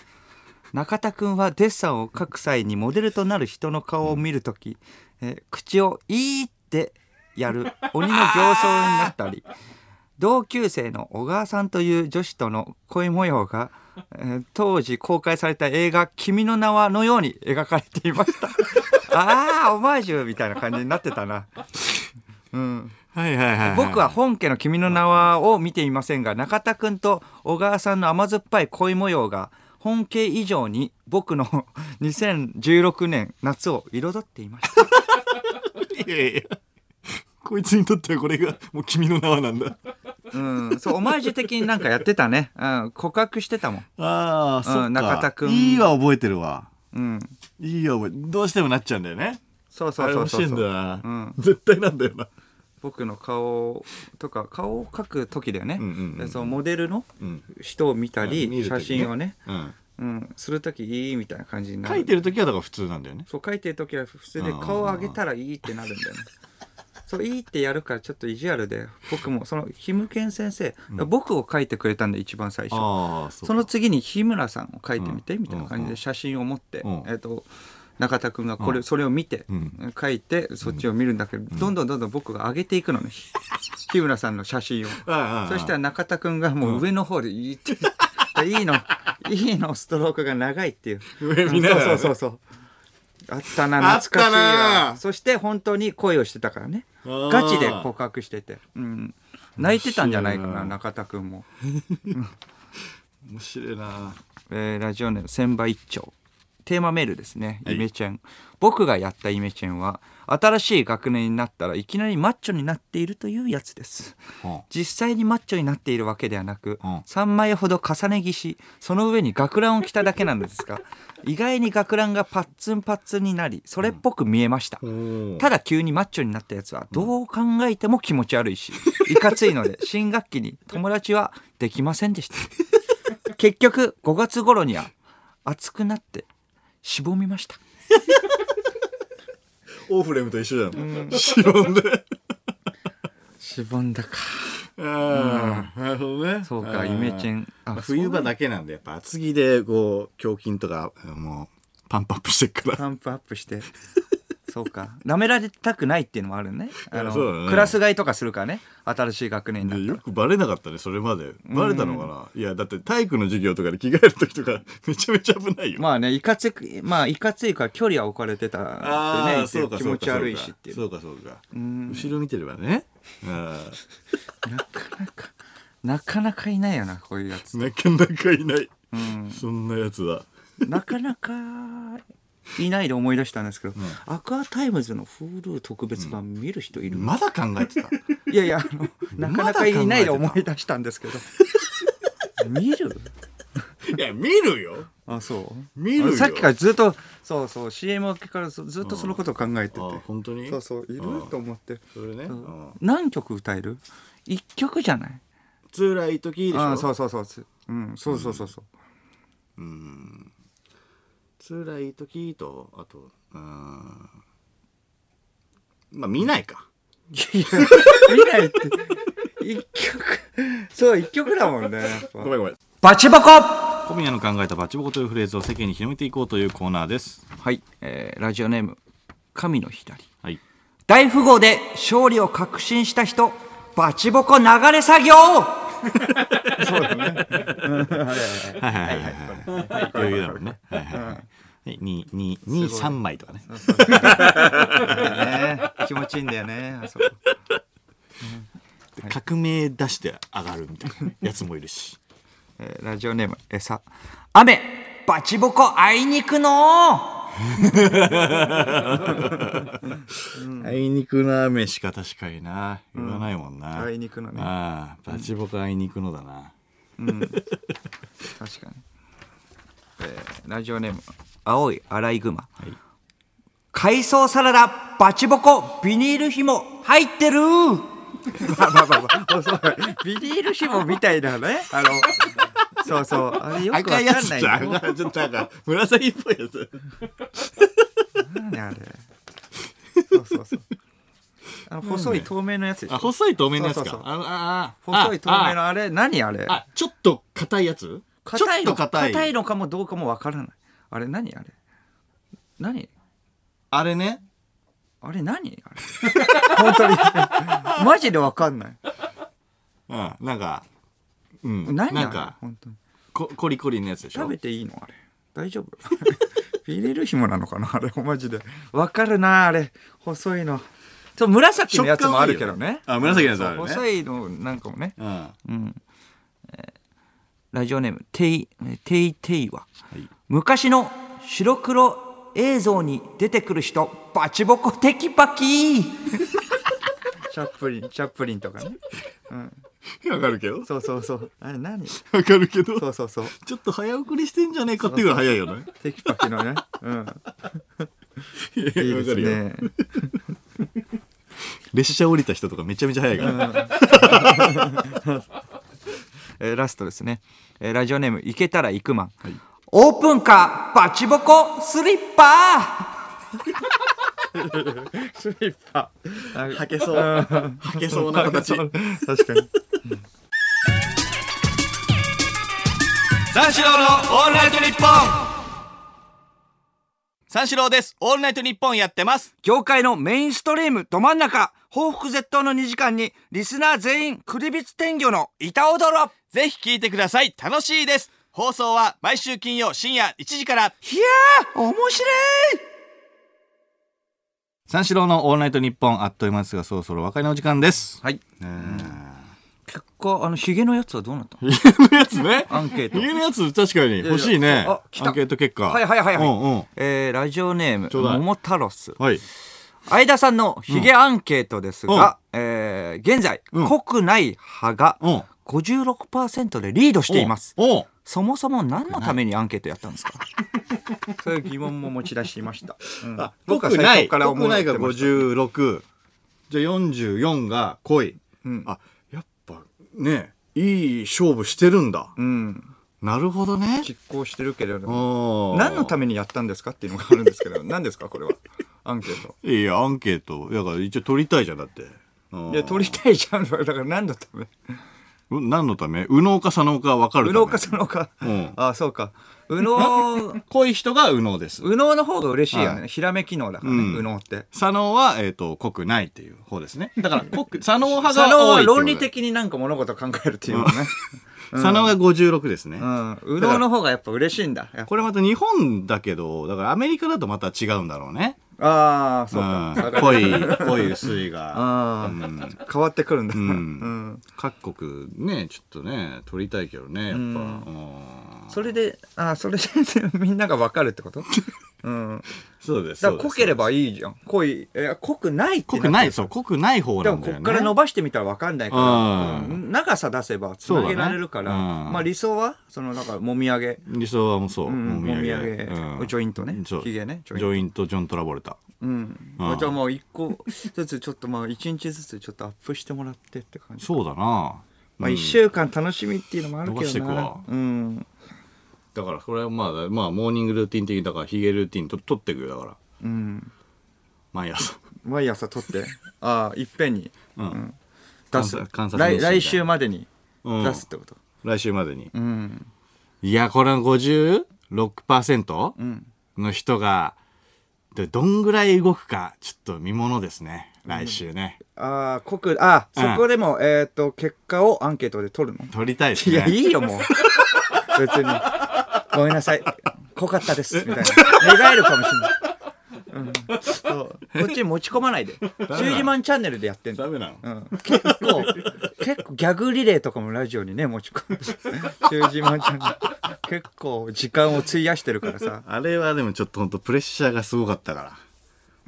S2: 中田くんはデッサンを描く際にモデルとなる人の顔を見るとき、えー口を「いい」ってやる鬼の形相になったり同級生の小川さんという女子との恋模様が、えー当時公開された映画「君の名は」のように描かれていました あーオマージュみたいな感じになってたな、うん、
S1: はいはいはい、
S2: 僕は本家の「君の名は」を見ていませんが中田くんと小川さんの甘酸っぱい恋模様が本家以上に僕の 2016年夏を彩っていました
S1: いやい や。こいつにとってはこれがもう君の名はなんだ。
S2: うんそうオマージュ的になんかやってたね、うん、告白してたもん
S1: ああ、そっか。
S2: 中田君
S1: いいは覚えてるわ。
S2: うん
S1: いいは覚えどうしてもなっちゃうんだよね。
S2: そうそうそうそう
S1: あれ欲しいんだよな
S2: うん
S1: 絶対なんだよな。
S2: 僕の顔とか顔を描く時だよね、
S1: うんうんうん
S2: でそのモデルの
S1: うん
S2: 人を見たり、
S1: うん見る時ね
S2: 写真をね、
S1: うん、
S2: うん、する時いいみたいな感じにな
S1: 書
S2: る
S1: いてる時はだから普通なんだよね
S2: そう書いてる時は普通で
S1: うん
S2: 顔を上げたらいいってなるんだ よねそういいってやるからちょっと意地悪で僕もそのひむけん先生、僕を書いてくれたんで一番最初
S1: ああそ
S2: その次に日村さんを書いてみて、
S1: うん
S2: みたいな感じで写真を持って、
S1: うん
S2: えっと中田君がこれ、
S1: うん
S2: それを見て、
S1: うん
S2: 書いてそっちを見るんだけど、どんどんどんどん僕が上げていくの ね、ひ日村さんの写真を。そ
S1: そ
S2: したら中田君がもう上の方で言って、いいのいいのストロークが長いっていう
S1: 上見ながらね
S2: うんそうそうそうそうあったな
S1: あっ
S2: 懐か
S1: たな
S2: しいわそして本当に恋をしてたからね
S1: あー
S2: ガチで告白してて、うん、泣いてたんじゃないか
S1: 面
S2: な
S1: 白いな
S2: 中田君も、
S1: 面白いな
S2: えーラジオネーム千倍一丁テーマメールですね、
S1: はい
S2: イメチェン僕がやったイメチェンは新しい学年になったらいきなりマッチョになっているというやつです
S1: うん
S2: 実際にマッチョになっているわけではなく、
S1: うん
S2: 3枚ほど重ね着しその上に学ランを着ただけなのですが意外に学ランがパッツンパッツンになりそれっぽく見えました、
S1: おー
S2: ただ急にマッチョになったやつはどう考えても気持ち悪い し、いかついので新学期に友達はできませんでした 結局5月頃には熱くなってしぼみました
S1: オーフレームと一緒じゃ んしぼん で
S2: しぼんだか
S1: ああなるほどね
S2: そうかイメチェンあ
S1: まあ冬場だけなんでやっぱ厚着でこう胸筋とかもうパンプアップしてっ から
S2: パンプアップして そうかなめられたくないっていうのもあるねあ
S1: い
S2: の
S1: やそうだね
S2: クラス替えとかするからね新しい学年にな
S1: で
S2: っ
S1: よくバレなかったねそれまでバレたのかないやだって体育の授業とかで着替える時とか めちゃめちゃ危ないよ
S2: まあねいかつくまあいかついから距離は置かれてたってね
S1: ああ
S2: って
S1: そ
S2: い
S1: う
S2: う
S1: か
S2: 気
S1: そう
S2: 持
S1: か
S2: ち悪いしっていう
S1: そうかそうか後ろ見てれば ねあ
S2: なかなかなかなかいないよなこういうや
S1: あ
S2: つ、
S1: なかなかいない
S2: うん、
S1: そんなやつは
S2: なかなかいないで思い出したんですけど、アクアタイムズの Hulu 特別版見る人いる、
S1: まだ考えてた
S2: いやいやあのなかなかいないで思い出した んですけど見る
S1: いや見るよ
S2: あそう
S1: 見るよ
S2: さっきからずっとそうそう CM 明けからずずっとそのことを考えてて、
S1: ああ本当に
S2: そうそういる
S1: ああ
S2: と思って
S1: それねうん
S2: 何曲歌える一曲じゃない
S1: 辛い時でしょ
S2: あそうそうそうつうんそうそうそうそう
S1: うん辛い時とあとうんまあ見ないか
S2: いや見ないって一曲そう一曲だもんねやっぱ
S1: ごめんごめん
S2: バチボコ
S1: 小宮の考えたバチボコというフレーズを世間に広めていこうというコーナーです
S2: はい、えーラジオネーム神の左
S1: はい
S2: 大富豪で勝利を確信した人バチボコ流れ作業
S1: はいはいはいはい余裕だもんねはいはいはいににに三枚とかね
S2: 気持ちいいんだよねあそこ
S1: 革命出して上がるみたいなやつもいるし
S2: えーラジオネーム餌雨バチボコあいにくの
S1: あいにくの雨しか確かにな言わないもんな、
S2: あいにくのね
S1: ああバチボコあいにくのだな、
S2: 確かに、えーラジオネーム青いアライグマ、海藻サラダバチボコビニール紐入ってるビニール紐みたいなねあのそうそうあれよくわか
S1: 赤
S2: ん
S1: い
S2: な
S1: や
S2: い
S1: つ
S2: んだ
S1: っ
S2: よ
S1: て赤ちょっとなんか紫っぽいやつ
S2: 何あれそうそうそうあの細い透明のやつでし
S1: あ
S2: ょ
S1: 細い透明のやつか
S2: そうそうそう
S1: あのあああ
S2: 細い透明のあれ何あれ
S1: ああちょっと硬いやつ
S2: 硬い
S1: ちょ
S2: の
S1: っと硬い
S2: 硬いのかもどうかもわからないあれ何あれ何
S1: あれね
S2: あれ何あ れ本当にマジでわかんない
S1: うんなんかうん
S2: 何
S1: なん
S2: あ
S1: か
S2: れ本当に
S1: こコリコリのやつでしょ
S2: 食べていいのあれ大丈夫 ビニール紐なのかなあれマジでわかるなあれ細いのそう紫のやつもあるけどね
S1: 食感はいいよねあ紫のやつあるね
S2: 細いのなんかもね
S1: うんは
S2: ラジオネームテイテイテイはい昔の白黒映像に出てくる人バチボコテキ パキチャップリンチャップリンとかね
S1: わかるけど
S2: そうそうそうあれ何そ
S1: わかるけど
S2: うそうそう
S1: ちょっと早送りしてんじゃねえかっていうぐらい早いよね
S2: テキパキ のねうん
S1: いや
S2: いい
S1: わ
S2: で
S1: か
S2: す
S1: るよ
S2: ね
S1: 列車降りた人とかめちゃめちゃ早いから。
S2: えーラストですね、えーラジオネーム「いけたらいくまん」オープンカーバチボコスリッパー スリッパー
S1: けそう。はけそうな形。
S2: 確かに
S1: 三四郎のオールナイトニッポン三四郎です。オールナイトニッポンやってます。
S2: 業界のメインストリームど真ん中報復絶倒の2時間にリスナー全員クリビツ天魚の板踊ろ
S1: ぜひ聞いてください。楽しいです。放送は毎週金曜深夜1時から。
S2: いやー面白い
S1: 三四郎のオールナイトニッポンあっという間ですが、そろそろお別れの時間です。
S2: はい結果あのヒゲのやつはどうなったの
S1: 家のやつね。
S2: アンケート
S1: 家のやつ確かに欲しいね。
S2: あ来た
S1: アンケート結果。
S2: はいはいはいはい
S1: うんうん。
S2: えーラジオネーム
S1: ちょうだい
S2: 桃太郎ス
S1: はい。
S2: 相田さんのヒゲアンケートですが、えー現在、
S1: うん
S2: 濃くない派が
S1: うん
S2: 56%でリードしています。
S1: おう
S2: そもそも何のためにアンケートやったんですか そういう疑問も持ち出していました。うん
S1: あ、濃
S2: 僕は
S1: くな
S2: 最初
S1: い。
S2: から
S1: 濃
S2: 思う
S1: く
S2: の
S1: な
S2: や
S1: い
S2: って
S1: が
S2: ました
S1: 56。じゃあ44が濃い。
S2: うん
S1: あ、やっぱね、いい勝負してるんだ。
S2: うん。
S1: なるほどね。
S2: 実行してるけれども、
S1: 何
S2: 何のためにやったんですかっていうのがあるんですけど、何ですかこれは。アンケート。
S1: めいや、アンケート。だから一応取りたいじゃん、だって。うん
S2: いや、取りたいじゃん。だから何のた め
S1: う何のため右脳か左脳か分かるため
S2: 右脳かそのか。
S1: うん
S2: あ、そうか。右脳、
S1: 濃い人が右脳です。
S2: 右脳の方が嬉しいよね。
S1: は
S2: ひらめ機能だからね、
S1: うん
S2: 右脳って。
S1: 左脳は、えっ、と、濃くないっていう方ですね。だから、濃く、左脳派
S2: 佐
S1: が
S2: 野
S1: 多い
S2: は
S1: ってこと
S2: 論理。的になんか物事を考えるっていうのね。
S1: 左脳が56ですね。
S2: うん。右脳の方がやっぱ嬉しいんだ。やっぱ
S1: これまた日本だけど、だからアメリカだとまた違うんだろうね。
S2: ああ、そうか。
S1: ん、濃い、濃い薄い が。
S2: あ
S1: う
S2: あ、
S1: ん
S2: 変わってくるんだ。
S1: ん
S2: うん。
S1: 各国ね、ちょっとね、取りたいけどね、やっぱ。う
S2: ん
S1: ん
S2: それで、ああ、それでみんながわかるってことうん。
S1: そうです。
S2: だ
S1: そう
S2: から
S1: です
S2: 濃ければいいじゃん。濃い、いや濃くないって
S1: 濃くない、
S2: って
S1: そう、濃くない方
S2: で
S1: な
S2: も
S1: んだ
S2: こ
S1: よね。
S2: っから伸ばしてみたらわかんないから、
S1: うん
S2: うん長さ出せばつなげられるから、
S1: そうだねうん
S2: まあ理想は、その、だから、もみあげ。
S1: 理想はもうそう、
S2: うん、もみあげ、ジョイントね
S1: うんそう。
S2: ヒゲね。
S1: ジョイント、ジョン・トラボルタ。
S2: うん
S1: うん
S2: じゃあもう一個ずつちょっとまあ一日ずつちょっとアップしてもらってって感じ。
S1: そうだな。
S2: まあ
S1: うん
S2: 一週間楽しみっていうのもある
S1: 伸ばして
S2: け
S1: い
S2: ど
S1: く
S2: な
S1: わ。
S2: うん。
S1: だからこれはまあ、まあ、モーニングルーティン的にだからヒゲルーティンと取っていくよだから
S2: うん。
S1: 毎朝
S2: 毎朝撮 って、ああ、いっぺんに
S1: うん、
S2: 出す
S1: 観察。観察練習
S2: 来
S1: みたいな
S2: 来週までに
S1: うん
S2: 出すってこと。
S1: 来週までに
S2: うん。
S1: いやこれの56%
S2: うん。
S1: の人がでどんぐらい動くかちょっと見ものですね来週ね、
S2: ああ、濃く、ああ、
S1: うん
S2: そこでも、えっと、結果をアンケートで取るの
S1: 撮りたいです
S2: い
S1: ね
S2: や、いいよ、もう。別に。ごめんなさい。濃かったです。みたいな。寝返るかもしれない。うん、そうこっちに持ち込まないで。中時マンチャンネルでやってんだ
S1: ダ。メなの
S2: うん、結構、結構ギャグリレーとかもラジオにね、持ち込む。中時マンチャンネル。結構時間を費やしてるからさ。
S1: あれはでもちょっと本当プレッシャーがすごかったから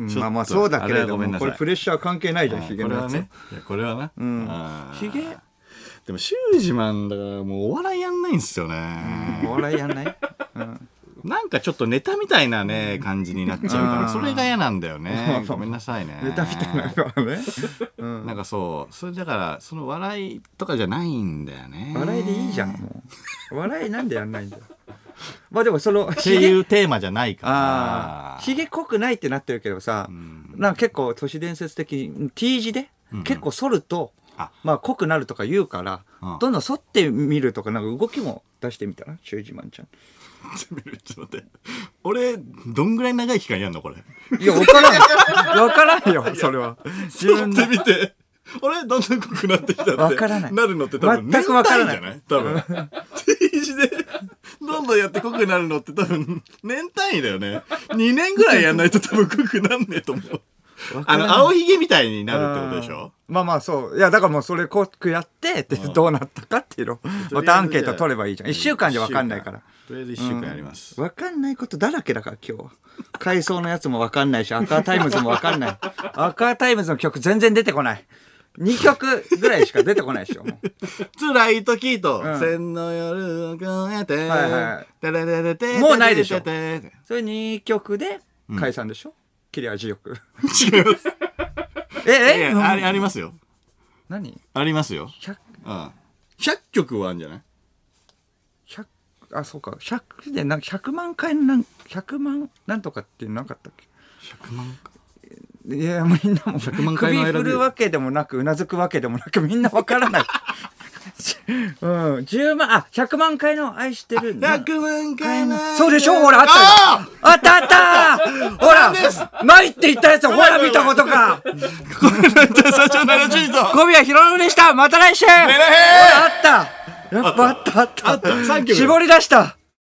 S2: うん
S1: ちょっと
S2: まあまあそうだけれ
S1: あ
S2: ど
S1: れはごめん
S2: も、
S1: な
S2: こ
S1: さい
S2: れプレッシャー関係ないじゃん、ヒゲ
S1: こ
S2: の
S1: れ
S2: や
S1: は
S2: つ。
S1: ねいやこれはな、
S2: うん
S1: あ
S2: ヒ
S1: ー
S2: ゲ、
S1: でもシュージマンだからもうお笑いやんないんすよね、
S2: お笑いや んない、うん、
S1: なんかちょっとネタみたいなね、感じになっちゃうから、それが嫌なんだよ ね。ごめんなさいね。
S2: ネタみたいなのはね。うん
S1: なんかそう、それだから、その笑いとかじゃないんだよね。
S2: 笑いでいいじゃん。もう笑いなんでやんないんだよ まあでもその
S1: って
S2: ひ
S1: い
S2: げ
S1: うテーマじゃない
S2: あ
S1: か
S2: あひげ濃くないってなってるけどさ、
S1: ん
S2: なんか結構都市伝説的に T 字で
S1: んうん
S2: 結構剃ると、
S1: あ
S2: まあ濃くなるとか言うから、
S1: うん
S2: どんどん剃ってみるとかなんか動きも出してみたらシュージマンちゃん
S1: ら。ちょっと待って。俺、どんぐらい長い期間やんのこれ。
S2: いや分からん よ分からんよそれは自
S1: や
S2: 分
S1: っ
S2: で
S1: てみて。俺、どんどん濃くなってきたって。
S2: わからない
S1: なるのって多分、
S2: 全くわからない
S1: 年単位じゃない多分。定時で、どんどんやって濃くなるのって多分、年単位だよね。2年ぐらいやんないと多分濃くなんねえと思う。
S2: わか
S1: あ
S2: らん
S1: の、青ひげみたいになるってことでしょ
S2: まあまあそう。いや、だからもうそれ濃くやって、ってどうなったかっていうのをまたアンケート取ればいいじゃん。一週間じゃ分かんないから。。
S1: とりあえず一週間やります。
S2: 分かんないことだらけだから今日は。回想のやつも分かんないし、アクアタイムズも分かんない。アクアタイムズの曲全然出てこない。2曲ぐらいしか出てこないでしょ。も
S1: 辛い時と、
S2: ん
S1: 千の夜を越えて、
S2: はいはい
S1: タラララテ
S2: もうないでしょ
S1: タラララテ
S2: うそれ2曲で解散でしょ、切れ味よく。
S1: 違います。い
S2: ええ
S1: やありありますよ
S2: 何
S1: ありますよ、
S2: 100
S1: うん、100曲はあるんじゃない
S2: 100あそうか100でなんか100万回のなん100万なんとかっていうのなかったっけ
S1: 100万回
S2: いやみんなも
S1: 万回
S2: 首
S1: の
S2: 振るわけでもなくうなずくわけでもなくみんなわか らない、うん、10万あ100万回の愛してるな
S1: 100万回の
S2: そうでしょほらあったよあったあったほらないって言ったやつほら見たことか
S1: 社長7チート
S2: 小宮宏信でしたまた来週ほらあったやっぱあったあった
S1: あった三曲
S2: 絞り出した